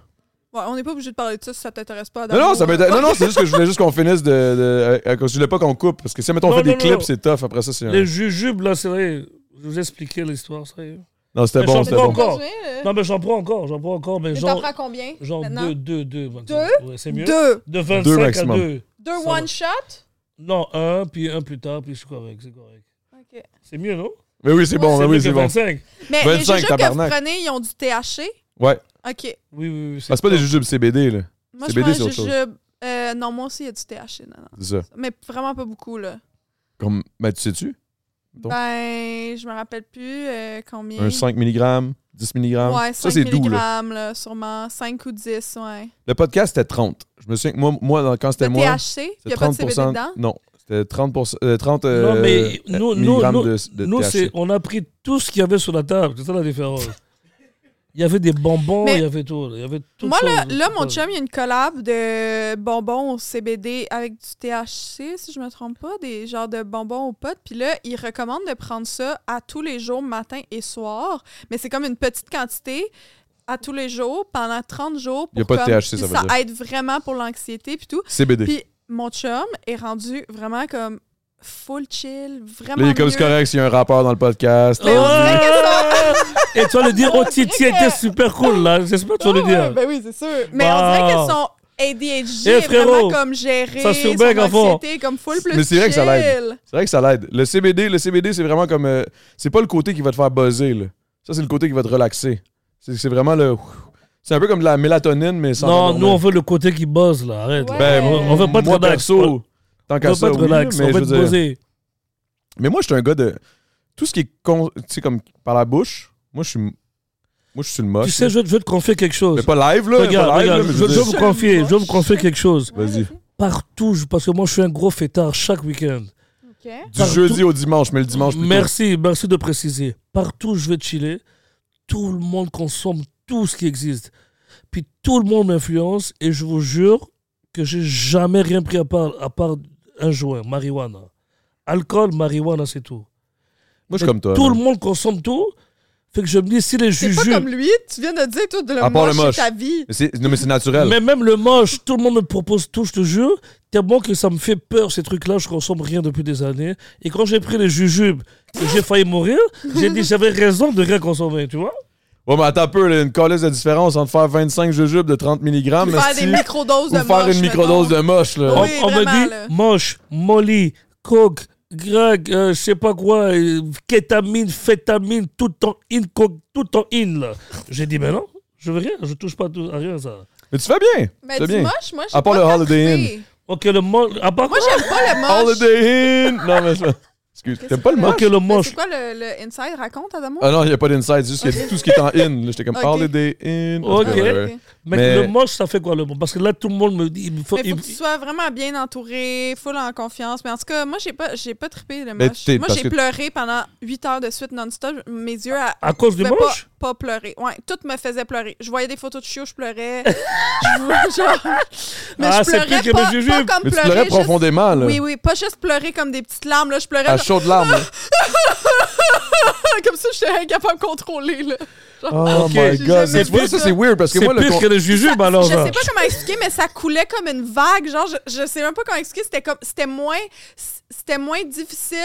[SPEAKER 1] Ouais, on n'est pas obligé de parler de ça si ça t'intéresse pas.
[SPEAKER 2] Non, non,
[SPEAKER 1] d'amour.
[SPEAKER 2] ça m'intéresse- non, non, c'est juste que je voulais juste qu'on finisse de. de- à- à cause- je voulais pas qu'on coupe. Parce que si, mettons, on
[SPEAKER 3] Non,
[SPEAKER 2] fait des
[SPEAKER 3] non,
[SPEAKER 2] clips,
[SPEAKER 3] non.
[SPEAKER 2] c'est tough. Après ça, c'est. un-
[SPEAKER 3] Les jujubes, là, c'est vrai. Je vous ai expliqué l'histoire, ça y est.
[SPEAKER 1] Euh.
[SPEAKER 2] Non, c'était
[SPEAKER 3] Mais
[SPEAKER 2] bon,
[SPEAKER 3] j'en
[SPEAKER 2] c'était
[SPEAKER 3] prends
[SPEAKER 2] bon.
[SPEAKER 3] encore.
[SPEAKER 1] Continuez, euh.
[SPEAKER 3] Non, mais j'en prends encore, j'en prends encore, mais
[SPEAKER 1] Mais
[SPEAKER 3] genre,
[SPEAKER 1] t'en prends combien?
[SPEAKER 3] genre
[SPEAKER 1] maintenant?
[SPEAKER 3] deux, deux, deux. maintenant.
[SPEAKER 1] Deux?
[SPEAKER 3] Ouais, c'est mieux.
[SPEAKER 1] Deux.
[SPEAKER 3] De 25
[SPEAKER 2] Deux
[SPEAKER 3] à
[SPEAKER 2] maximum.
[SPEAKER 3] deux.
[SPEAKER 1] Deux
[SPEAKER 3] Ça va.
[SPEAKER 1] one-shot?
[SPEAKER 3] Non, un, puis un plus tard, puis je suis correct, c'est correct.
[SPEAKER 1] OK.
[SPEAKER 3] C'est mieux, non
[SPEAKER 2] Mais oui, c'est bon, mais
[SPEAKER 3] mieux
[SPEAKER 2] Oh, oui,
[SPEAKER 3] que
[SPEAKER 2] c'est bon.
[SPEAKER 3] 25.
[SPEAKER 1] Mais
[SPEAKER 2] 25,
[SPEAKER 1] les jujubes que vous
[SPEAKER 2] tabarnak.
[SPEAKER 1] prenez, ils ont du THC?
[SPEAKER 2] Ouais.
[SPEAKER 1] OK.
[SPEAKER 3] Oui, oui, oui.
[SPEAKER 2] Ah, c'est pas des
[SPEAKER 3] top.
[SPEAKER 2] jujubes CBD, là.
[SPEAKER 1] Moi, je
[SPEAKER 2] CBD,
[SPEAKER 1] prends
[SPEAKER 2] c'est
[SPEAKER 1] un
[SPEAKER 2] autre chose.
[SPEAKER 1] jujube. Euh, non, moi aussi, il y a du THC. Non, non.
[SPEAKER 2] C'est ça.
[SPEAKER 1] Mais vraiment pas beaucoup, là.
[SPEAKER 2] Comme. Ben, tu sais-tu? Donc.
[SPEAKER 1] Ben, je me rappelle plus euh, combien.
[SPEAKER 2] Un 5 mg, 10 mg.
[SPEAKER 1] Ouais, 5
[SPEAKER 2] ça, c'est doux,
[SPEAKER 1] mg,
[SPEAKER 2] là.
[SPEAKER 1] là. sûrement. 5 ou 10, ouais.
[SPEAKER 2] Le podcast, c'était 30. Je me souviens que moi, moi dans- quand
[SPEAKER 1] Le
[SPEAKER 2] c'était moi.
[SPEAKER 1] THC, il n'y
[SPEAKER 2] C'était
[SPEAKER 1] a pas de
[SPEAKER 2] 30
[SPEAKER 1] CBD dedans?
[SPEAKER 2] Non, c'était 30 euh, 30 euh,
[SPEAKER 3] Non, mais nous, nous,
[SPEAKER 2] milligrammes
[SPEAKER 3] nous,
[SPEAKER 2] de, de
[SPEAKER 3] Nous,
[SPEAKER 2] THC.
[SPEAKER 3] c'est, on a pris tout ce qu'il y avait sur la table. C'est ça la différence. Il y avait des bonbons,
[SPEAKER 1] Mais-
[SPEAKER 3] il y avait tout. Il y avait tout
[SPEAKER 1] Moi,
[SPEAKER 2] Ah,
[SPEAKER 1] là, là, mon chum, il y a une collab de bonbons au CBD avec du THC, si je me trompe pas, des genres de bonbons aux potes. Puis là, il recommande de prendre ça à tous les jours, matin et soir. Mais c'est comme une petite quantité à tous les jours pendant 30 jours. Pour
[SPEAKER 2] Il y a pas de
[SPEAKER 1] comme-
[SPEAKER 2] THC,
[SPEAKER 1] puis
[SPEAKER 2] ça veut
[SPEAKER 1] ça
[SPEAKER 2] dire.
[SPEAKER 1] aide vraiment pour l'anxiété puis tout.
[SPEAKER 2] CBD.
[SPEAKER 1] Puis mon chum est rendu vraiment comme full chill, vraiment
[SPEAKER 2] Là, il est comme
[SPEAKER 1] mieux.
[SPEAKER 2] c'est correct s'il y a un rapport dans le podcast. Euh,
[SPEAKER 1] Mais on dirait que ça-
[SPEAKER 3] Et tu vas le dire, oh, Titi
[SPEAKER 1] dirait que-
[SPEAKER 3] était super cool là. J'espère que tu vas le
[SPEAKER 1] Ouais, ouais,
[SPEAKER 3] dire.
[SPEAKER 1] ben oui, c'est sûr. Mais
[SPEAKER 3] Wow.
[SPEAKER 1] on dirait que son ADHD
[SPEAKER 3] Eh,
[SPEAKER 1] est vraiment
[SPEAKER 3] frérot,
[SPEAKER 1] comme géré. Ça
[SPEAKER 3] ça se surveille
[SPEAKER 1] son
[SPEAKER 3] avant.
[SPEAKER 1] anxiété, comme full plus
[SPEAKER 2] Mais c'est vrai que ça l'aide.
[SPEAKER 1] chill.
[SPEAKER 2] C'est vrai que ça l'aide. Le CBD, le CBD, c'est vraiment comme. euh, c'est pas le côté qui va te faire buzzer, là. Ça, c'est le côté qui va te relaxer. C'est c'est vraiment le. C'est un peu comme de la mélatonine, mais sans.
[SPEAKER 3] Non,
[SPEAKER 2] endormir.
[SPEAKER 3] nous, on veut le côté qui buzz là. Arrête. là.
[SPEAKER 1] Ouais.
[SPEAKER 2] Ben,
[SPEAKER 3] On veut pas te
[SPEAKER 2] moi,
[SPEAKER 3] relax.
[SPEAKER 2] perso, tant
[SPEAKER 3] On
[SPEAKER 2] qu'à
[SPEAKER 3] veut
[SPEAKER 2] ça,
[SPEAKER 3] pas te
[SPEAKER 2] oui,
[SPEAKER 3] relax,
[SPEAKER 2] mais
[SPEAKER 3] on
[SPEAKER 2] je
[SPEAKER 3] veut
[SPEAKER 2] veux
[SPEAKER 3] te
[SPEAKER 2] dire-
[SPEAKER 3] poser.
[SPEAKER 2] Mais moi, je suis un gars de. Tout ce qui est. con- Tu sais, comme par la bouche, moi, je suis. Moi, je suis le moche.
[SPEAKER 3] Tu sais, je je vais te confier quelque chose.
[SPEAKER 2] Mais pas live, là.
[SPEAKER 3] Regarde,
[SPEAKER 2] pas live,
[SPEAKER 3] regarde,
[SPEAKER 2] là, mais
[SPEAKER 3] je
[SPEAKER 2] veux
[SPEAKER 3] je
[SPEAKER 2] dire-
[SPEAKER 3] vous confier, je vous confier quelque chose.
[SPEAKER 2] Vas-y.
[SPEAKER 3] Partout, je- parce que moi, je suis un gros fêtard chaque week-end.
[SPEAKER 1] OK.
[SPEAKER 2] Du jeudi au dimanche, mais le dimanche plutôt.
[SPEAKER 3] Merci, merci de préciser. Partout où je vais chiller, tout le monde consomme tout ce qui existe. Puis tout le monde m'influence et je vous jure que j'ai jamais rien pris à part, à part un joint, marijuana. Alcool, marijuana, c'est tout.
[SPEAKER 2] Moi, je suis
[SPEAKER 3] Mais
[SPEAKER 2] comme toi.
[SPEAKER 3] Tout
[SPEAKER 2] man.
[SPEAKER 3] le monde consomme tout. Fait que je me dis, si les
[SPEAKER 1] C'est pas
[SPEAKER 3] jugeux.
[SPEAKER 1] comme lui, tu viens de dire, toi, de le
[SPEAKER 2] À part le
[SPEAKER 1] moche,
[SPEAKER 2] moche.
[SPEAKER 1] ta vie.
[SPEAKER 2] Mais c'est- Non, mais c'est naturel.
[SPEAKER 3] Mais même le moche, tout le monde me propose tout, je te jure. Tellement que ça me fait peur, ces trucs-là. Je consomme rien depuis des années. Et quand j'ai pris les jujubes, que j'ai failli mourir, j'ai dit, j'avais raison de rien consommer, tu vois.
[SPEAKER 2] Ouais, mais attends un peu, là, une colisse de différence entre faire 25 jujubes de 30 mg
[SPEAKER 1] Ou faire des microdoses
[SPEAKER 2] Ah, ou
[SPEAKER 1] de
[SPEAKER 2] faire
[SPEAKER 1] moche,
[SPEAKER 2] une microdose
[SPEAKER 1] mettons.
[SPEAKER 2] de moche. Là.
[SPEAKER 3] On,
[SPEAKER 1] Oui,
[SPEAKER 3] on me
[SPEAKER 1] vraiment,
[SPEAKER 3] dit
[SPEAKER 1] là.
[SPEAKER 3] moche, molly, coke, greg, euh, je sais pas quoi, euh, kétamine, fétamine, tout en in, coke, tout en in. là. J'ai dit, mais non, je veux rien, je touche pas à tout- à rien ça.
[SPEAKER 2] Mais tu fais bien.
[SPEAKER 1] Mais
[SPEAKER 2] C'est
[SPEAKER 1] du
[SPEAKER 2] bien.
[SPEAKER 1] moche, moi, je
[SPEAKER 2] À part le Holiday Inn.
[SPEAKER 3] Ok, le moche. À part
[SPEAKER 1] Moi, j'aime pas le moche.
[SPEAKER 2] Holiday Inn. Non, mais ça. Excuse. T'aimes pas le moche?
[SPEAKER 3] Ok, le
[SPEAKER 1] Mais
[SPEAKER 3] moche.
[SPEAKER 1] C'est quoi le, le inside? Raconte, Adamo.
[SPEAKER 2] Ah non, il n'y a pas d'inside, c'est juste qu'il y a tout ce qui est en in. là. J'étais comme
[SPEAKER 1] Ok.
[SPEAKER 2] Holiday Inn.
[SPEAKER 3] Ok.
[SPEAKER 2] Ouais.
[SPEAKER 3] Mais,
[SPEAKER 2] Mais-
[SPEAKER 3] le moche, ça fait quoi le moche Parce que là, tout le monde me dit. Il faut,
[SPEAKER 1] Mais faut
[SPEAKER 3] il-
[SPEAKER 1] que tu sois vraiment bien entouré, full en confiance. Mais en tout cas, moi, j'ai pas, j'ai pas trippé le
[SPEAKER 2] Mais
[SPEAKER 1] moche.
[SPEAKER 2] t'es-
[SPEAKER 1] Moi,
[SPEAKER 2] parce
[SPEAKER 1] j'ai
[SPEAKER 2] que-
[SPEAKER 1] pleuré pendant 8 heures de suite non-stop. Mes yeux à,
[SPEAKER 3] À cause du
[SPEAKER 1] pouvais pas,
[SPEAKER 3] moche
[SPEAKER 1] pas pleurer. Ouais, tout me faisait pleurer. Je voyais des photos de chiots, je pleurais. Je vois- genre... Mais
[SPEAKER 3] Ah,
[SPEAKER 1] je
[SPEAKER 3] c'est pire
[SPEAKER 1] pleurais
[SPEAKER 3] que
[SPEAKER 1] pas,
[SPEAKER 3] mes
[SPEAKER 1] pas
[SPEAKER 3] jujubes.
[SPEAKER 1] comme
[SPEAKER 2] Mais tu
[SPEAKER 1] pleurais.
[SPEAKER 2] pleurais
[SPEAKER 1] juste-
[SPEAKER 2] profondément, là.
[SPEAKER 1] Oui, oui, pas juste pleurer comme des petites larmes. Là. Je pleurais
[SPEAKER 3] Ah,
[SPEAKER 2] À
[SPEAKER 1] genre,
[SPEAKER 2] chaudes larmes. là.
[SPEAKER 1] comme ça, j'étais incapable de contrôler. Là.
[SPEAKER 2] Oh
[SPEAKER 3] Ok.
[SPEAKER 2] my
[SPEAKER 1] J'ai
[SPEAKER 2] god.
[SPEAKER 1] jamais
[SPEAKER 2] Mais tu vois,
[SPEAKER 1] vu
[SPEAKER 2] ça,
[SPEAKER 1] ça.
[SPEAKER 2] c'est weird parce que
[SPEAKER 3] C'est
[SPEAKER 2] moi, le
[SPEAKER 3] pire
[SPEAKER 2] con-
[SPEAKER 3] que le hein. jujube alors.
[SPEAKER 1] Je
[SPEAKER 3] là.
[SPEAKER 1] sais pas comment expliquer, mais ça coulait comme une vague. Genre, je, je sais même pas comment expliquer. C'était comme, c'était moins, c'était moins difficile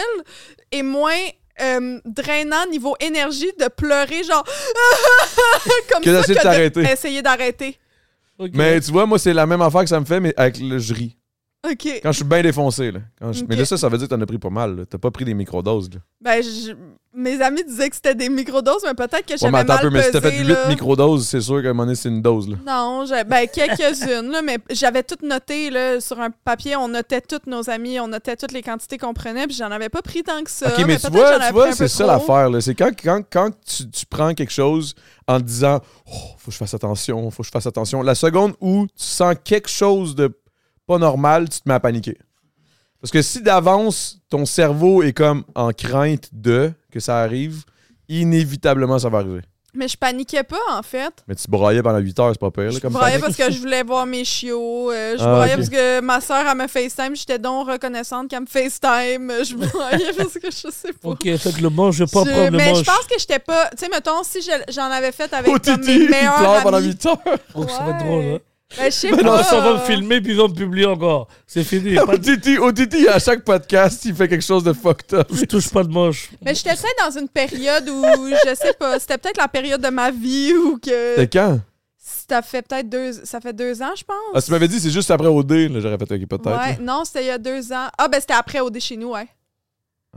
[SPEAKER 1] et moins euh, drainant niveau énergie de pleurer, genre comme
[SPEAKER 2] Que
[SPEAKER 1] ça,
[SPEAKER 2] d'essayer de
[SPEAKER 1] que
[SPEAKER 2] t'arrêter.
[SPEAKER 1] essayer d'arrêter.
[SPEAKER 3] Ok.
[SPEAKER 2] Mais tu vois, moi, c'est la même affaire que ça me fait, mais avec le je ris.
[SPEAKER 1] Ok.
[SPEAKER 2] Quand je suis bien défoncé, là. Quand je- Mais
[SPEAKER 1] Ok.
[SPEAKER 2] là, ça, ça veut dire que t'en as pris pas mal. là. T'as pas pris des microdoses, là.
[SPEAKER 1] Ben, je- mes amis disaient que c'était des microdoses, mais peut-être que
[SPEAKER 2] Ouais,
[SPEAKER 1] j'avais
[SPEAKER 2] mais attends un
[SPEAKER 1] mal
[SPEAKER 2] peu, mais si t'as
[SPEAKER 1] pesé.
[SPEAKER 2] fait 8
[SPEAKER 1] là.
[SPEAKER 2] microdoses, c'est sûr qu'à un moment donné, c'est une dose, là.
[SPEAKER 1] Non, j'ai- ben quelques-unes, là, mais j'avais tout noté là, sur un papier. On notait toutes nos amis, on notait toutes les quantités qu'on prenait, puis j'en avais pas pris tant que ça.
[SPEAKER 2] Ok, mais tu
[SPEAKER 1] Ah, peut-être
[SPEAKER 2] vois,
[SPEAKER 1] j'en avais
[SPEAKER 2] tu vois
[SPEAKER 1] pris un peu
[SPEAKER 2] c'est ça
[SPEAKER 1] trop.
[SPEAKER 2] l'affaire. là. C'est quand, quand, quand tu, tu prends quelque chose en te disant Oh, faut que je fasse attention, faut que je fasse attention. La seconde où tu sens quelque chose de pas normal, tu te mets à paniquer. Parce que si d'avance, ton cerveau est comme en crainte de que ça arrive, inévitablement, ça va arriver.
[SPEAKER 1] Mais je paniquais pas, en fait.
[SPEAKER 2] Mais tu braillais pendant 8 heures, c'est pas pire. là,
[SPEAKER 1] Je
[SPEAKER 2] comme
[SPEAKER 1] broyais
[SPEAKER 2] panique.
[SPEAKER 1] parce que je voulais voir mes chiots. euh, je
[SPEAKER 2] Ah,
[SPEAKER 1] broyais
[SPEAKER 2] ok.
[SPEAKER 1] parce que ma soeur, elle me FaceTime. J'étais donc reconnaissante qu'elle me FaceTime. euh, Je broyais parce que je sais pas.
[SPEAKER 3] Ok, fait que le moche, je vais pas
[SPEAKER 1] Je-
[SPEAKER 3] prendre le
[SPEAKER 1] mais je
[SPEAKER 3] moche.
[SPEAKER 1] pense que j'étais pas. Tu sais, mettons, si je- j'en avais fait avec
[SPEAKER 2] Oh,
[SPEAKER 1] comme
[SPEAKER 2] Titi,
[SPEAKER 1] mes
[SPEAKER 2] il pleure
[SPEAKER 1] meilleurs
[SPEAKER 2] pendant
[SPEAKER 1] amis.
[SPEAKER 2] 8 heures.
[SPEAKER 3] Oh, ça va être
[SPEAKER 1] Ouais.
[SPEAKER 3] drôle. Hein.
[SPEAKER 1] Ben, je sais
[SPEAKER 2] Mais non,
[SPEAKER 1] pas.
[SPEAKER 3] Ah, ça va me filmer, puis ils vont me publier encore. C'est fini. Pas
[SPEAKER 2] Oh,
[SPEAKER 3] de-
[SPEAKER 2] Titi, oh, Titi, à chaque podcast, il fait quelque chose de fucked up.
[SPEAKER 3] Je touche pas de moche.
[SPEAKER 1] Mais j'étais peut-être dans une période où, je sais pas, c'était peut-être la période de ma vie où que.
[SPEAKER 2] C'était quand?
[SPEAKER 1] Ça fait peut-être deux, ça fait deux ans, je pense.
[SPEAKER 2] Ah, si tu m'avais dit, c'est juste après OD, là, j'aurais fait ok, peut-être. là.
[SPEAKER 1] ouais, non, c'était il y a deux ans. Ah, ben c'était après OD chez nous, ouais.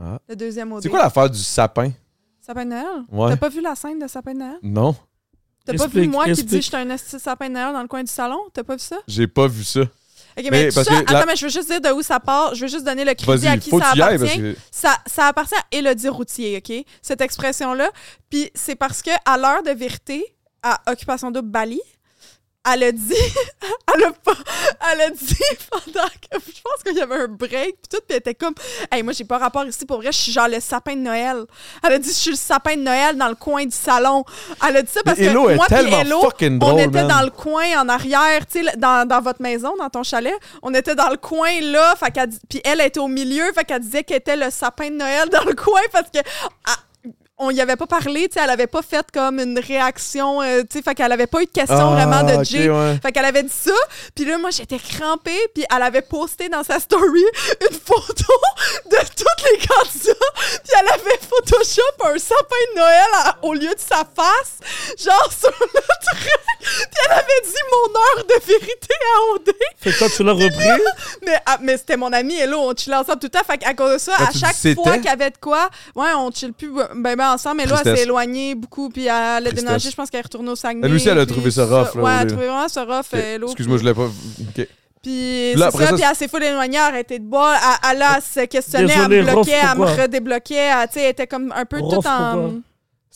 [SPEAKER 2] Ah.
[SPEAKER 1] Le deuxième OD.
[SPEAKER 2] C'est quoi l'affaire du sapin?
[SPEAKER 1] Sapin de Noël?
[SPEAKER 2] Ouais.
[SPEAKER 1] T'as pas vu la scène de Sapin de Noël?
[SPEAKER 2] Non,
[SPEAKER 1] T'as pas vu
[SPEAKER 3] Explique,
[SPEAKER 1] moi qui
[SPEAKER 3] explique.
[SPEAKER 1] dis que j'étais un esti de Sapin de Noël dans le coin du salon? T'as pas vu ça?
[SPEAKER 2] j'ai pas vu ça.
[SPEAKER 1] Ok, mais, tout
[SPEAKER 2] parce
[SPEAKER 1] ça,
[SPEAKER 2] que la-
[SPEAKER 1] attends, mais je veux juste dire de où ça part. Je veux juste donner le crédit à
[SPEAKER 2] Vas-y,
[SPEAKER 1] qui
[SPEAKER 2] faut
[SPEAKER 1] ça
[SPEAKER 2] que tu y ailles
[SPEAKER 1] appartient.
[SPEAKER 2] parce que.
[SPEAKER 1] ça, ça appartient à Élodie Routier, OK? Cette expression-là. Puis c'est parce que à l'heure de vérité, à Occupation Double Bali, elle a dit, elle a, pas, elle a dit pendant que je pense qu'il y avait un break, puis tout, puis elle était comme, hey, moi j'ai pas rapport ici pour vrai, je suis genre le sapin de Noël. Elle a dit, je suis le sapin de Noël dans le coin du salon. Elle a dit ça parce
[SPEAKER 2] Mais Hello
[SPEAKER 1] que
[SPEAKER 2] est
[SPEAKER 1] moi, puis
[SPEAKER 2] tellement
[SPEAKER 1] Hello,
[SPEAKER 2] fucking
[SPEAKER 1] on
[SPEAKER 2] drôle,
[SPEAKER 1] était
[SPEAKER 2] man.
[SPEAKER 1] dans le coin en arrière, tu sais, le- dans, dans votre maison, dans ton chalet. On était dans le coin là, fait qu'elle dis- puis elle était au milieu, fait qu'elle disait qu'elle était le sapin de Noël dans le coin parce que ah, on y avait pas parlé, tu sais, elle avait pas fait comme une réaction, euh, tu sais, fait qu'elle avait pas eu de question vraiment de
[SPEAKER 2] Ah, ok,
[SPEAKER 1] Jay.
[SPEAKER 2] ouais.
[SPEAKER 1] Fait qu'elle avait dit ça, puis là, moi, j'étais crampée, puis elle avait posté dans sa story une photo de tous les candidats, puis elle avait Photoshop un sapin de Noël à- au lieu de sa face, genre sur le truc, puis elle avait dit mon heure de vérité à OD,
[SPEAKER 3] Fait que toi, tu l'as repris.
[SPEAKER 1] mais, ah, mais c'était mon ami, et là, on chillait ensemble tout le temps, fait qu'à cause de ça,
[SPEAKER 2] Quand
[SPEAKER 1] à
[SPEAKER 2] Ah, tu dis
[SPEAKER 1] chaque
[SPEAKER 2] c'était?
[SPEAKER 1] fois qu'il y avait de quoi, ouais, on chill plus ben, ben ensemble, mais là, elle
[SPEAKER 2] Tristesse.
[SPEAKER 1] s'est éloignée beaucoup, puis elle a
[SPEAKER 2] Tristesse.
[SPEAKER 1] déménagé, je pense qu'elle est retournée au Saguenay.
[SPEAKER 2] Elle aussi, elle a
[SPEAKER 1] puis
[SPEAKER 2] trouvé ça
[SPEAKER 1] tout
[SPEAKER 2] rough,
[SPEAKER 1] ouais,
[SPEAKER 2] là, au
[SPEAKER 1] elle a
[SPEAKER 2] dé-
[SPEAKER 1] trouvé vraiment ça rough,
[SPEAKER 2] Ok,
[SPEAKER 1] Hello,
[SPEAKER 2] Excuse-moi, je l'ai pas. vu. Ok.
[SPEAKER 1] puis
[SPEAKER 2] Là,
[SPEAKER 1] c'est
[SPEAKER 2] après
[SPEAKER 1] ça,
[SPEAKER 2] ça,
[SPEAKER 1] puis
[SPEAKER 2] c'est-
[SPEAKER 1] elle s'est full éloignée, elle arrêtait de boire, elle, elle, elle se questionnait,
[SPEAKER 3] Désolé,
[SPEAKER 1] elle me bloquait,
[SPEAKER 3] Rof,
[SPEAKER 1] elle me
[SPEAKER 3] pourquoi?
[SPEAKER 1] redébloquait, elle, tu sais, elle était comme un peu
[SPEAKER 3] Rof,
[SPEAKER 1] tout en...
[SPEAKER 3] pourquoi?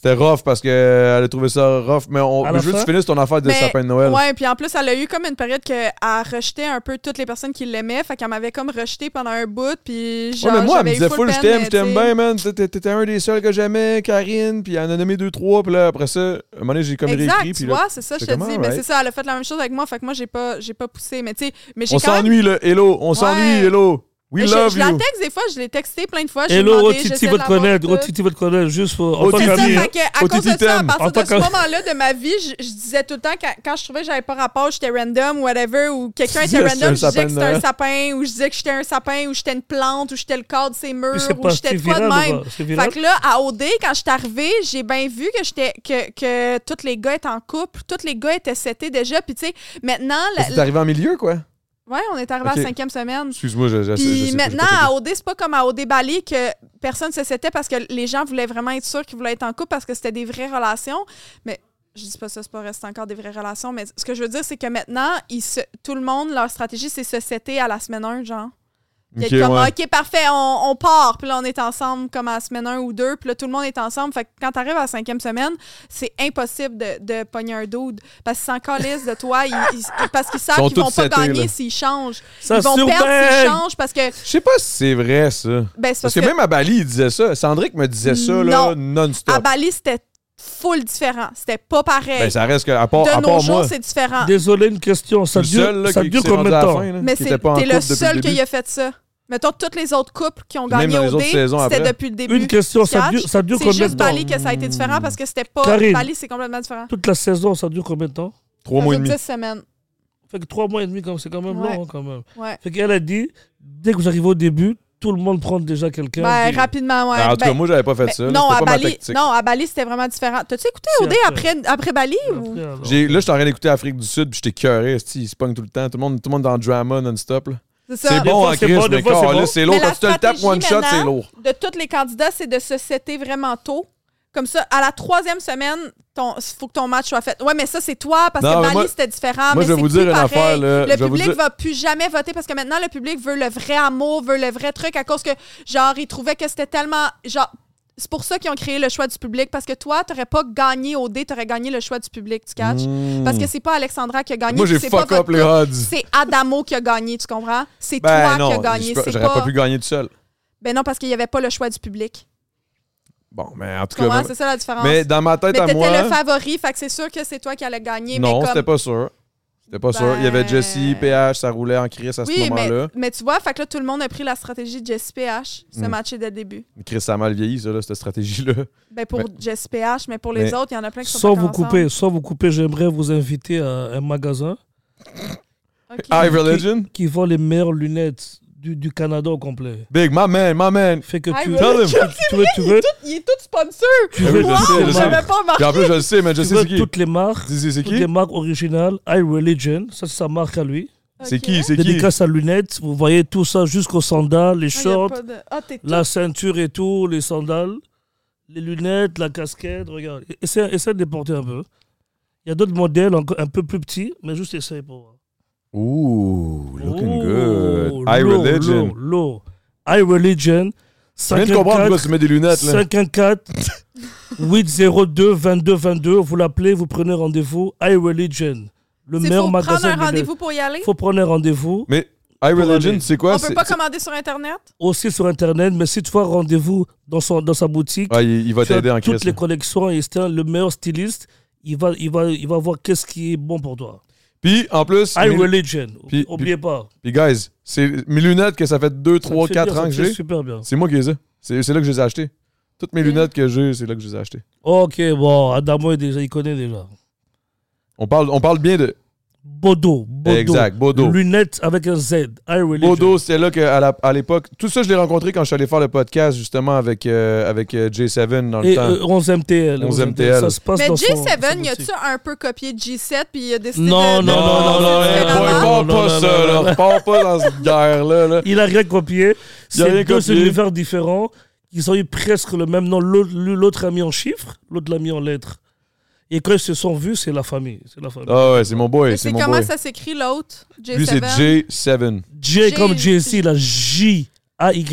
[SPEAKER 2] C'était rough parce qu'elle a trouvé ça rough, mais on
[SPEAKER 3] À
[SPEAKER 2] veut
[SPEAKER 3] la
[SPEAKER 2] juste
[SPEAKER 3] fin?
[SPEAKER 2] que tu finisses ton affaire de
[SPEAKER 1] Mais-
[SPEAKER 2] sapin de Noël.
[SPEAKER 1] Ouais, puis en plus, elle a eu comme une période qu'elle rejetait un peu toutes les personnes qui l'aimaient. Fait qu'elle m'avait comme rejeté pendant un bout. Puis
[SPEAKER 2] Ouais,
[SPEAKER 1] genre,
[SPEAKER 2] mais moi, elle me
[SPEAKER 1] j'avais eu
[SPEAKER 2] disait full, je t'aime,
[SPEAKER 1] peine,
[SPEAKER 2] je t'aime
[SPEAKER 1] tu sais.
[SPEAKER 2] bien, man. T'étais- T'étais un des seuls que j'aimais, Karine, puis elle en a nommé deux, trois, puis là, après ça, à un moment donné, j'ai comme réécrit,
[SPEAKER 1] Exact,
[SPEAKER 2] puis
[SPEAKER 1] tu
[SPEAKER 2] là,
[SPEAKER 1] vois, c'est ça, je
[SPEAKER 2] c'est
[SPEAKER 1] te
[SPEAKER 2] comme, ah,
[SPEAKER 1] dis. Mais
[SPEAKER 2] alright.
[SPEAKER 1] c'est ça, elle a fait la même chose avec moi. Fait que moi, j'ai pas, j'ai pas poussé. Mais tu sais, mais j'ai
[SPEAKER 2] on
[SPEAKER 1] quand même.
[SPEAKER 2] s'ennuie, là, hello, on s'ennuie,
[SPEAKER 1] Ouais.
[SPEAKER 2] hello. We
[SPEAKER 1] je,
[SPEAKER 2] love
[SPEAKER 1] je la
[SPEAKER 2] you.
[SPEAKER 1] texte des fois, je l'ai texté plein de fois. j'ai
[SPEAKER 3] Hello,
[SPEAKER 1] demandé, j'essaie
[SPEAKER 3] Otiti
[SPEAKER 1] de
[SPEAKER 3] va te
[SPEAKER 1] l'avoir euh.
[SPEAKER 3] connaître.
[SPEAKER 1] toute.
[SPEAKER 3] Otiti va te connaître juste pour, en
[SPEAKER 2] Otiti.
[SPEAKER 3] tant
[SPEAKER 1] C'est ça,
[SPEAKER 3] qu'ami.
[SPEAKER 1] fait que à
[SPEAKER 2] Au
[SPEAKER 1] cause de
[SPEAKER 2] Titi
[SPEAKER 1] ça, à
[SPEAKER 2] Tem.
[SPEAKER 3] En
[SPEAKER 1] partir
[SPEAKER 3] tant
[SPEAKER 1] de ce
[SPEAKER 3] que-
[SPEAKER 1] moment-là de ma vie, je, je disais tout le temps, quand, quand je trouvais que j'avais pas rapport, j'étais random, whatever, ou quelqu'un
[SPEAKER 2] Tu
[SPEAKER 1] était
[SPEAKER 2] disais que
[SPEAKER 1] random, je
[SPEAKER 2] c'était un
[SPEAKER 1] disais que
[SPEAKER 2] sapin de
[SPEAKER 1] c'était un
[SPEAKER 2] Noël.
[SPEAKER 1] sapin, ou je disais que j'étais un sapin, ou j'étais une plante, ou j'étais le corps de ses murs,
[SPEAKER 3] Puis c'est
[SPEAKER 1] ou
[SPEAKER 3] pas
[SPEAKER 1] j'étais
[SPEAKER 3] c'est
[SPEAKER 1] de quoi de
[SPEAKER 3] viral,
[SPEAKER 1] même.
[SPEAKER 3] là-bas. C'est
[SPEAKER 1] Fait
[SPEAKER 3] viral.
[SPEAKER 1] que là, à OD, quand je suis arrivée, j'ai bien vu que j'étais que, que tous les gars étaient en couple, tous les gars étaient setés déjà. Puis tu sais, maintenant, la-
[SPEAKER 2] C'est arrivé en milieu, quoi.
[SPEAKER 1] ouais, on est arrivé à
[SPEAKER 2] Ok.
[SPEAKER 1] la cinquième semaine.
[SPEAKER 2] Excuse-moi, je, je, je- je- je-
[SPEAKER 1] Puis
[SPEAKER 2] je-
[SPEAKER 1] maintenant,
[SPEAKER 2] je-
[SPEAKER 1] à OD, c'est pas comme à OD Bali que personne se s'était parce que les gens voulaient vraiment être sûrs qu'ils voulaient être en couple parce que c'était des vraies relations. Mais je dis pas ça, c'est pas vrai, c'est encore des vraies relations. Mais ce que je veux dire, c'est que maintenant, ils se- tout le monde, leur stratégie, c'est se setter à la semaine 1, genre. Puis être
[SPEAKER 2] Ok,
[SPEAKER 1] comme,
[SPEAKER 2] ouais.
[SPEAKER 1] OK, parfait, on, on part. Puis là, on est ensemble comme à la semaine 1 ou 2. Puis là, tout le monde est ensemble. Fait que quand t'arrives à la cinquième semaine, c'est impossible de, de pogner un dude. Parce qu'ils s'en calissent de toi. ils- ils- parce qu'ils savent
[SPEAKER 2] Ils sont
[SPEAKER 1] qu'ils vont
[SPEAKER 2] tous
[SPEAKER 1] pas
[SPEAKER 2] setés, là.
[SPEAKER 1] gagner s'ils changent.
[SPEAKER 3] Ça
[SPEAKER 1] ils vont
[SPEAKER 3] surveille.
[SPEAKER 1] perdre s'ils changent parce que
[SPEAKER 2] Je sais pas si c'est vrai, ça.
[SPEAKER 1] ben, c'est
[SPEAKER 2] Parce que, même à Bali, il disait ça. Cendrick me disait ça, là, non-stop.
[SPEAKER 1] à Bali, c'était full différent. C'était pas
[SPEAKER 2] Ben,
[SPEAKER 1] pareil.
[SPEAKER 2] ça reste que, à part, à
[SPEAKER 1] de nos
[SPEAKER 2] part
[SPEAKER 1] jours,
[SPEAKER 2] moi,
[SPEAKER 1] c'est différent.
[SPEAKER 3] Désolé, une question. Ça
[SPEAKER 2] le
[SPEAKER 3] dure,
[SPEAKER 2] seul là,
[SPEAKER 3] ça
[SPEAKER 2] qui,
[SPEAKER 3] dure
[SPEAKER 2] qui s'est
[SPEAKER 3] combien
[SPEAKER 2] rendu
[SPEAKER 3] de
[SPEAKER 2] à la
[SPEAKER 3] temps
[SPEAKER 2] fin, là,
[SPEAKER 1] Mais
[SPEAKER 2] qui
[SPEAKER 1] c'est-
[SPEAKER 2] était pas en
[SPEAKER 1] t'es le
[SPEAKER 2] couple depuis
[SPEAKER 1] seul qui
[SPEAKER 2] début.
[SPEAKER 1] a fait ça. Mettons, tous les autres couples qui ont
[SPEAKER 2] Même
[SPEAKER 1] gagné
[SPEAKER 2] dans les
[SPEAKER 1] au
[SPEAKER 2] autres
[SPEAKER 1] dé,
[SPEAKER 2] saisons
[SPEAKER 1] c'était
[SPEAKER 2] après.
[SPEAKER 1] depuis le début.
[SPEAKER 3] Une question, ça
[SPEAKER 1] Catch.
[SPEAKER 3] dure, ça dure
[SPEAKER 1] C'est
[SPEAKER 3] combien
[SPEAKER 1] juste
[SPEAKER 3] de temps
[SPEAKER 1] Bali que ça a été différent parce que c'était pas.
[SPEAKER 3] Karine.
[SPEAKER 1] Bali, c'est complètement différent.
[SPEAKER 3] Toute la saison, ça dure combien de temps
[SPEAKER 2] Trois
[SPEAKER 1] Ça
[SPEAKER 2] mois et
[SPEAKER 1] dure
[SPEAKER 2] demi.
[SPEAKER 1] 10 semaines.
[SPEAKER 3] Fait que trois mois et demi, comme c'est quand même
[SPEAKER 1] Ouais.
[SPEAKER 3] long, hein, quand même.
[SPEAKER 1] Ouais.
[SPEAKER 3] Fait qu'elle a dit, dès que vous arrivez au début, tout le monde prend déjà quelqu'un.
[SPEAKER 1] Ben,
[SPEAKER 3] puis-
[SPEAKER 1] rapidement, ouais.
[SPEAKER 2] Ah, en tout
[SPEAKER 1] Ben,
[SPEAKER 2] cas, moi, j'avais pas fait
[SPEAKER 1] ben,
[SPEAKER 2] ça. là.
[SPEAKER 1] non,
[SPEAKER 2] C'était
[SPEAKER 1] à
[SPEAKER 2] pas ma
[SPEAKER 1] Bali,
[SPEAKER 2] tactique.
[SPEAKER 1] non, à Bali, c'était vraiment différent. T'as-tu écouté
[SPEAKER 3] C'est
[SPEAKER 1] au dé
[SPEAKER 3] après.
[SPEAKER 1] après, après Bali? ou-
[SPEAKER 3] Après, alors.
[SPEAKER 2] J'ai- Là, je suis en train d'écouter Afrique du Sud, puis j'étais curé, ils se pognent tout le temps. Tout le monde, tout le monde dans le drama non-stop. là.
[SPEAKER 1] C'est ça.
[SPEAKER 2] C'est bon
[SPEAKER 3] fois,
[SPEAKER 2] en
[SPEAKER 3] c'est
[SPEAKER 2] Christ,
[SPEAKER 3] bon, des
[SPEAKER 2] mais
[SPEAKER 3] fois, c'est
[SPEAKER 2] câlisse,
[SPEAKER 3] bon.
[SPEAKER 2] c'est lourd.
[SPEAKER 1] Mais la
[SPEAKER 2] Quand tu te le tapes
[SPEAKER 1] stratégie
[SPEAKER 2] one shot, c'est
[SPEAKER 1] maintenant-
[SPEAKER 2] lourd.
[SPEAKER 1] de tous les candidats, c'est de se setter vraiment tôt. Comme ça, à la troisième semaine, ton, faut que ton match soit fait. Ouais, mais ça, c'est toi, parce
[SPEAKER 2] Non, mais
[SPEAKER 1] que Bali,
[SPEAKER 2] moi-
[SPEAKER 1] c'était différent.
[SPEAKER 2] moi,
[SPEAKER 1] mais
[SPEAKER 2] je vais
[SPEAKER 1] c'est
[SPEAKER 2] vous
[SPEAKER 1] plus
[SPEAKER 2] dire une
[SPEAKER 1] pareil.
[SPEAKER 2] affaire, là. Je
[SPEAKER 1] Le
[SPEAKER 2] vais vous
[SPEAKER 1] public
[SPEAKER 2] dire-
[SPEAKER 1] va plus jamais voter parce que maintenant, le public veut le vrai amour, veut le vrai truc à cause que, genre, ils trouvaient que c'était tellement. Genre, c'est pour ça qu'ils ont créé le choix du public parce que toi, t'aurais pas gagné au dé, t'aurais gagné le choix du public, tu catches?
[SPEAKER 2] Mm.
[SPEAKER 1] Parce que c'est pas Alexandra qui a gagné.
[SPEAKER 2] Moi, j'ai
[SPEAKER 1] c'est pas
[SPEAKER 2] fuck up
[SPEAKER 1] votre
[SPEAKER 2] les
[SPEAKER 1] couple,
[SPEAKER 2] odds.
[SPEAKER 1] C'est Adamo qui a gagné, tu comprends? C'est
[SPEAKER 2] Ben
[SPEAKER 1] toi
[SPEAKER 2] non,
[SPEAKER 1] qui a gagné.
[SPEAKER 2] je-
[SPEAKER 1] c'est
[SPEAKER 2] j'aurais pas pu gagner tout seul.
[SPEAKER 1] ben non, parce qu'il n'y avait pas le choix du public.
[SPEAKER 2] Bon, mais en tout
[SPEAKER 1] Tu comprends?
[SPEAKER 2] cas,
[SPEAKER 1] Ah, C'est ça la différence.
[SPEAKER 2] mais dans ma
[SPEAKER 1] Mais
[SPEAKER 2] tête à
[SPEAKER 1] t'étais
[SPEAKER 2] moi,
[SPEAKER 1] le favori, fait que c'est sûr que c'est toi qui allais gagner. mais
[SPEAKER 2] non,
[SPEAKER 1] comme-
[SPEAKER 2] c'était pas sûr. C'était pas sûr. Il y avait
[SPEAKER 1] Ben-
[SPEAKER 2] Jesse, PH, ça roulait en Chris à ce
[SPEAKER 1] Oui, mais,
[SPEAKER 2] moment-là.
[SPEAKER 1] mais tu vois, fait que là, tout le monde a pris la stratégie de Jess PH, ce
[SPEAKER 2] Hmm.
[SPEAKER 1] match dès le début.
[SPEAKER 2] Chris, ça a mal vieilli, ça, là, cette stratégie-là.
[SPEAKER 1] Ben pour
[SPEAKER 2] Mais-
[SPEAKER 1] Jess PH, mais pour les
[SPEAKER 2] Mais-
[SPEAKER 1] autres, il y en a plein qui sont
[SPEAKER 3] Sans
[SPEAKER 1] pas
[SPEAKER 3] vous
[SPEAKER 1] ensemble.
[SPEAKER 3] couper, sans vous couper, j'aimerais vous inviter à un magasin
[SPEAKER 1] Ok.
[SPEAKER 2] I Religion?
[SPEAKER 3] qui vend les meilleures lunettes du, du Canada au complet.
[SPEAKER 2] Big, my man, my man.
[SPEAKER 3] Fait que
[SPEAKER 1] Ah,
[SPEAKER 3] tu,
[SPEAKER 1] oui.
[SPEAKER 2] Tell him.
[SPEAKER 3] tu veux, tu veux,
[SPEAKER 1] Il est tout sponsor!
[SPEAKER 3] tu
[SPEAKER 2] Ah
[SPEAKER 3] veux,
[SPEAKER 2] oui, je
[SPEAKER 3] toutes
[SPEAKER 2] sais,
[SPEAKER 3] les
[SPEAKER 2] je sais.
[SPEAKER 3] marques-
[SPEAKER 1] J'avais pas remarqué.
[SPEAKER 2] Puis en plus, je le sais, mais je
[SPEAKER 3] tu
[SPEAKER 2] sais
[SPEAKER 3] veux
[SPEAKER 2] c'est qui.
[SPEAKER 3] toutes les marques,
[SPEAKER 2] Dis- C'est
[SPEAKER 3] toutes
[SPEAKER 2] qui?
[SPEAKER 3] les marques originales, I Religion, ça c'est sa marque à lui.
[SPEAKER 2] C'est
[SPEAKER 1] Ok.
[SPEAKER 2] qui? C'est qui?
[SPEAKER 3] Dédicace à lunettes, vous voyez tout ça jusqu'aux sandales, les
[SPEAKER 1] Ah, il y a
[SPEAKER 3] shorts,
[SPEAKER 1] pas de- Ah, t'es tout.
[SPEAKER 3] la ceinture et tout, les sandales, les lunettes, la casquette, regarde. Essaie, essaie de les porter un peu. Il y a d'autres modèles encore un peu plus petits, mais juste essaye pour voir.
[SPEAKER 2] Ooh, looking good.
[SPEAKER 3] Oh,
[SPEAKER 2] I
[SPEAKER 3] lourd,
[SPEAKER 2] Religion.
[SPEAKER 3] lourd, lourd. I Religion,
[SPEAKER 2] Je viens de comprendre pourquoi tu
[SPEAKER 3] 514,
[SPEAKER 2] mets des lunettes, là.
[SPEAKER 3] 514 802 2222. Vous l'appelez, vous prenez rendez-vous. I Religion, le
[SPEAKER 1] C'est
[SPEAKER 3] meilleur
[SPEAKER 1] faut prendre
[SPEAKER 3] magasin.
[SPEAKER 1] un
[SPEAKER 3] de lunettes.
[SPEAKER 1] rendez-vous pour y aller?
[SPEAKER 3] faut prendre un rendez-vous.
[SPEAKER 2] Mais I Religion,
[SPEAKER 3] aller.
[SPEAKER 2] c'est quoi?
[SPEAKER 1] On
[SPEAKER 2] C'est-
[SPEAKER 1] peut pas commander sur Internet?
[SPEAKER 3] Aussi sur Internet, mais si tu vois rendez-vous dans, son, dans sa boutique,
[SPEAKER 2] Ouais, il, il va
[SPEAKER 3] tu as
[SPEAKER 2] t'aider en
[SPEAKER 3] toutes
[SPEAKER 2] crise.
[SPEAKER 3] les collections et c'est un- le meilleur styliste. Il va, il va, il va voir qu'est-ce qui est bon pour toi.
[SPEAKER 2] Puis, en plus,
[SPEAKER 3] I
[SPEAKER 2] mes-
[SPEAKER 3] Religion,
[SPEAKER 2] Puis-
[SPEAKER 3] oubliez pas.
[SPEAKER 2] puis guys, c'est mes lunettes que ça fait 2, 3,
[SPEAKER 3] Ça te fait
[SPEAKER 2] 4
[SPEAKER 3] bien,
[SPEAKER 2] ans que
[SPEAKER 3] ça te fait
[SPEAKER 2] j'ai.
[SPEAKER 3] Super bien.
[SPEAKER 2] C'est moi qui les ai. C'est c'est là que je les ai achetées. Toutes mes
[SPEAKER 1] Ok.
[SPEAKER 2] lunettes que j'ai, c'est là que je les ai achetées.
[SPEAKER 3] Ok, bon, Adamo, est déjà, il connaît déjà.
[SPEAKER 2] On parle, on parle bien de.
[SPEAKER 3] Bodo. Bodo.
[SPEAKER 2] Exact, Bodo.
[SPEAKER 3] Lunettes avec un Z. I Religion.
[SPEAKER 2] Bodo, c'était là qu'à la- à l'époque. Tout ça, je l'ai rencontré quand je suis allé faire le podcast, justement, avec, euh, avec euh, J7 dans le
[SPEAKER 3] Et
[SPEAKER 2] temps.
[SPEAKER 3] euh, 11 MTL.
[SPEAKER 2] 11 MTL.
[SPEAKER 3] Ça se passe
[SPEAKER 1] Mais
[SPEAKER 3] dans son- sa
[SPEAKER 1] J7, y
[SPEAKER 3] boutique.
[SPEAKER 1] a-tu un peu copié de J7 puis il a décidé
[SPEAKER 3] Non,
[SPEAKER 1] de.
[SPEAKER 3] non,
[SPEAKER 2] non, non, non, non,
[SPEAKER 1] de-
[SPEAKER 2] hey,
[SPEAKER 3] non,
[SPEAKER 2] boy,
[SPEAKER 3] non,
[SPEAKER 2] repars
[SPEAKER 3] non,
[SPEAKER 2] pas
[SPEAKER 3] non,
[SPEAKER 2] ça,
[SPEAKER 3] non,
[SPEAKER 2] là.
[SPEAKER 3] non.
[SPEAKER 2] Repars pas dans cette guerre-là, là.
[SPEAKER 3] Il a rien copié.
[SPEAKER 2] rien
[SPEAKER 3] C'est deux
[SPEAKER 2] copié.
[SPEAKER 3] univers différents. Ils ont eu presque le même nom. L'autre- L'autre a mis en chiffres, l'autre l'a mis en lettres. Et quand ils se sont vus, c'est la famille. C'est la famille.
[SPEAKER 2] Ah ouais, c'est mon boy,
[SPEAKER 1] Mais
[SPEAKER 2] c'est
[SPEAKER 1] c'est
[SPEAKER 2] mon
[SPEAKER 1] comment
[SPEAKER 2] boy.
[SPEAKER 1] ça s'écrit l'autre? J7?
[SPEAKER 2] Lui, c'est J7.
[SPEAKER 3] J
[SPEAKER 1] J-
[SPEAKER 3] comme JC, la J-A-Y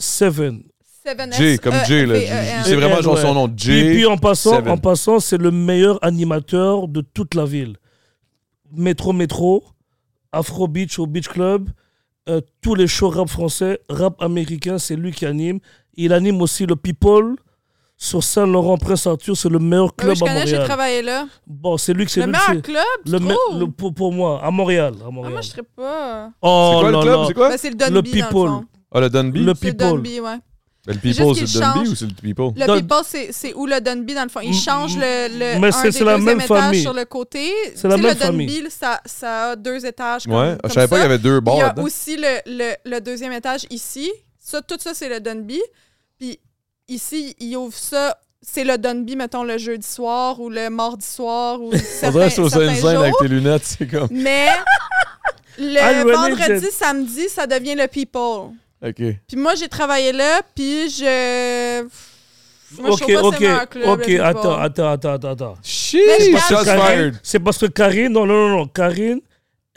[SPEAKER 3] 7.
[SPEAKER 1] Seven S. euh,
[SPEAKER 2] Jay, comme Jay, là.
[SPEAKER 1] E-V-E-N.
[SPEAKER 2] C'est vraiment genre son nom.
[SPEAKER 3] Et puis
[SPEAKER 2] Jay.
[SPEAKER 3] en passant,
[SPEAKER 2] Seven.
[SPEAKER 3] en passant, c'est le meilleur animateur de toute la ville. Métro Métro, Afro Beach au Beach Club, euh, tous les shows rap français, rap américain, c'est lui qui anime. Il anime aussi le People sur Saint-Laurent-Prince-Arthur, c'est le meilleur
[SPEAKER 1] Ah oui,
[SPEAKER 3] club
[SPEAKER 1] je
[SPEAKER 3] à
[SPEAKER 1] connais, j'ai
[SPEAKER 3] Montréal.
[SPEAKER 1] travaillé là.
[SPEAKER 3] Bon, c'est lui qui c'est
[SPEAKER 1] Le
[SPEAKER 3] lui
[SPEAKER 1] meilleur
[SPEAKER 3] qui-
[SPEAKER 1] club, tu
[SPEAKER 3] le me-
[SPEAKER 1] trouves?
[SPEAKER 3] le- pour, pour moi, à Montréal. À
[SPEAKER 1] Ah,
[SPEAKER 3] Montréal.
[SPEAKER 1] moi, je serais pas.
[SPEAKER 2] C'est
[SPEAKER 3] oh
[SPEAKER 2] quoi le
[SPEAKER 3] là
[SPEAKER 2] club?
[SPEAKER 3] là.
[SPEAKER 2] C'est quoi?
[SPEAKER 1] Ben, c'est le Dunby, dans
[SPEAKER 3] Le People.
[SPEAKER 1] le fond.
[SPEAKER 2] Ah, le Dunby?
[SPEAKER 3] Le
[SPEAKER 1] C'est le
[SPEAKER 3] People.
[SPEAKER 1] Dunby, ouais.
[SPEAKER 2] Ben, le
[SPEAKER 1] Juste
[SPEAKER 2] People,
[SPEAKER 1] qu'il
[SPEAKER 2] c'est le Dunby
[SPEAKER 1] change.
[SPEAKER 2] ou c'est le People?
[SPEAKER 1] Le
[SPEAKER 3] Dun-
[SPEAKER 1] People, c'est c'est où le Dunby, dans le fond?
[SPEAKER 3] Mm,
[SPEAKER 1] Ils changent le, le
[SPEAKER 3] mais
[SPEAKER 1] un
[SPEAKER 3] c'est-
[SPEAKER 1] des
[SPEAKER 3] c'est la
[SPEAKER 1] deuxièmes
[SPEAKER 3] même
[SPEAKER 1] étages
[SPEAKER 3] famille.
[SPEAKER 1] sur le côté.
[SPEAKER 3] C'est la
[SPEAKER 1] Tu sais, le
[SPEAKER 3] même famille.
[SPEAKER 1] Dunby, ça, ça a deux étages. Comme,
[SPEAKER 2] Ouais. Je
[SPEAKER 1] comme
[SPEAKER 2] savais pas
[SPEAKER 1] ça.
[SPEAKER 2] qu'il y avait deux
[SPEAKER 1] Il
[SPEAKER 2] bars
[SPEAKER 1] y a
[SPEAKER 2] là-dedans.
[SPEAKER 1] aussi le, le, le deuxième étage ici. Ça, tout ça, c'est le Dunby. Puis ici, ils ouvrent ça. C'est le Dunby, mettons, le jeudi soir ou le mardi soir ou
[SPEAKER 2] On dirait
[SPEAKER 1] certains,
[SPEAKER 2] que je suis
[SPEAKER 1] certains
[SPEAKER 2] une scène
[SPEAKER 1] jours.
[SPEAKER 2] avec tes lunettes, c'est comme.
[SPEAKER 1] Mais
[SPEAKER 3] Ah,
[SPEAKER 1] le
[SPEAKER 3] René,
[SPEAKER 1] vendredi,
[SPEAKER 3] c'est-
[SPEAKER 1] samedi, ça devient le People.
[SPEAKER 2] Ok.
[SPEAKER 1] Puis moi, j'ai travaillé là, puis je... Moi, je
[SPEAKER 3] Ok,
[SPEAKER 1] trouve pas que c'est
[SPEAKER 3] ok,
[SPEAKER 1] le meilleur club,
[SPEAKER 3] ok,
[SPEAKER 1] le People.
[SPEAKER 3] attends, attends, attends, attends, attends.
[SPEAKER 2] Sheesh!
[SPEAKER 1] Mais je
[SPEAKER 2] Shots
[SPEAKER 1] pense-
[SPEAKER 2] fired!
[SPEAKER 3] C'est parce que Karine, non, non, non, non, Karine,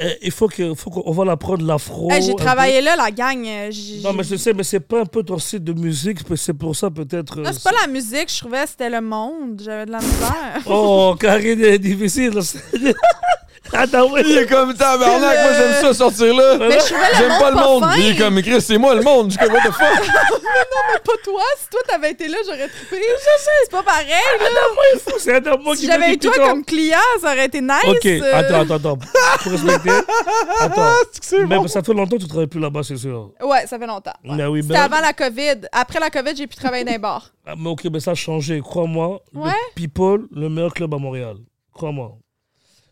[SPEAKER 3] euh, il faut qu'on faut qu'on- on va la prendre l'afro.
[SPEAKER 1] Hey,
[SPEAKER 3] un
[SPEAKER 1] Eh, j'ai
[SPEAKER 3] peu.
[SPEAKER 1] travaillé là, la gang. euh, j'ai-
[SPEAKER 3] Oh, Non, mais je sais, mais c'est pas un peu ton site de musique, parce que c'est pour ça peut-être. euh,
[SPEAKER 1] Non, c'est pas la musique, je trouvais, c'était le monde. J'avais de la misère.
[SPEAKER 3] Oh, Karine elle est difficile. attends, ouais.
[SPEAKER 2] Il est comme tabarnak, moi j'aime ça sortir là!
[SPEAKER 1] mais je trouvais le
[SPEAKER 2] J'aime
[SPEAKER 1] monde
[SPEAKER 2] pas le monde!
[SPEAKER 1] fin.
[SPEAKER 2] Il est comme, Chris, c'est moi le monde! Je suis comme, what the fuck?
[SPEAKER 1] pas toi. Si toi, t'avais été là, j'aurais trippé. Je sais. C'est pas pareil,
[SPEAKER 3] Ah,
[SPEAKER 1] là.
[SPEAKER 3] C'est attends, moi
[SPEAKER 1] Si
[SPEAKER 3] qui me
[SPEAKER 1] j'avais
[SPEAKER 3] dis
[SPEAKER 1] eu toi
[SPEAKER 3] piquant.
[SPEAKER 1] comme client, ça aurait été nice.
[SPEAKER 3] Ok,
[SPEAKER 1] euh, Ah,
[SPEAKER 3] attends, attends, attends. Pour respecter. Attends.
[SPEAKER 2] C'est
[SPEAKER 3] Mais
[SPEAKER 2] bon!
[SPEAKER 3] ça fait longtemps que tu travailles plus là-bas, c'est sûr.
[SPEAKER 1] Ouais, ça fait longtemps. ouais.
[SPEAKER 3] Mais Ben oui, mais.
[SPEAKER 1] C'était avant la COVID. Après la COVID, j'ai pu travailler dans les bars.
[SPEAKER 3] Ah, Mais ok, mais ça a changé, crois-moi. Le
[SPEAKER 1] Ouais.
[SPEAKER 3] People, le meilleur club à Montréal. Crois-moi.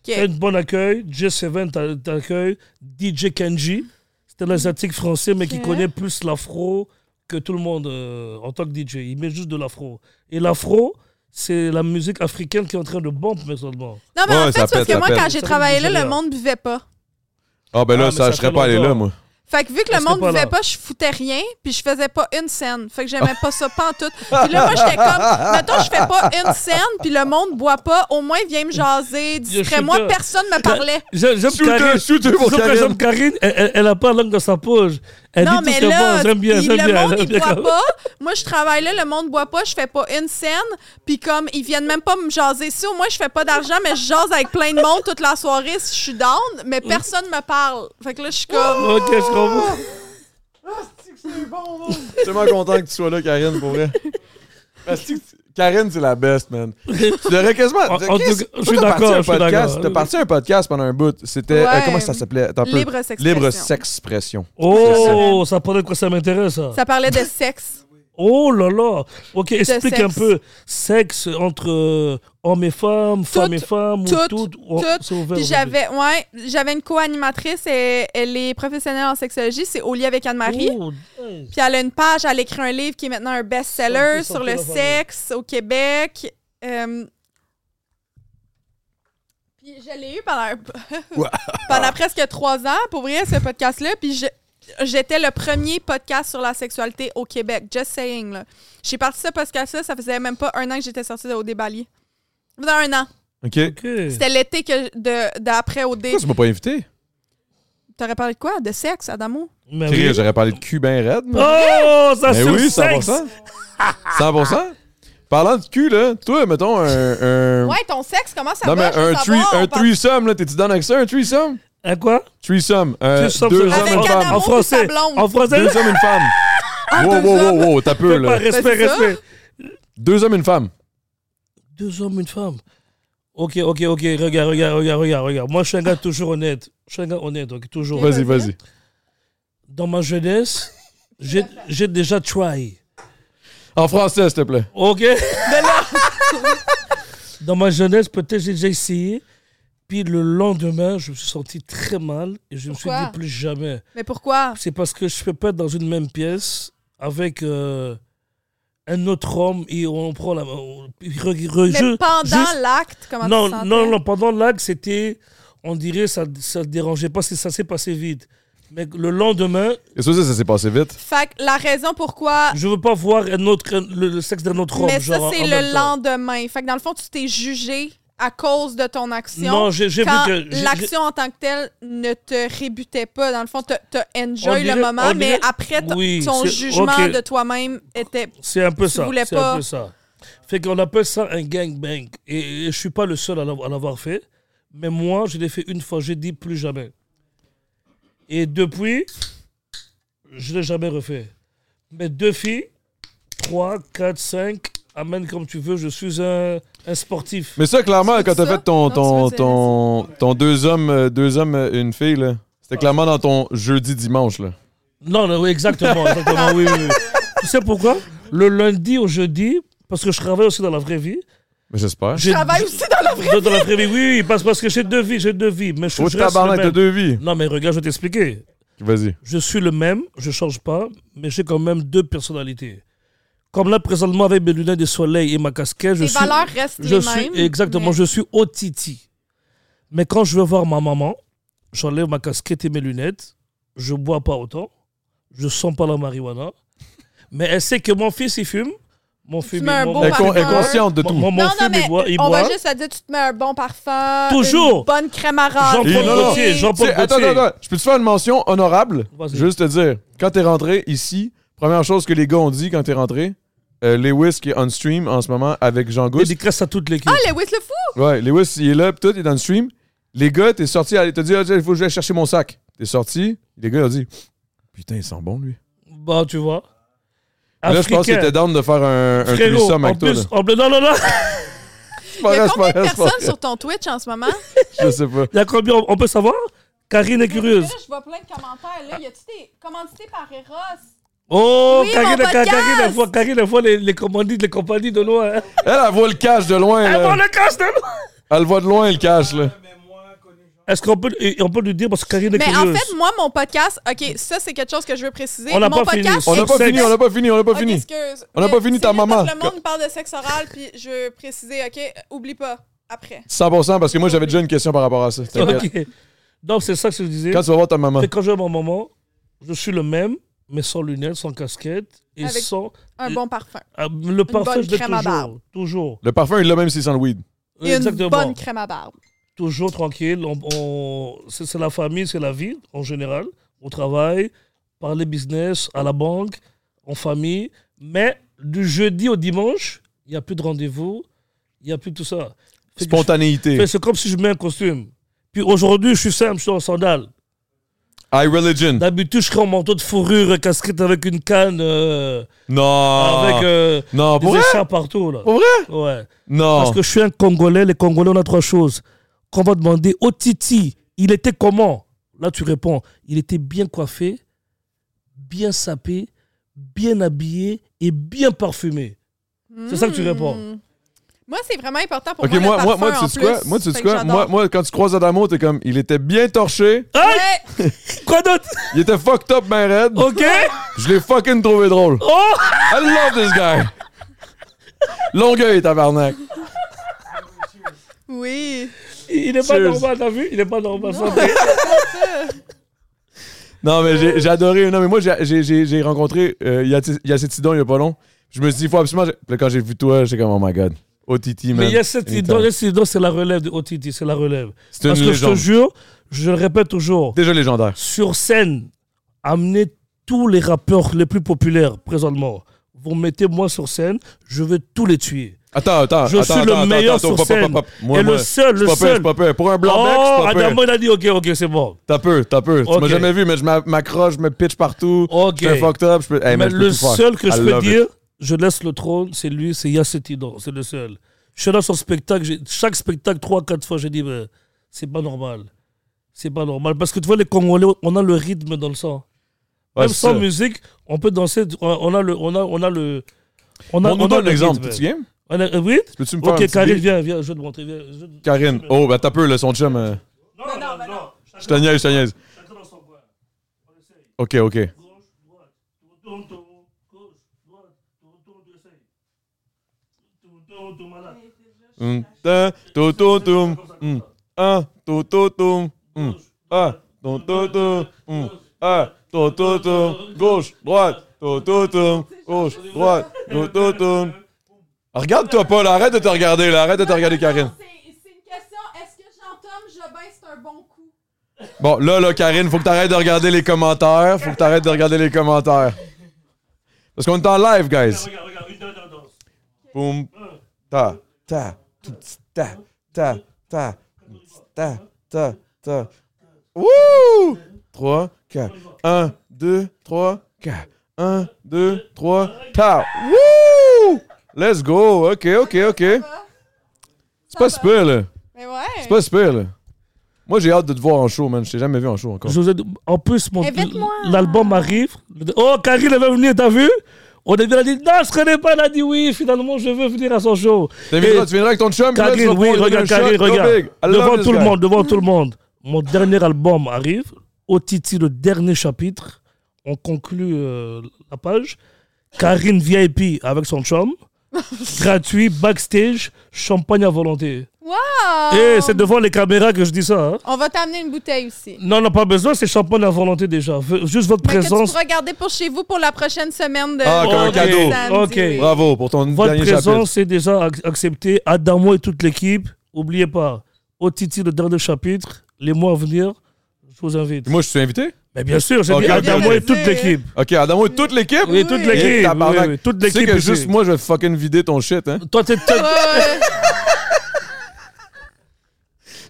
[SPEAKER 1] Ok.
[SPEAKER 3] T'as une bonne accueil. J7 t'a- t'accueille. DJ Kenji, c'est un asiatique français, mais qui
[SPEAKER 1] Mhm. Ok.
[SPEAKER 3] connaît plus l'afro que tout le monde euh, en tant que DJ. Il met juste de l'afro. Et l'afro, c'est la musique africaine qui est en train de bomber maintenant.
[SPEAKER 1] Non, mais
[SPEAKER 2] Ouais,
[SPEAKER 1] en fait,
[SPEAKER 2] ça
[SPEAKER 1] c'est parce
[SPEAKER 2] pète, ça
[SPEAKER 1] que moi,
[SPEAKER 2] pète.
[SPEAKER 1] quand j'ai
[SPEAKER 3] Ça
[SPEAKER 1] travaillé là,
[SPEAKER 3] fait
[SPEAKER 1] le
[SPEAKER 3] bizarre.
[SPEAKER 1] monde buvait pas.
[SPEAKER 2] Ah, ben
[SPEAKER 3] Ah,
[SPEAKER 2] là,
[SPEAKER 3] mais
[SPEAKER 2] ça,
[SPEAKER 3] ça
[SPEAKER 2] je serais
[SPEAKER 3] fait
[SPEAKER 2] pas allé là,
[SPEAKER 3] longtemps.
[SPEAKER 2] moi.
[SPEAKER 1] Fait que vu que le
[SPEAKER 3] On serait
[SPEAKER 1] monde
[SPEAKER 3] pas
[SPEAKER 1] buvait
[SPEAKER 3] là.
[SPEAKER 1] pas, je foutais rien, puis je faisais pas une scène. Fait que j'aimais pas ça pantoute. Puis là, moi, j'étais comme, mettons, je fais pas une scène, puis le monde boit pas, au moins, viens me jaser, distrais-moi,
[SPEAKER 3] shooter.
[SPEAKER 1] personne me parlait.
[SPEAKER 3] J'ai- J'aime
[SPEAKER 2] Shooter,
[SPEAKER 3] Karine.
[SPEAKER 2] shooter pour
[SPEAKER 3] Sauf que j'aime
[SPEAKER 2] Karine!
[SPEAKER 3] Karine, elle- elle elle a pas la langue dans sa poche. Elle
[SPEAKER 1] non,
[SPEAKER 3] dit tout
[SPEAKER 1] mais
[SPEAKER 3] ce qu'elle
[SPEAKER 1] là,
[SPEAKER 3] pense. J'aime bien,
[SPEAKER 1] il-
[SPEAKER 3] j'aime bien.
[SPEAKER 1] le monde,
[SPEAKER 3] j'aime
[SPEAKER 1] il
[SPEAKER 3] bien
[SPEAKER 1] boit
[SPEAKER 3] Karine.
[SPEAKER 1] pas. Moi, je travaille là, le monde boit pas, je fais pas une scène, puis comme, ils viennent même pas me jaser. Si au moins, je fais pas d'argent, mais je jase avec plein de monde toute la soirée si je suis down, mais personne me parle. Fait que là, je suis comme,
[SPEAKER 3] Ok, je comprends.
[SPEAKER 2] Je suis tellement content que tu sois là, Karine, pour vrai. Parce que tu- Karine, c'est la best, man. Tu devrais quasiment.
[SPEAKER 3] En- en tout
[SPEAKER 2] Chris,
[SPEAKER 3] cas,
[SPEAKER 2] toi,
[SPEAKER 3] je suis
[SPEAKER 2] t'as parti
[SPEAKER 3] d'accord,
[SPEAKER 2] un
[SPEAKER 3] je suis
[SPEAKER 2] podcast-
[SPEAKER 3] d'accord.
[SPEAKER 2] T'as parti un podcast pendant un bout. C'était. euh,
[SPEAKER 1] Ouais.
[SPEAKER 2] comment ça s'appelait? Attends un peu.
[SPEAKER 1] libre s'expression.
[SPEAKER 2] Libre sexpression.
[SPEAKER 3] Oh, ça paraît que ça m'intéresse. ça.
[SPEAKER 1] Ça parlait de sexe.
[SPEAKER 3] Oh là là Ok, explique
[SPEAKER 1] sexe.
[SPEAKER 3] un peu. Sexe entre euh, hommes et femmes, femmes et femmes,
[SPEAKER 1] toutes,
[SPEAKER 3] ou tout. oh,
[SPEAKER 1] toutes.
[SPEAKER 3] c'est ouvert
[SPEAKER 1] Puis
[SPEAKER 3] aujourd'hui.
[SPEAKER 1] j'avais, ouais, j'avais une co-animatrice, elle, elle est professionnelle en sexologie, c'est au lit avec Anne-Marie.
[SPEAKER 3] Oh, nice.
[SPEAKER 1] Puis elle a une page, elle écrit un livre qui est maintenant un best-seller
[SPEAKER 3] Ok,
[SPEAKER 1] sur le
[SPEAKER 3] sortez la famille.
[SPEAKER 1] sexe au Québec. Euh, Puis je l'ai eu pendant, un-
[SPEAKER 2] Wow.
[SPEAKER 1] pendant presque trois ans, pour vrai, ce podcast-là. Puis je- J'étais le premier podcast sur la sexualité au Québec, just saying. là. J'ai parti de ce podcast-là, ça faisait même pas un an que j'étais sortie au débalier. Ça faisait un an.
[SPEAKER 2] OK.
[SPEAKER 3] Ok.
[SPEAKER 1] C'était l'été que de- d'après au dé.
[SPEAKER 2] Pourquoi tu m'as pas invité?
[SPEAKER 1] T'aurais parlé de quoi? De sexe, Adamo?
[SPEAKER 3] Mais oui.
[SPEAKER 2] Chris, J'aurais parlé de cul bien raide, moi.
[SPEAKER 3] Oh, ça
[SPEAKER 2] Mais
[SPEAKER 3] c'est
[SPEAKER 2] oui,
[SPEAKER 3] le sexe
[SPEAKER 2] 100%. 100%. Parlant de cul, là, toi, mettons un. un...
[SPEAKER 1] Ouais, ton sexe, comment ça
[SPEAKER 2] non, mais
[SPEAKER 1] va? Je veux
[SPEAKER 2] un,
[SPEAKER 1] savoir,
[SPEAKER 2] thre-
[SPEAKER 1] on
[SPEAKER 2] un
[SPEAKER 1] parle-
[SPEAKER 2] threesome, là. T'es-tu dans avec ça, un threesome?
[SPEAKER 3] Un Hein, quoi
[SPEAKER 2] Threesome. euh,
[SPEAKER 3] Threesome,
[SPEAKER 2] deux
[SPEAKER 3] c'est-
[SPEAKER 2] hommes,
[SPEAKER 1] Avec
[SPEAKER 2] une
[SPEAKER 1] Adamo
[SPEAKER 2] femme.
[SPEAKER 3] En
[SPEAKER 1] puis
[SPEAKER 3] français.
[SPEAKER 1] sa blonde.
[SPEAKER 3] En français.
[SPEAKER 2] Deux hommes, une femme. Wow,
[SPEAKER 1] Ah, deux
[SPEAKER 2] wow,
[SPEAKER 1] hommes.
[SPEAKER 2] wow, wow, t'as peu,
[SPEAKER 3] Fais pas
[SPEAKER 2] là.
[SPEAKER 3] respect,
[SPEAKER 1] Ben, c'est ça.
[SPEAKER 3] respect.
[SPEAKER 2] Deux hommes, une femme.
[SPEAKER 3] Deux hommes, une femme. Ok, ok, ok. Regarde, regarde, regarde, regarde, regarde. Moi, je suis un gars toujours honnête. Je suis un gars honnête, ok, toujours.
[SPEAKER 2] Vas-y, vas-y.
[SPEAKER 3] Dans ma jeunesse, j'ai j'ai déjà try.
[SPEAKER 2] En français, s'il te plaît.
[SPEAKER 3] Ok. Dans ma jeunesse, peut-être j'ai déjà essayé. Puis le lendemain, je me suis senti très mal et je me suis
[SPEAKER 1] Pourquoi
[SPEAKER 3] dit plus jamais.
[SPEAKER 1] Mais pourquoi?
[SPEAKER 3] C'est parce que je peux pas être dans une même pièce avec euh, un autre homme et on prend la. on- il re- il re-
[SPEAKER 1] Mais
[SPEAKER 3] juste-
[SPEAKER 1] pendant
[SPEAKER 3] juste-
[SPEAKER 1] l'acte, comment
[SPEAKER 3] non,
[SPEAKER 1] tu te sentais?
[SPEAKER 3] non, non, pendant l'acte, c'était. On dirait ça ça dérangeait pas, c'est- ça s'est passé vite. Mais le lendemain,
[SPEAKER 2] Et ça, ça, ça s'est passé vite.
[SPEAKER 1] Fait que la raison pourquoi...
[SPEAKER 3] je veux pas voir un autre, le, le sexe d'un autre homme.
[SPEAKER 1] mais ça,
[SPEAKER 3] genre, en
[SPEAKER 1] c'est
[SPEAKER 3] même
[SPEAKER 1] le
[SPEAKER 3] temps.
[SPEAKER 1] lendemain. Fait que dans le fond, tu t'es jugé à cause de ton action.
[SPEAKER 3] Non, j'ai j'ai vu
[SPEAKER 1] quand
[SPEAKER 3] que. j'ai- j'ai-
[SPEAKER 1] l'action en tant que telle ne te rébutait pas. Dans le fond, t'as t'as
[SPEAKER 3] On
[SPEAKER 1] enjoy
[SPEAKER 3] dirait-
[SPEAKER 1] le moment,
[SPEAKER 3] on
[SPEAKER 1] mais
[SPEAKER 3] dirait-
[SPEAKER 1] après, t-
[SPEAKER 3] Oui,
[SPEAKER 1] ton
[SPEAKER 3] c'est-
[SPEAKER 1] jugement
[SPEAKER 3] ok.
[SPEAKER 1] de toi-même était...
[SPEAKER 3] C'est un peu
[SPEAKER 1] tu
[SPEAKER 3] ça.
[SPEAKER 1] voulais
[SPEAKER 3] C'est un
[SPEAKER 1] pas.
[SPEAKER 3] peu ça. Fait qu'on appelle ça un gangbang. Et, et je suis pas le seul à l'av- à l'avoir fait. Mais moi, je l'ai fait une fois. J'ai dit plus jamais. Et depuis, je l'ai jamais refait. Mais deux filles, trois, quatre, cinq, amène comme tu veux. Je suis un, un sportif.
[SPEAKER 2] Mais ça, clairement,
[SPEAKER 1] Tu
[SPEAKER 2] quand
[SPEAKER 1] dis
[SPEAKER 2] t'as
[SPEAKER 1] ça?
[SPEAKER 2] fait
[SPEAKER 1] Non,
[SPEAKER 2] ton,
[SPEAKER 1] tu
[SPEAKER 2] ton,
[SPEAKER 1] veux dire-
[SPEAKER 2] ton, ton deux hommes, euh, deux hommes, euh, une fille, là, c'était clairement dans ton jeudi-dimanche, là.
[SPEAKER 3] Non, non, oui, exactement. exactement, oui, oui, oui. Tu sais pourquoi Le lundi au jeudi, parce que je travaille aussi dans la vraie vie.
[SPEAKER 2] Mais j'espère.
[SPEAKER 3] Je
[SPEAKER 1] travaille aussi dans la
[SPEAKER 3] dans, dans la vraie vie, oui, oui, parce, parce que j'ai deux vies, j'ai deux vies. Mais je,
[SPEAKER 2] Au
[SPEAKER 3] je reste le
[SPEAKER 2] tabarnak, t'as
[SPEAKER 3] même.
[SPEAKER 2] deux vies.
[SPEAKER 3] Non, mais regarde, je vais t'expliquer.
[SPEAKER 2] Vas-y.
[SPEAKER 3] Je suis le même, je change pas, mais j'ai quand même deux personnalités. Comme là, présentement, avec mes lunettes de soleil et ma casquette, je
[SPEAKER 1] Tes
[SPEAKER 3] suis,
[SPEAKER 1] valeurs restent
[SPEAKER 3] je
[SPEAKER 1] les
[SPEAKER 3] suis
[SPEAKER 1] mêmes.
[SPEAKER 3] exactement,
[SPEAKER 1] mais-
[SPEAKER 3] je suis au titi. Mais quand je veux voir ma maman, j'enlève ma casquette et mes lunettes, je bois pas autant, je sens pas la marijuana, mais elle sait que mon fils, il fume. Mon fils, il
[SPEAKER 1] mets un
[SPEAKER 3] mon-
[SPEAKER 1] bon
[SPEAKER 2] Elle est
[SPEAKER 1] parfum.
[SPEAKER 2] con- elle est consciente de
[SPEAKER 3] mon-
[SPEAKER 2] tout.
[SPEAKER 3] mon- mon
[SPEAKER 1] non, non,
[SPEAKER 3] fume, il
[SPEAKER 1] mais
[SPEAKER 3] boit. il
[SPEAKER 1] on
[SPEAKER 3] boit.
[SPEAKER 1] va juste à dire, tu te mets un bon parfum,
[SPEAKER 3] Toujours.
[SPEAKER 1] une bonne crème à
[SPEAKER 3] Jean-Paul
[SPEAKER 1] râper.
[SPEAKER 2] Et non, non.
[SPEAKER 3] Gaultier,
[SPEAKER 2] Tu sais,
[SPEAKER 3] Jean-Paul
[SPEAKER 2] attends,
[SPEAKER 3] Gaultier.
[SPEAKER 2] attends, attends. Je peux te faire une mention honorable?
[SPEAKER 3] Vas-y.
[SPEAKER 2] Juste te dire, quand t'es rentré ici, première chose que les gars ont dit quand t'es rentré, euh, Lewis qui est on stream en ce moment avec Jean Gousse.
[SPEAKER 3] Dédicace à toute l'équipe.
[SPEAKER 1] Ah, Lewis le fou!
[SPEAKER 2] Ouais, Lewis, il est là, pis tout, il est dans le stream. Les gars, t'es sorti, allez, t'as dit, Ah, il faut que je vais chercher mon sac. T'es sorti, les gars, ils ont dit, putain, il sent bon, lui.
[SPEAKER 3] Bah, tu vois.
[SPEAKER 2] Mais Là, je pense que t'étais down de faire un, un
[SPEAKER 3] Frérot,
[SPEAKER 2] threesome
[SPEAKER 3] en
[SPEAKER 2] avec toi. là.
[SPEAKER 3] plus, en plus, non, non, non.
[SPEAKER 2] C'est
[SPEAKER 1] Il
[SPEAKER 2] pas
[SPEAKER 1] y a
[SPEAKER 2] vrai, c'est
[SPEAKER 1] combien
[SPEAKER 2] pas
[SPEAKER 1] de
[SPEAKER 2] vrai, c'est pas
[SPEAKER 1] personnes
[SPEAKER 2] vrai.
[SPEAKER 1] sur ton Twitch en ce moment?
[SPEAKER 2] Je sais pas.
[SPEAKER 3] Il y a combien On peut savoir Karine est curieuse.
[SPEAKER 1] Là, je vois plein de commentaires. Là, y a-tu des commandités par Eros?
[SPEAKER 3] Oh,
[SPEAKER 1] Oui,
[SPEAKER 3] Karine,
[SPEAKER 1] mon
[SPEAKER 3] Ka-
[SPEAKER 1] podcast.
[SPEAKER 3] Karine, elle voit, Karine, elle voit les, les commandites, les compagnies de loin. hein.
[SPEAKER 2] Elle, elle voit le cash de loin,
[SPEAKER 3] Elle voit
[SPEAKER 2] là.
[SPEAKER 3] le cash de loin.
[SPEAKER 2] Elle voit de loin, le cash, là.
[SPEAKER 3] Est-ce qu'on peut, et- et on peut lui dire parce que Karine est
[SPEAKER 1] Mais en
[SPEAKER 3] curieuse
[SPEAKER 1] fait, moi, mon podcast, OK, ça, c'est quelque chose que je veux préciser.
[SPEAKER 3] On n'a
[SPEAKER 1] mon
[SPEAKER 3] pas fini.
[SPEAKER 1] podcast,
[SPEAKER 2] On n'a
[SPEAKER 1] est-
[SPEAKER 2] pas
[SPEAKER 3] Sexe.
[SPEAKER 2] fini, on n'a pas fini, on n'a pas
[SPEAKER 1] OK,
[SPEAKER 2] fini.
[SPEAKER 1] excuse.
[SPEAKER 2] On n'a
[SPEAKER 1] Mais
[SPEAKER 2] pas fini
[SPEAKER 1] c'est
[SPEAKER 2] ta
[SPEAKER 1] juste
[SPEAKER 2] maman.
[SPEAKER 1] parce que Le monde parle de sexe oral, puis je veux préciser, OK, euh, oublie pas, après.
[SPEAKER 2] 100% parce que moi, j'avais déjà une question par rapport à ça. T'inquiète.
[SPEAKER 3] Ok. Donc, c'est ça que je disais.
[SPEAKER 2] Quand tu vas voir ta maman.
[SPEAKER 3] Fait que quand je vois mon maman, je suis le même, mais sans lunettes, sans casquette et
[SPEAKER 1] Avec-
[SPEAKER 3] sans.
[SPEAKER 1] Un
[SPEAKER 3] Euh,
[SPEAKER 1] bon parfum.
[SPEAKER 3] Ah, le parfum,
[SPEAKER 1] bonne
[SPEAKER 3] je l'ai
[SPEAKER 1] crème à
[SPEAKER 3] toujours.
[SPEAKER 1] barbe.
[SPEAKER 3] Toujours.
[SPEAKER 2] Le parfum, il l'a même s'il sent le weed.
[SPEAKER 1] Et
[SPEAKER 3] Exactement.
[SPEAKER 1] une bonne crème à barbe.
[SPEAKER 3] toujours tranquille. On, on- c'est, c'est la famille, c'est la vie en général. Au travail, par les business, à la banque, en famille. Mais du jeudi au dimanche, il n'y a plus de rendez-vous, il n'y a plus tout ça. Fait que je-
[SPEAKER 2] Spontanéité.
[SPEAKER 3] fait, c'est comme si je mets un costume. Puis aujourd'hui, je suis simple, je suis en sandales.
[SPEAKER 2] I religion.
[SPEAKER 3] D'habitude, je serais en manteau de fourrure, euh, casquette avec une canne, euh, avec
[SPEAKER 2] Non.
[SPEAKER 3] euh,
[SPEAKER 2] Non,
[SPEAKER 3] des
[SPEAKER 2] Ah. pour vrai?
[SPEAKER 3] écharpes partout. Là.
[SPEAKER 2] Pour vrai?
[SPEAKER 3] Ouais. Parce
[SPEAKER 2] Non.
[SPEAKER 3] que je suis un Congolais. Les Congolais, on a trois choses. Qu'on va demander au Titi, il était comment Là, tu réponds, il était bien coiffé, bien sapé, bien habillé et bien parfumé. C'est ça que tu réponds.
[SPEAKER 1] Mm. Moi, c'est vraiment important pour
[SPEAKER 2] Ok,
[SPEAKER 1] moi,
[SPEAKER 2] moi,
[SPEAKER 1] le
[SPEAKER 2] moi,
[SPEAKER 1] parfum
[SPEAKER 2] moi, tu
[SPEAKER 1] en
[SPEAKER 2] sais
[SPEAKER 1] plus.
[SPEAKER 2] quoi? Moi, tu sais
[SPEAKER 1] Fait que
[SPEAKER 2] quoi?
[SPEAKER 1] j'adore.
[SPEAKER 2] Moi, moi, quand tu croises Adamo, t'es comme, il était bien torché,
[SPEAKER 3] Ah,
[SPEAKER 1] Ouais,
[SPEAKER 3] quoi d'autre
[SPEAKER 2] il était fucked up, ben raide.
[SPEAKER 3] Ok
[SPEAKER 2] Je l'ai fucking trouvé drôle.
[SPEAKER 3] Oh
[SPEAKER 2] I love this guy. Longueuil, tabarnak.
[SPEAKER 1] Oui.
[SPEAKER 3] Il n'est pas
[SPEAKER 2] Cheers.
[SPEAKER 3] normal, t'as vu Il est pas normal.
[SPEAKER 1] Non.
[SPEAKER 3] ça.
[SPEAKER 2] Non, mais j'ai- j'ai adoré. Non, mais moi, j'ai- j'ai j'ai- j'ai rencontré euh, Yati- Yacetidon il y a pas long. Je me suis dit, il faut absolument. Puis là, quand j'ai vu toi, j'étais comme, oh my god. OTT, man.
[SPEAKER 3] Mais yes, c'est
[SPEAKER 2] Anytime.
[SPEAKER 3] Ido, yes, Ido, c'est la relève de Otiti, c'est la relève.
[SPEAKER 2] C'est
[SPEAKER 3] Parce
[SPEAKER 2] une
[SPEAKER 3] que je te
[SPEAKER 2] légende.
[SPEAKER 3] jure, je le répète toujours,
[SPEAKER 2] Déjà légendaire.
[SPEAKER 3] sur scène, amenez tous les rappeurs les plus populaires présentement. Vous mettez moi sur scène, je vais tous les tuer.
[SPEAKER 2] Attends, attends.
[SPEAKER 3] Je
[SPEAKER 2] attends,
[SPEAKER 3] suis le
[SPEAKER 2] attends,
[SPEAKER 3] meilleur
[SPEAKER 2] attends, pop,
[SPEAKER 3] sur
[SPEAKER 2] pop,
[SPEAKER 3] scène.
[SPEAKER 2] pop, pop. Moi,
[SPEAKER 3] Et
[SPEAKER 2] moi,
[SPEAKER 3] le seul,
[SPEAKER 2] je suis pas
[SPEAKER 3] le
[SPEAKER 2] peur, je
[SPEAKER 3] seul.
[SPEAKER 2] suis pas peur. Pour un blanc bec,
[SPEAKER 3] oh,
[SPEAKER 2] je suis pas peur.
[SPEAKER 3] Adamo, il a dit ok, ok, c'est bon.
[SPEAKER 2] T'as peur, t'as peur. Tu m'as
[SPEAKER 3] Ok.
[SPEAKER 2] jamais vu, mais je m'a- m'accroche, je me pitch partout.
[SPEAKER 3] Ok.
[SPEAKER 2] Je suis un fucked up. Je peux... Hey,
[SPEAKER 3] Mais
[SPEAKER 2] man, je peux
[SPEAKER 3] le
[SPEAKER 2] tout faire.
[SPEAKER 3] seul que
[SPEAKER 2] I
[SPEAKER 3] je peux
[SPEAKER 2] love it.
[SPEAKER 3] dire, je laisse le trône, c'est lui, c'est Yacetidon, c'est le seul. Je suis là sur le spectacle, j'ai- chaque spectacle, trois, quatre fois, j'ai dit, mais c'est pas normal. C'est pas normal. Parce que tu vois, les Congolais, on a le rythme dans le sang.
[SPEAKER 2] Ouais,
[SPEAKER 3] Même
[SPEAKER 2] c'est
[SPEAKER 3] sans
[SPEAKER 2] ça.
[SPEAKER 3] musique, on peut danser, on on a le. On a, on a le on
[SPEAKER 2] On nous donne
[SPEAKER 3] le
[SPEAKER 2] l'exemple.
[SPEAKER 3] rythme.
[SPEAKER 2] Tu game?
[SPEAKER 3] On a- euh, oui
[SPEAKER 2] Peux-tu me faire un
[SPEAKER 3] Ok,
[SPEAKER 2] petit
[SPEAKER 3] Karine,
[SPEAKER 2] beat?
[SPEAKER 3] viens, viens, je vais te montrer. Viens, je...
[SPEAKER 2] Karine. Oh, ben t'as peu, là, son chum. euh,
[SPEAKER 3] Non,
[SPEAKER 1] non, mais non.
[SPEAKER 2] Je te niaise, je te niaise.
[SPEAKER 3] Chacun dans son coin. On essaye.
[SPEAKER 2] OK, OK.
[SPEAKER 3] Gauche, droite. Tourne, tourne, tourne. Gauche, droite. Tourne, tourne, tu essayes. Tourne, tourne, tourne, malade.
[SPEAKER 2] Hum, ta, to, to, tum, hum, ah, to, to, tum, hum, ah, to, to, tum, hum, ah, to, to, tum, gauche, droite, to, to, tum, gauche, droite, to, to, tum. Ah, Regarde-toi pas, là, arrête de te regarder, là, arrête de te regarder, Karine.
[SPEAKER 4] C'est c'est
[SPEAKER 2] Bon, là, là, Karine, faut que t'arrêtes de regarder les commentaires. Faut que t'arrêtes de regarder les commentaires. Parce qu'on est en live, guys.
[SPEAKER 3] Regarde, regarde, une, deux, deux, deux.
[SPEAKER 2] Boum. Ta, ta, tout petit, ta, ta, ta, ta, ta, ta. Wouh! 3, 4. 1, 2, 3, 4. 1, 2, 3, ta. Wouh! Let's go. OK, OK, OK. C'est pas super, là.
[SPEAKER 1] Mais ouais.
[SPEAKER 2] C'est pas super, là. Moi, j'ai hâte de te voir en show, man. Je t'ai jamais vu en show encore.
[SPEAKER 3] Je vous ai dit- en plus, mon,
[SPEAKER 1] Invite-moi.
[SPEAKER 3] l'album arrive. Oh, Karine, elle va venir, t'as vu Au début, elle a dit Non, je connais pas. Elle a dit Oui, finalement, je veux venir à son show.
[SPEAKER 2] T'as vu,
[SPEAKER 3] Et-
[SPEAKER 2] là, tu viendras avec ton chum. puis là, tu vas
[SPEAKER 3] Karine, Eh, oui,
[SPEAKER 2] pouvoir lui donner
[SPEAKER 3] regarde,
[SPEAKER 2] un
[SPEAKER 3] Karine,
[SPEAKER 2] shot. Go
[SPEAKER 3] regarde.
[SPEAKER 2] big. I love
[SPEAKER 3] Devant
[SPEAKER 2] this
[SPEAKER 3] tout le
[SPEAKER 2] guy.
[SPEAKER 3] monde, devant tout le monde. Mon dernier album arrive. Au Titi, le dernier chapitre. On conclut euh, la page. Karine VIP avec son chum. Gratuit, backstage, champagne à volonté.
[SPEAKER 1] Wow!
[SPEAKER 3] Et Eh, c'est devant les caméras que je dis ça. hein.
[SPEAKER 1] Oh. On va t'amener une bouteille aussi.
[SPEAKER 3] Non, non, pas besoin, c'est champagne à volonté déjà. Ve- Juste votre
[SPEAKER 1] Mais que tu
[SPEAKER 3] présence.
[SPEAKER 1] pourras garder pour chez vous pour la prochaine semaine de.
[SPEAKER 2] Ah, comme un
[SPEAKER 1] de
[SPEAKER 2] cadeau.
[SPEAKER 1] samedi,
[SPEAKER 3] Ok.
[SPEAKER 1] oui.
[SPEAKER 2] Bravo pour ton
[SPEAKER 3] Votre
[SPEAKER 2] dernier chapitre.
[SPEAKER 3] présence est déjà ac- acceptée. Adamo et toute l'équipe, oubliez pas. Au Titi, le dernier chapitre, les mois à venir, je vous invite.
[SPEAKER 2] Moi, je suis invité.
[SPEAKER 3] Mais Ben, bien sûr, j'ai
[SPEAKER 2] Ok,
[SPEAKER 3] dit
[SPEAKER 2] ok.
[SPEAKER 3] Adamo et toute
[SPEAKER 1] Bien
[SPEAKER 3] l'équipe.
[SPEAKER 2] OK, Adamo et toute l'équipe.
[SPEAKER 3] Oui, toute
[SPEAKER 2] Et
[SPEAKER 3] l'équipe. Oui,
[SPEAKER 2] tabarnak.
[SPEAKER 3] oui, toute
[SPEAKER 2] Tu sais
[SPEAKER 3] l'équipe.
[SPEAKER 2] que
[SPEAKER 3] est
[SPEAKER 2] juste
[SPEAKER 3] chez-
[SPEAKER 2] moi, je vais fucking vider ton shit, hein.
[SPEAKER 3] Toi, t'es. t'es-
[SPEAKER 1] Ouais, ouais.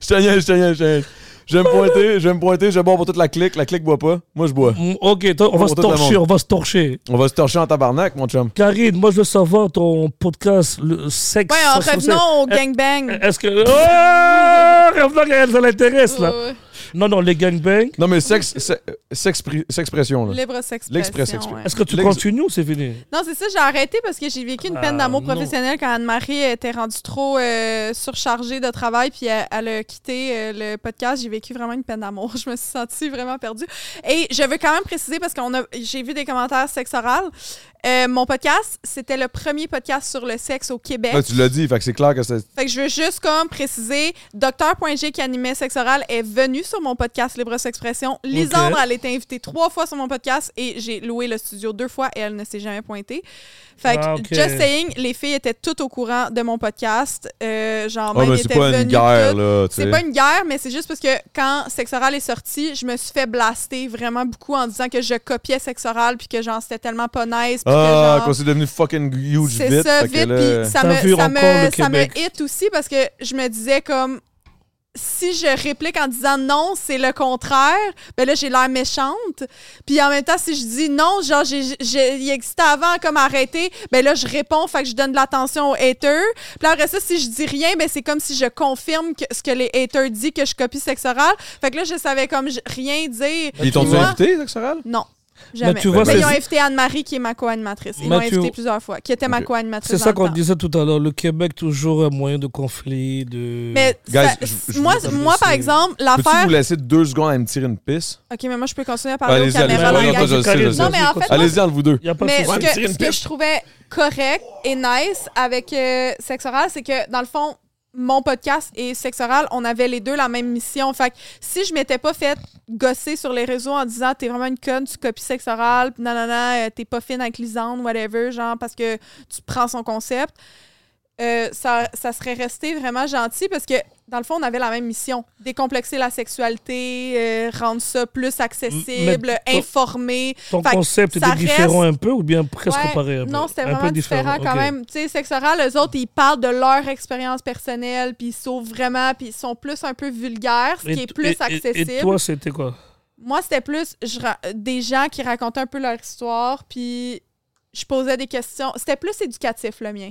[SPEAKER 2] Je te niaise, je te niaise, je te niaise. Je vais me pointer, je vais me pointer, je vais boire pour toute la clique. La clique boit pas. Moi, je bois.
[SPEAKER 3] Mm, Ok, toi, on
[SPEAKER 2] Pour
[SPEAKER 3] va se
[SPEAKER 2] tout le
[SPEAKER 3] torcher,
[SPEAKER 2] monde.
[SPEAKER 3] on va se torcher.
[SPEAKER 2] On va se torcher en tabarnak, mon chum.
[SPEAKER 3] Karine, moi, je veux savoir ton podcast, le sexe.
[SPEAKER 1] Ouais, en
[SPEAKER 3] ça, ça,
[SPEAKER 1] revenant au
[SPEAKER 3] ça.
[SPEAKER 1] gangbang.
[SPEAKER 3] Est-ce que. Oh Revenons qu'elle ça l'intéresse, là.
[SPEAKER 1] Ouais,
[SPEAKER 3] Non, non, les gangbangs.
[SPEAKER 2] Non, mais sexe, se- s'expri- s'expression,
[SPEAKER 1] ouais.
[SPEAKER 2] là.
[SPEAKER 1] Libre s'expression.
[SPEAKER 2] L'express express.
[SPEAKER 1] ouais.
[SPEAKER 3] Est-ce que tu
[SPEAKER 2] L'ex-
[SPEAKER 3] continues ou c'est fini
[SPEAKER 1] Non, c'est ça, j'ai arrêté parce que j'ai vécu une peine
[SPEAKER 3] Ah,
[SPEAKER 1] d'amour
[SPEAKER 3] non.
[SPEAKER 1] professionnel quand Anne-Marie était rendue trop euh, surchargée de travail, puis elle, elle a quitté euh, le podcast. J'ai vécu vraiment une peine d'amour. Je me suis sentie vraiment perdue. Et je veux quand même préciser, parce que j'ai vu des commentaires sexe oral, euh, mon podcast, c'était le premier podcast sur le sexe au Québec.
[SPEAKER 2] Là, tu l'as dit, fait que c'est clair que c'est.
[SPEAKER 1] Fait que je veux juste comme préciser, Dr.G qui animait Sexe Oral est venu sur mon podcast Libre Expression. Lisandre, elle a été invitée trois fois sur mon podcast et j'ai loué le studio deux fois et elle ne s'est jamais pointée. Fait que,
[SPEAKER 3] Ah, ok.
[SPEAKER 1] just saying, les filles étaient toutes au courant de mon podcast. Euh, genre,
[SPEAKER 2] Oh,
[SPEAKER 1] même
[SPEAKER 2] mais
[SPEAKER 1] étaient
[SPEAKER 2] c'est pas une
[SPEAKER 1] venues
[SPEAKER 2] guerre,
[SPEAKER 1] toutes.
[SPEAKER 2] là. tu
[SPEAKER 1] C'est
[SPEAKER 2] sais.
[SPEAKER 1] pas une guerre, mais c'est juste parce que quand Sexe Oral est sorti, je me suis fait blaster vraiment beaucoup en disant que je copiais Sexe Oral puis que genre c'était tellement pas nice. puis que,
[SPEAKER 2] Ah,
[SPEAKER 1] genre,
[SPEAKER 2] qu'on s'est devenu fucking huge
[SPEAKER 1] c'est
[SPEAKER 2] vite.
[SPEAKER 1] ça,
[SPEAKER 2] fait que
[SPEAKER 1] vite.
[SPEAKER 2] là-
[SPEAKER 1] Puis ça
[SPEAKER 3] T'as vu
[SPEAKER 1] me, ça,
[SPEAKER 3] encore le
[SPEAKER 1] me, ça me
[SPEAKER 3] Québec.
[SPEAKER 1] hit aussi parce que je me disais comme si je réplique en disant non, c'est le contraire, ben là, j'ai l'air méchante. Puis en même temps, si je dis non, genre, j'ai, j'ai- il existait avant, comme arrêté, ben là, je réponds, fait que je donne de l'attention aux haters. Puis après ça, si je dis rien, ben c'est comme si je confirme que, ce que les haters disent, que je copie sexe oral. Fait que là, je savais comme j- rien dire.
[SPEAKER 2] Puis ils
[SPEAKER 1] Tu
[SPEAKER 2] t'ont-tu
[SPEAKER 1] vois?
[SPEAKER 2] invité, sexe oral?
[SPEAKER 1] Non. Jamais.
[SPEAKER 3] Mais tu vois,
[SPEAKER 1] Mais
[SPEAKER 2] c'est-
[SPEAKER 1] ils ont invité Anne-Marie, qui est ma co-animatrice. Ils
[SPEAKER 3] Mais
[SPEAKER 1] l'ont
[SPEAKER 3] tu-
[SPEAKER 1] invitée plusieurs fois, qui était ma
[SPEAKER 2] Ok.
[SPEAKER 1] co-animatrice.
[SPEAKER 3] C'est ça
[SPEAKER 1] dans le
[SPEAKER 3] qu'on
[SPEAKER 1] temps.
[SPEAKER 3] disait tout à l'heure. Le Québec, toujours un moyen de conflit. De...
[SPEAKER 1] Mais
[SPEAKER 2] Guys,
[SPEAKER 1] ça-
[SPEAKER 2] je- je-
[SPEAKER 1] moi,
[SPEAKER 3] je-
[SPEAKER 1] moi, par
[SPEAKER 3] c'est-
[SPEAKER 1] exemple,
[SPEAKER 2] Peux-tu
[SPEAKER 1] l'affaire.
[SPEAKER 2] vous laisser deux secondes à me tirer une pisse?
[SPEAKER 1] Ok, mais moi, je peux continuer à parler aux
[SPEAKER 2] Allez-y, allez-y.
[SPEAKER 1] caméras. dans
[SPEAKER 2] Ouais, non,
[SPEAKER 1] le
[SPEAKER 2] toi, je
[SPEAKER 1] gang.
[SPEAKER 2] sais, je
[SPEAKER 1] sais. Non, mais en fait, moi,
[SPEAKER 2] Allez-y entre vous deux.
[SPEAKER 3] Il n'y a pas
[SPEAKER 1] Mais ce
[SPEAKER 3] de souci.
[SPEAKER 2] me tirer
[SPEAKER 1] que,
[SPEAKER 2] une
[SPEAKER 1] ce que
[SPEAKER 2] piste.
[SPEAKER 1] je trouvais correct et nice avec euh, Sexe Oral, c'est que, dans le fond, mon podcast et Sexe Oral, on avait les deux la même mission. Fait que si je m'étais pas fait gosser sur les réseaux en disant t'es vraiment une conne, tu copies Sexe Oral, pis nanana, euh, t'es pas fine avec Lisande, whatever, genre, parce que tu prends son concept, euh, ça, ça serait resté vraiment gentil parce que, dans le fond, on avait la même mission. Décomplexer la sexualité, euh, rendre ça plus accessible,
[SPEAKER 3] Mais-
[SPEAKER 1] informer.
[SPEAKER 3] Ton
[SPEAKER 1] Fait que
[SPEAKER 3] concept
[SPEAKER 1] ça
[SPEAKER 3] était différent
[SPEAKER 1] reste-
[SPEAKER 3] un peu ou bien presque
[SPEAKER 1] Ouais,
[SPEAKER 3] pareil un peu?
[SPEAKER 1] Non, c'était
[SPEAKER 3] Un
[SPEAKER 1] vraiment
[SPEAKER 3] peu
[SPEAKER 1] différent, quand
[SPEAKER 3] ok.
[SPEAKER 1] même. Tu sais, sexe oral, eux autres, ils parlent de leur expérience personnelle, puis ils s'ouvrent vraiment, puis ils sont plus un peu vulgaires, ce
[SPEAKER 3] Et-
[SPEAKER 1] qui est
[SPEAKER 3] et-
[SPEAKER 1] plus
[SPEAKER 3] et-
[SPEAKER 1] accessible.
[SPEAKER 3] Et, toi, c'était quoi
[SPEAKER 1] Moi, c'était plus je ra- des gens qui racontaient un peu leur histoire, puis je posais des questions. C'était plus éducatif, le mien.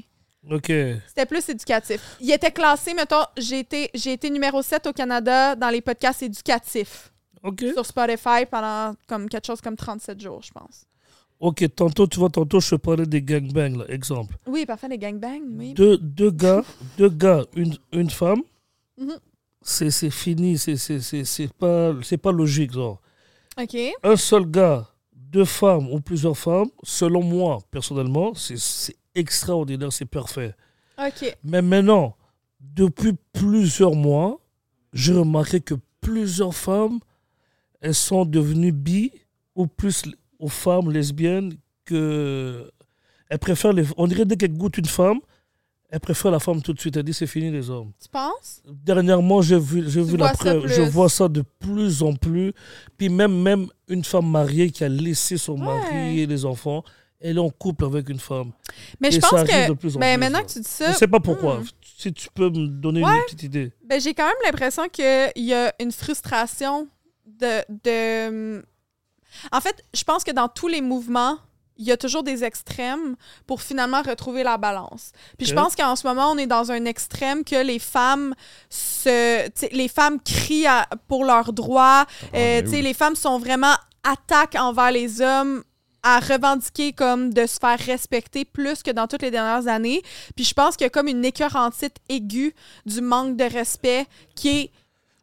[SPEAKER 3] Ok.
[SPEAKER 1] C'était plus éducatif. Il était classé, mettons, j'ai été, j'ai été numéro 7 au Canada dans les podcasts éducatifs
[SPEAKER 3] Ok.
[SPEAKER 1] sur Spotify pendant comme quelque chose comme 37 jours, je pense.
[SPEAKER 3] Ok, tantôt, tu vois, tantôt, je te parlais des gangbangs, là, exemple.
[SPEAKER 1] Oui, parfait, les gangbangs, oui.
[SPEAKER 3] Deux, deux gars, deux gars, une, une femme,
[SPEAKER 1] Mhm.
[SPEAKER 3] c'est c'est fini, c'est- c'est c'est- c'est pas, c'est pas logique, genre.
[SPEAKER 1] OK.
[SPEAKER 3] un seul gars, deux femmes ou plusieurs femmes, selon moi, personnellement, c'est- c'est extraordinaire, c'est parfait.
[SPEAKER 1] OK.
[SPEAKER 3] Mais maintenant, depuis plusieurs mois, j'ai remarqué que plusieurs femmes, elles sont devenues bi ou plus l- aux femmes lesbiennes que... Elles préfèrent les... On dirait dès qu'elles goûtent une femme, Elle préfère la femme tout de suite. Elle dit c'est fini les hommes.
[SPEAKER 1] Tu penses?
[SPEAKER 3] Dernièrement, j'ai vu, j'ai vu
[SPEAKER 1] vois
[SPEAKER 3] la
[SPEAKER 1] ça
[SPEAKER 3] preuve.
[SPEAKER 1] plus.
[SPEAKER 3] Je vois ça de plus en plus. Puis même, même une femme mariée qui a laissé son mari et les enfants, elle est en couple avec une femme.
[SPEAKER 1] Mais
[SPEAKER 3] Et
[SPEAKER 1] je
[SPEAKER 3] ça
[SPEAKER 1] pense
[SPEAKER 3] arrive
[SPEAKER 1] que.
[SPEAKER 3] de plus en
[SPEAKER 1] ben,
[SPEAKER 3] plus,
[SPEAKER 1] maintenant
[SPEAKER 3] ça.
[SPEAKER 1] que tu dis
[SPEAKER 3] Je
[SPEAKER 1] ça,
[SPEAKER 3] ne sais pas pourquoi.
[SPEAKER 1] hmm.
[SPEAKER 3] Si tu peux me donner une petite idée.
[SPEAKER 1] ben, j'ai quand même l'impression qu'il y a une frustration de, de. En fait, je pense que dans tous les mouvements, il y a toujours des extrêmes pour finalement retrouver la balance. Puis je
[SPEAKER 3] Ok.
[SPEAKER 1] pense qu'en ce moment, on est dans un extrême que les femmes se, tu sais, les femmes crient à- pour leurs droits. Euh,
[SPEAKER 2] mais
[SPEAKER 1] tu sais,
[SPEAKER 2] oui.
[SPEAKER 1] les femmes sont vraiment attaques envers les hommes à revendiquer comme de se faire respecter plus que dans toutes les dernières années. Puis je pense qu'il y a comme une écœurantite aiguë du manque de respect qui est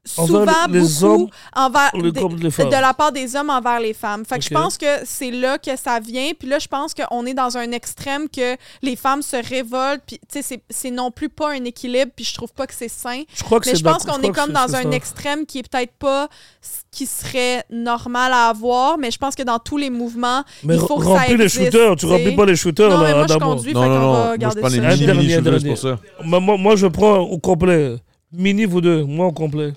[SPEAKER 1] souvent
[SPEAKER 3] Envers les- les
[SPEAKER 1] beaucoup
[SPEAKER 3] hommes
[SPEAKER 1] envers
[SPEAKER 3] ou le
[SPEAKER 1] des-
[SPEAKER 3] couple des femmes?
[SPEAKER 1] de la part des hommes envers les femmes. Fait que je
[SPEAKER 3] Ok.
[SPEAKER 1] pense que c'est là que ça vient. Puis là, je pense qu'on est dans un extrême que les femmes se révoltent. Puis tu sais, c'est- c'est non plus pas un équilibre. Puis je trouve pas que c'est sain.
[SPEAKER 3] Je crois que
[SPEAKER 1] Mais
[SPEAKER 3] c'est
[SPEAKER 1] je pense
[SPEAKER 3] d'accord.
[SPEAKER 1] qu'on
[SPEAKER 3] Je
[SPEAKER 1] est
[SPEAKER 3] crois
[SPEAKER 1] comme
[SPEAKER 3] que c'est-
[SPEAKER 1] dans
[SPEAKER 3] c'est
[SPEAKER 1] un
[SPEAKER 3] ça.
[SPEAKER 1] extrême qui est peut-être pas ce qui serait normal à avoir, mais je pense que dans tous les mouvements,
[SPEAKER 3] Mais
[SPEAKER 1] il faut
[SPEAKER 3] re-
[SPEAKER 1] que ça
[SPEAKER 3] remplis les
[SPEAKER 1] existe,
[SPEAKER 3] shooters. Tu
[SPEAKER 1] sais.
[SPEAKER 3] remplis pas les shooters, hein,
[SPEAKER 1] Non, mais
[SPEAKER 3] là,
[SPEAKER 1] moi, je
[SPEAKER 3] Adamo.
[SPEAKER 1] conduis,
[SPEAKER 2] Non,
[SPEAKER 1] fait
[SPEAKER 2] non,
[SPEAKER 1] qu'on
[SPEAKER 2] non.
[SPEAKER 1] va
[SPEAKER 2] Moi, je
[SPEAKER 1] garder
[SPEAKER 2] prends les
[SPEAKER 1] ça.
[SPEAKER 3] Un
[SPEAKER 2] mini, mini
[SPEAKER 3] dernier,
[SPEAKER 2] shooters, c'est
[SPEAKER 3] dernier.
[SPEAKER 2] pour ça.
[SPEAKER 3] Mais moi, moi, je prends au complet. Mini, vous deux. Moi, au complet.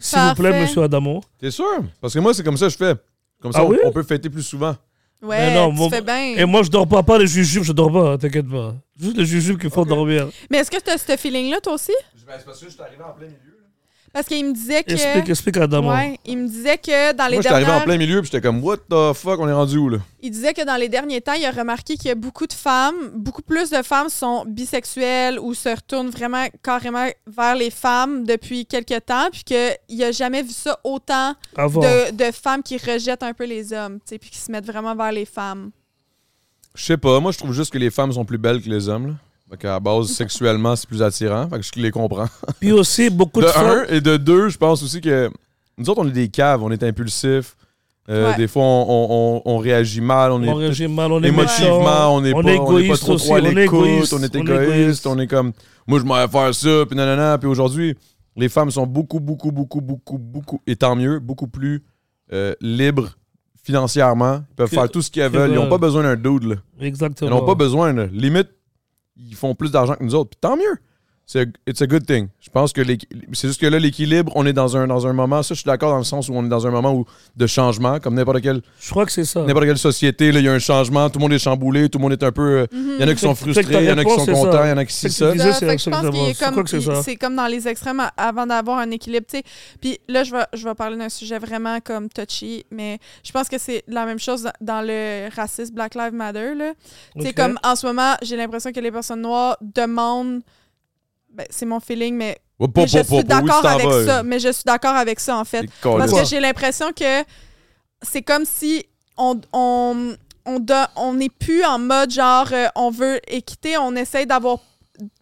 [SPEAKER 3] S'il vous plaît,
[SPEAKER 1] Parfait.
[SPEAKER 3] monsieur Adamo.
[SPEAKER 2] T'es sûr? Parce que moi, c'est comme ça que je fais. Comme ça,
[SPEAKER 3] Ah
[SPEAKER 2] on,
[SPEAKER 3] oui?
[SPEAKER 2] on peut fêter plus souvent.
[SPEAKER 1] Ouais,
[SPEAKER 3] Mais non,
[SPEAKER 1] tu
[SPEAKER 3] moi-
[SPEAKER 1] fais bien.
[SPEAKER 3] Et moi, je dors pas. Pas les jujubes, je dors pas. hein, T'inquiète pas. Juste les jujubes qui font dormir.
[SPEAKER 1] Mais est-ce que tu as ce feeling-là, toi aussi?
[SPEAKER 2] c'est parce que je suis arrivé en plein milieu.
[SPEAKER 1] Parce qu'il me disait que.
[SPEAKER 3] Explique, explique à Adamo.
[SPEAKER 1] Ouais, il me disait que dans les
[SPEAKER 2] Moi, je suis arrivé en
[SPEAKER 1] dernières.
[SPEAKER 2] plein milieu, puis j'étais comme, what the fuck, on est rendu où, là?
[SPEAKER 1] Il disait que dans les derniers temps, il a remarqué qu'il y a beaucoup de femmes, beaucoup plus de femmes sont bisexuelles ou se retournent vraiment carrément vers les femmes depuis quelques temps, puis qu'il a jamais vu ça autant
[SPEAKER 3] Avant.
[SPEAKER 1] de, de femmes qui rejettent un peu les hommes, tu sais, puis qui se mettent vraiment vers les femmes.
[SPEAKER 2] Je sais pas. Moi, je trouve juste que les femmes sont plus belles que les hommes, là. Fait qu'à la base, sexuellement, c'est plus attirant. Fait que je les comprends.
[SPEAKER 3] Puis aussi, beaucoup
[SPEAKER 2] De
[SPEAKER 3] de, femmes.
[SPEAKER 2] un, et de deux, je pense aussi que nous autres, on est des caves, on est impulsifs. Euh,
[SPEAKER 1] Ouais.
[SPEAKER 2] Des fois, on, on- on- on réagit mal, on
[SPEAKER 3] On
[SPEAKER 2] est
[SPEAKER 3] réagit mal, on est méchant.
[SPEAKER 2] émotivement, on est pas,
[SPEAKER 3] on est
[SPEAKER 2] on est pas
[SPEAKER 3] égoïste
[SPEAKER 2] trop,
[SPEAKER 3] aussi,
[SPEAKER 2] trop à
[SPEAKER 3] on est
[SPEAKER 2] l'écoute,
[SPEAKER 3] égoïste,
[SPEAKER 2] on est
[SPEAKER 3] on est
[SPEAKER 2] égoïste,
[SPEAKER 3] égoïste.
[SPEAKER 2] on est comme moi je m'en vais faire ça, puis nanana. Puis aujourd'hui, les femmes sont beaucoup, beaucoup, beaucoup, beaucoup, beaucoup, et tant mieux, beaucoup plus euh, libres financièrement, Ils peuvent
[SPEAKER 3] Que-
[SPEAKER 2] faire tout ce qu'elles
[SPEAKER 3] que
[SPEAKER 2] veulent. Ils n'ont
[SPEAKER 3] veulent.
[SPEAKER 2] pas besoin d'un dude, là.
[SPEAKER 3] Exactement.
[SPEAKER 2] Ils n'ont pas besoin, là. Limite, ils font plus d'argent que nous autres, puis tant mieux. C'est it's a good thing. Je pense que l'équ- c'est juste que là, l'équilibre, on est dans un, dans un moment, ça, je suis d'accord dans le sens où on est dans un moment où, de changement, comme n'importe quel
[SPEAKER 3] Je crois que c'est ça.
[SPEAKER 2] n'importe quelle société, là, il y a un changement, tout le monde est chamboulé, tout le monde est un peu. euh, Il y en a qui sont
[SPEAKER 3] Mm. Fait que- fait que
[SPEAKER 2] frustrés, il y en a qui
[SPEAKER 3] ta
[SPEAKER 2] sont
[SPEAKER 3] réponse, c'est
[SPEAKER 2] contents,
[SPEAKER 3] ça.
[SPEAKER 2] il y en a qui c'est
[SPEAKER 3] Fait que
[SPEAKER 2] ça.
[SPEAKER 3] tu
[SPEAKER 1] Ça,
[SPEAKER 3] disais,
[SPEAKER 1] Ben, fait que
[SPEAKER 3] c'est-
[SPEAKER 1] je pense
[SPEAKER 3] c'est-
[SPEAKER 1] qu'il est
[SPEAKER 3] c'est quoi
[SPEAKER 1] comme,
[SPEAKER 3] que c'est
[SPEAKER 1] il-
[SPEAKER 3] ça?
[SPEAKER 1] c'est comme dans les extrêmes a- avant d'avoir un équilibre, tu sais. Puis là, je vais, je vais parler d'un sujet vraiment comme touchy, mais je pense que c'est la même chose dans- dans le racisme Black Lives Matter, là. Tu sais,
[SPEAKER 3] Ok.
[SPEAKER 1] comme en ce moment, j'ai l'impression que les personnes noires demandent... Ben, c'est mon feeling, mais,
[SPEAKER 2] Ouais, pas-
[SPEAKER 1] mais je
[SPEAKER 2] pas-
[SPEAKER 1] suis
[SPEAKER 2] pas- pas, où tu
[SPEAKER 1] d'accord
[SPEAKER 2] t'en
[SPEAKER 1] avec
[SPEAKER 2] vas,
[SPEAKER 1] ça.
[SPEAKER 2] euh,
[SPEAKER 1] Mais je suis d'accord avec ça, en fait.
[SPEAKER 2] les câlisses.
[SPEAKER 1] Parce
[SPEAKER 3] Quoi?
[SPEAKER 1] que j'ai l'impression que c'est comme si on on on don- on n'est plus en mode genre euh, on veut équité, on essaye d'avoir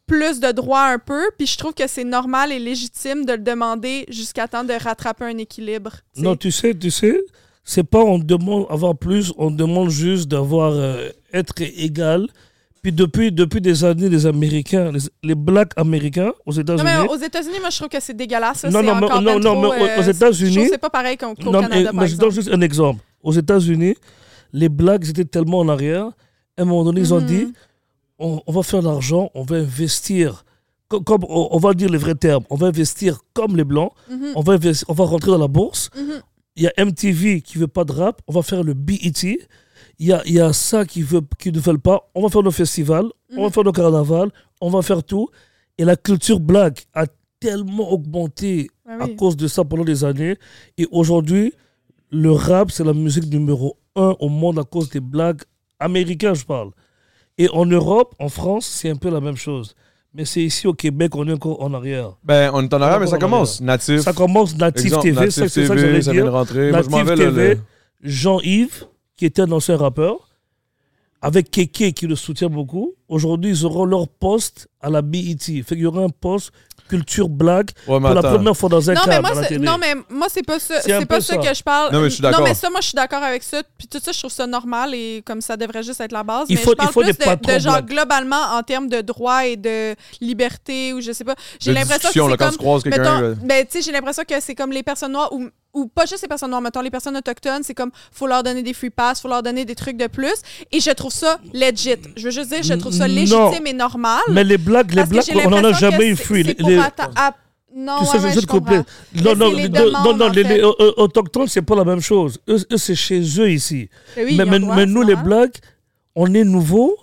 [SPEAKER 1] plus de droits un peu, puis je trouve que c'est normal et légitime de le demander jusqu'à temps de rattraper un équilibre. tu sais.
[SPEAKER 3] Non, tu sais, tu sais, c'est pas on demande avoir plus, on demande juste d'avoir euh, être égal. Puis depuis, depuis des années, les Américains, les, les Blacks américains aux
[SPEAKER 1] Non,
[SPEAKER 3] États-Unis.
[SPEAKER 1] mais aux États-Unis, moi je trouve que c'est dégueulasse. ça,
[SPEAKER 3] Non,
[SPEAKER 1] c'est
[SPEAKER 3] non, mais-
[SPEAKER 1] encore
[SPEAKER 3] non,
[SPEAKER 1] ben
[SPEAKER 3] non,
[SPEAKER 1] trop,
[SPEAKER 3] mais aux-
[SPEAKER 1] euh,
[SPEAKER 3] aux États-Unis-
[SPEAKER 1] Je trouve que c'est pas pareil qu'au qu'au
[SPEAKER 3] Non, mais-
[SPEAKER 1] Canada,
[SPEAKER 3] mais
[SPEAKER 1] par
[SPEAKER 3] je donne
[SPEAKER 1] exemple.
[SPEAKER 3] juste un exemple. Aux États-Unis, les Blacks étaient tellement en arrière, à un moment donné, ils ont
[SPEAKER 1] Mhm.
[SPEAKER 3] dit on, on va faire de l'argent, on va investir. Co- Comme, on, on va dire les vrais termes, on va investir comme les Blancs,
[SPEAKER 1] Mhm.
[SPEAKER 3] on, va investi- on va rentrer dans la bourse.
[SPEAKER 1] Mhm.
[SPEAKER 3] Il y a MTV qui veut pas de rap, on va faire le E BET. Il y a, il y a ça qui, veut, qui ne veulent pas, on va faire nos festivals, on
[SPEAKER 1] Mhm.
[SPEAKER 3] va faire nos carnavals, on va faire tout. Et la culture black a tellement augmenté
[SPEAKER 1] Ah
[SPEAKER 3] à
[SPEAKER 1] oui.
[SPEAKER 3] cause de ça pendant des années. Et aujourd'hui, le rap, c'est la musique numéro un au monde à cause des blagues américains, je parle. Et en Europe, en France, c'est un peu la même chose. Mais c'est ici au Québec, on est encore en arrière.
[SPEAKER 2] Ben, on est en arrière, mais ça
[SPEAKER 3] Encore en
[SPEAKER 2] commence. Natif.
[SPEAKER 3] Ah, Ça commence Native
[SPEAKER 2] Exemple,
[SPEAKER 3] TV,
[SPEAKER 2] Natif
[SPEAKER 3] ça, c'est ça que
[SPEAKER 2] TV,
[SPEAKER 3] j'allais
[SPEAKER 2] ça vient de
[SPEAKER 3] dire.
[SPEAKER 2] rentrer. Moi, je
[SPEAKER 3] Native
[SPEAKER 2] m'en vais, là.
[SPEAKER 3] TV,
[SPEAKER 2] le-
[SPEAKER 3] Jean-Yves, qui était un ancien rappeur, avec Keke qui le soutient beaucoup. Aujourd'hui, ils auront leur poste à la BET. Fait qu'il y aura un poste culture blague
[SPEAKER 2] Ouais, mais
[SPEAKER 3] pour la
[SPEAKER 2] attends.
[SPEAKER 3] première fois dans un
[SPEAKER 1] Non mais,
[SPEAKER 3] cadre
[SPEAKER 1] moi,
[SPEAKER 3] à la
[SPEAKER 1] c'est-
[SPEAKER 3] télé.
[SPEAKER 1] non, mais moi, c'est pas ça,
[SPEAKER 3] C'est un
[SPEAKER 1] c'est pas
[SPEAKER 3] peu
[SPEAKER 1] ça
[SPEAKER 3] ça.
[SPEAKER 1] que je parle.
[SPEAKER 2] Non, mais je suis d'accord.
[SPEAKER 1] Non, mais ça, moi, je suis d'accord avec ça. Puis tout ça, je trouve ça normal et comme ça devrait juste être la base.
[SPEAKER 3] Il
[SPEAKER 1] mais
[SPEAKER 3] faut-
[SPEAKER 1] je parle
[SPEAKER 3] il faut
[SPEAKER 1] plus
[SPEAKER 3] des
[SPEAKER 1] de, de
[SPEAKER 3] patrons
[SPEAKER 1] genre
[SPEAKER 3] blancs.
[SPEAKER 1] globalement en termes de droits et de liberté ou je sais pas. J'ai
[SPEAKER 2] de
[SPEAKER 1] l'impression que
[SPEAKER 2] discussion, là,
[SPEAKER 1] c'est
[SPEAKER 2] quand tu
[SPEAKER 1] comme...
[SPEAKER 2] croises quelqu'un. euh,
[SPEAKER 1] mettons,
[SPEAKER 2] là.
[SPEAKER 1] ben, tu sais, j'ai l'impression que c'est comme les personnes noires ou, ou pas juste les personnes noires, mettons les personnes autochtones, c'est comme faut leur donner des free pass, faut leur donner des trucs de plus. Et je trouve ça legit. Je veux juste dire, je trouve ça
[SPEAKER 3] Non.
[SPEAKER 1] légitime et normal.
[SPEAKER 3] Mais les blagues, les
[SPEAKER 1] parce
[SPEAKER 3] blagues,
[SPEAKER 1] que j'ai
[SPEAKER 3] on n'en a
[SPEAKER 1] l'impression que
[SPEAKER 3] jamais eu
[SPEAKER 1] c'est-
[SPEAKER 3] fui.
[SPEAKER 1] c'est
[SPEAKER 3] Les-
[SPEAKER 1] pour
[SPEAKER 3] les-
[SPEAKER 1] atta- à- Non,
[SPEAKER 3] Tout ça,
[SPEAKER 1] ouais, ouais,
[SPEAKER 3] je
[SPEAKER 1] je
[SPEAKER 3] te complète.
[SPEAKER 1] comprends.
[SPEAKER 3] Non,
[SPEAKER 1] Mais
[SPEAKER 3] non,
[SPEAKER 1] c'est les
[SPEAKER 3] non, non,
[SPEAKER 1] demandes,
[SPEAKER 3] non,
[SPEAKER 1] en
[SPEAKER 3] les,
[SPEAKER 1] fait.
[SPEAKER 3] les, euh, euh, autochtones, c'est pas la même chose. Eux, eux, c'est chez eux ici.
[SPEAKER 1] Mais oui,
[SPEAKER 3] mais
[SPEAKER 1] ils ont
[SPEAKER 3] mais-
[SPEAKER 1] droit, hein.
[SPEAKER 3] mais
[SPEAKER 1] c'est
[SPEAKER 3] nous, les
[SPEAKER 1] normal.
[SPEAKER 3] Blacks, on est nouveaux.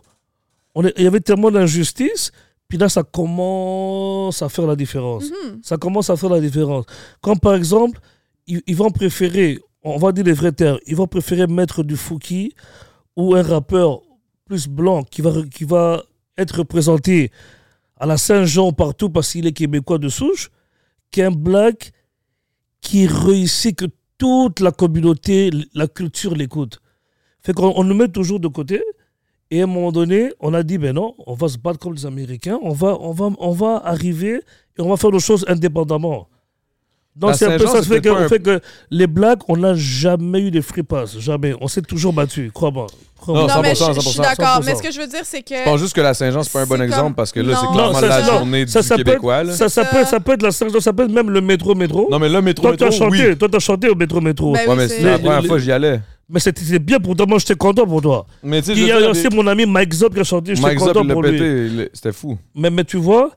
[SPEAKER 3] On est- il y avait tellement d'injustice. Puis là, ça commence à faire la différence.
[SPEAKER 1] Mhm.
[SPEAKER 3] Ça commence à faire la différence. Quand, par exemple, ils, ils vont préférer, on va dire les vrais termes, ils vont préférer mettre du Fouki ou un rappeur plus blanc qui va, qui va être représenté à la Saint-Jean partout parce qu'il est québécois de souche, qu'un black qui réussit que toute la communauté, la culture l'écoute. Fait qu'on on nous met toujours de côté. Et à un moment donné, on a dit, ben non, on va se battre comme les Américains, on va, on va, on va arriver et on va faire nos choses indépendamment. Donc
[SPEAKER 2] La
[SPEAKER 3] c'est un peu
[SPEAKER 2] Saint-Jean,
[SPEAKER 3] ça
[SPEAKER 2] c'est
[SPEAKER 3] fait que,
[SPEAKER 2] peut-être pas un-
[SPEAKER 3] fait que les Blacks, on n'a jamais eu de free pass, jamais. On s'est toujours battu, crois-moi. Crois-moi.
[SPEAKER 2] Non,
[SPEAKER 1] Non, mais je
[SPEAKER 2] 100%,
[SPEAKER 1] je suis
[SPEAKER 2] 100%,
[SPEAKER 1] d'accord. Mais ce que je veux dire, c'est
[SPEAKER 2] Je pense
[SPEAKER 1] que.
[SPEAKER 2] juste que la Saint-Jean, c'est pas un bon
[SPEAKER 1] C'est
[SPEAKER 2] exemple
[SPEAKER 1] comme-
[SPEAKER 2] parce que là, c'est
[SPEAKER 1] Non,
[SPEAKER 2] clairement
[SPEAKER 1] ça,
[SPEAKER 2] la
[SPEAKER 1] ça, non.
[SPEAKER 2] journée
[SPEAKER 3] Ça,
[SPEAKER 2] du
[SPEAKER 3] ça peut-
[SPEAKER 2] Québécois. là.
[SPEAKER 3] Ça, ça,
[SPEAKER 1] Ça-
[SPEAKER 3] peut, ça peut être la Saint-Jean, ça peut être même le métro-métro.
[SPEAKER 2] Non, mais là, métro,
[SPEAKER 3] Toi, tu as
[SPEAKER 2] métro,
[SPEAKER 3] chanté, Ben
[SPEAKER 2] oui.
[SPEAKER 3] toi, tu as chanté au métro-métro.
[SPEAKER 1] Ben
[SPEAKER 2] Ouais,
[SPEAKER 1] Oui,
[SPEAKER 2] mais
[SPEAKER 1] c'est-
[SPEAKER 2] c'est la
[SPEAKER 3] Les-
[SPEAKER 2] première
[SPEAKER 3] les-
[SPEAKER 2] fois que j'y allais.
[SPEAKER 3] Mais c'était c'était bien pour toi, moi j'étais content pour toi.
[SPEAKER 2] Mais tu sais, je
[SPEAKER 3] Il y
[SPEAKER 2] veux
[SPEAKER 3] a
[SPEAKER 2] dire,
[SPEAKER 3] aussi
[SPEAKER 2] les-
[SPEAKER 3] mon ami Mike Zop qui a chanté, j'étais
[SPEAKER 2] Mike Zop,
[SPEAKER 3] content
[SPEAKER 2] il l'a
[SPEAKER 3] pour lui.
[SPEAKER 2] pété. il- C'était fou.
[SPEAKER 3] Mais, mais tu vois,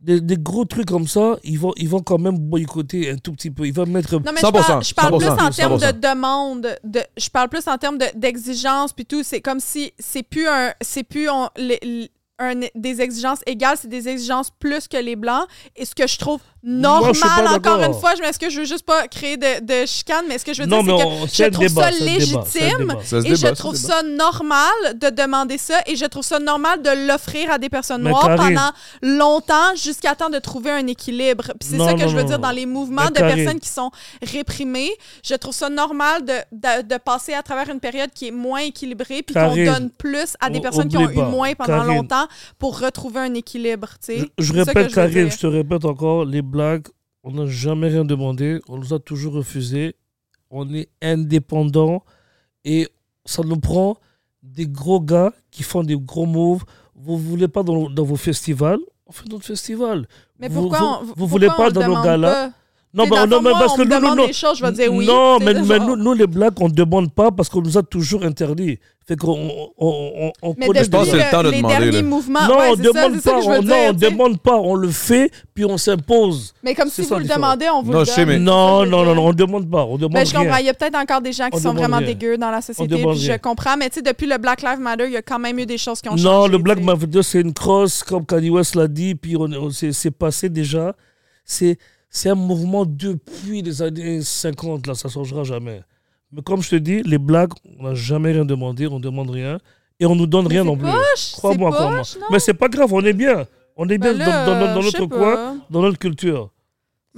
[SPEAKER 3] des, des gros trucs comme ça, ils vont, ils vont quand même boycotter un tout petit peu. Ils vont mettre.
[SPEAKER 1] Non, mais
[SPEAKER 2] 100%,
[SPEAKER 1] je parle, je parle plus
[SPEAKER 2] 100%,
[SPEAKER 1] en termes de
[SPEAKER 2] 100%.
[SPEAKER 1] demande, de, je parle plus en termes de- d'exigence, puis tout. C'est comme si c'est plus un. C'est plus on- les- les- un- des exigences égales, c'est des exigences plus que les blancs. Et ce que je trouve
[SPEAKER 3] Moi,
[SPEAKER 1] normal,
[SPEAKER 3] je suis pas
[SPEAKER 1] encore
[SPEAKER 3] d'accord.
[SPEAKER 1] une fois, je m'excuse, je veux juste pas créer de, de chicane, mais ce que je veux
[SPEAKER 3] Non, mais
[SPEAKER 1] dire,
[SPEAKER 3] on-
[SPEAKER 1] c'est
[SPEAKER 3] c'est
[SPEAKER 1] que
[SPEAKER 3] un
[SPEAKER 1] je trouve
[SPEAKER 3] débat,
[SPEAKER 1] ça
[SPEAKER 3] c'est un débat, c'est un
[SPEAKER 1] légitime.
[SPEAKER 3] débat.
[SPEAKER 2] Ça se
[SPEAKER 1] Et
[SPEAKER 2] débat,
[SPEAKER 1] je
[SPEAKER 2] ça se
[SPEAKER 1] trouve
[SPEAKER 2] débat.
[SPEAKER 1] ça normal de demander ça et je trouve ça normal de l'offrir à des personnes
[SPEAKER 3] Mais
[SPEAKER 1] noires
[SPEAKER 3] Karine-
[SPEAKER 1] pendant longtemps jusqu'à temps de trouver un équilibre. Puis C'est
[SPEAKER 3] Non,
[SPEAKER 1] ça que
[SPEAKER 3] non,
[SPEAKER 1] je veux
[SPEAKER 3] non,
[SPEAKER 1] dire
[SPEAKER 3] non.
[SPEAKER 1] dans les mouvements
[SPEAKER 3] Mais
[SPEAKER 1] de
[SPEAKER 3] Karine-
[SPEAKER 1] personnes qui sont réprimées. Je trouve ça normal de, de, de passer à travers une période qui est moins équilibrée puis qu'on
[SPEAKER 3] Karine,
[SPEAKER 1] donne plus à des
[SPEAKER 3] o-
[SPEAKER 1] personnes qui ont
[SPEAKER 3] oublie
[SPEAKER 1] eu
[SPEAKER 3] pas,
[SPEAKER 1] moins pendant
[SPEAKER 3] Karine.
[SPEAKER 1] longtemps pour retrouver un équilibre. tu sais.
[SPEAKER 3] Je, je
[SPEAKER 1] C'est ça que
[SPEAKER 3] répète,
[SPEAKER 1] je veux
[SPEAKER 3] Karine,
[SPEAKER 1] dire.
[SPEAKER 3] je te répète encore, les blagues, on n'a jamais rien demandé, on nous a toujours refusé. On est indépendant et ça nous prend des gros gars qui font des gros moves. Vous voulez pas dans, dans vos festivals On fait notre festival.
[SPEAKER 1] Mais
[SPEAKER 3] Vous-
[SPEAKER 1] pourquoi on,
[SPEAKER 3] vous- vous
[SPEAKER 1] pourquoi
[SPEAKER 3] voulez pas
[SPEAKER 1] on le
[SPEAKER 3] dans nos
[SPEAKER 1] demande
[SPEAKER 3] galas?
[SPEAKER 1] pas?
[SPEAKER 3] Non,
[SPEAKER 1] T'sais, dans
[SPEAKER 3] bah, non,
[SPEAKER 1] le
[SPEAKER 3] mais
[SPEAKER 1] fond, moi,
[SPEAKER 3] parce
[SPEAKER 1] on
[SPEAKER 3] que
[SPEAKER 1] me
[SPEAKER 3] nous,
[SPEAKER 1] demande
[SPEAKER 3] non,
[SPEAKER 1] des choses, je vais dire oui,
[SPEAKER 3] Non,
[SPEAKER 1] t'sais,
[SPEAKER 3] mais,
[SPEAKER 1] genre.
[SPEAKER 3] mais nous, nous, les blagues, on ne demande pas parce qu'on nous a toujours interdit. Fait qu'on on, on, on
[SPEAKER 1] Mais
[SPEAKER 3] connaît
[SPEAKER 1] depuis
[SPEAKER 2] Je pense que c'est le temps de
[SPEAKER 1] les
[SPEAKER 2] demander,
[SPEAKER 1] derniers
[SPEAKER 2] là.
[SPEAKER 1] mouvements,
[SPEAKER 3] Non,
[SPEAKER 1] ouais,
[SPEAKER 3] on
[SPEAKER 1] c'est ça,
[SPEAKER 3] demande
[SPEAKER 1] c'est ça
[SPEAKER 3] pas,
[SPEAKER 1] que je veux
[SPEAKER 3] on, non,
[SPEAKER 1] dire,
[SPEAKER 3] on
[SPEAKER 1] tu sais.
[SPEAKER 3] demande pas, on le fait, puis on s'impose.
[SPEAKER 1] Mais comme
[SPEAKER 3] C'est
[SPEAKER 1] si
[SPEAKER 3] ça,
[SPEAKER 1] vous le
[SPEAKER 3] différent.
[SPEAKER 1] demandez, on vous
[SPEAKER 2] Non,
[SPEAKER 1] le
[SPEAKER 2] je
[SPEAKER 1] donne.
[SPEAKER 2] sais, mais-
[SPEAKER 3] Non,
[SPEAKER 1] C'est ça que je
[SPEAKER 3] non,
[SPEAKER 1] veux
[SPEAKER 3] non,
[SPEAKER 1] dire.
[SPEAKER 3] non, on demande pas, on demande
[SPEAKER 1] Ben, je
[SPEAKER 3] rien.
[SPEAKER 1] comprends. Il y a peut-être encore des gens qui
[SPEAKER 3] On
[SPEAKER 1] sont
[SPEAKER 3] demande
[SPEAKER 1] vraiment
[SPEAKER 3] rien.
[SPEAKER 1] dégueux dans la société.
[SPEAKER 3] demande
[SPEAKER 1] puis je
[SPEAKER 3] rien.
[SPEAKER 1] comprends. Mais tu sais, depuis le Black Lives Matter, il y a quand même eu des choses qui ont changé.
[SPEAKER 3] Non, le Black
[SPEAKER 1] tu sais.
[SPEAKER 3] Mafia, c'est une crosse, comme Kanye West l'a dit, puis on, on- c'est c'est passé déjà. C'est c'est un mouvement depuis les années 50, là, ça ne changera jamais. Mais comme je te dis, les Blacks, on n'a jamais rien demandé, on ne demande rien, et on ne nous donne
[SPEAKER 1] Mais
[SPEAKER 3] rien
[SPEAKER 1] c'est
[SPEAKER 3] non plus.
[SPEAKER 1] poche,
[SPEAKER 3] Crois-moi,
[SPEAKER 1] c'est
[SPEAKER 3] crois-moi.
[SPEAKER 1] poche, non?
[SPEAKER 3] Mais c'est pas grave, on est bien. On est bien
[SPEAKER 1] Ben
[SPEAKER 3] dans, dans-
[SPEAKER 1] là,
[SPEAKER 3] dans
[SPEAKER 1] je sais
[SPEAKER 3] notre
[SPEAKER 1] pas.
[SPEAKER 3] coin, dans notre culture.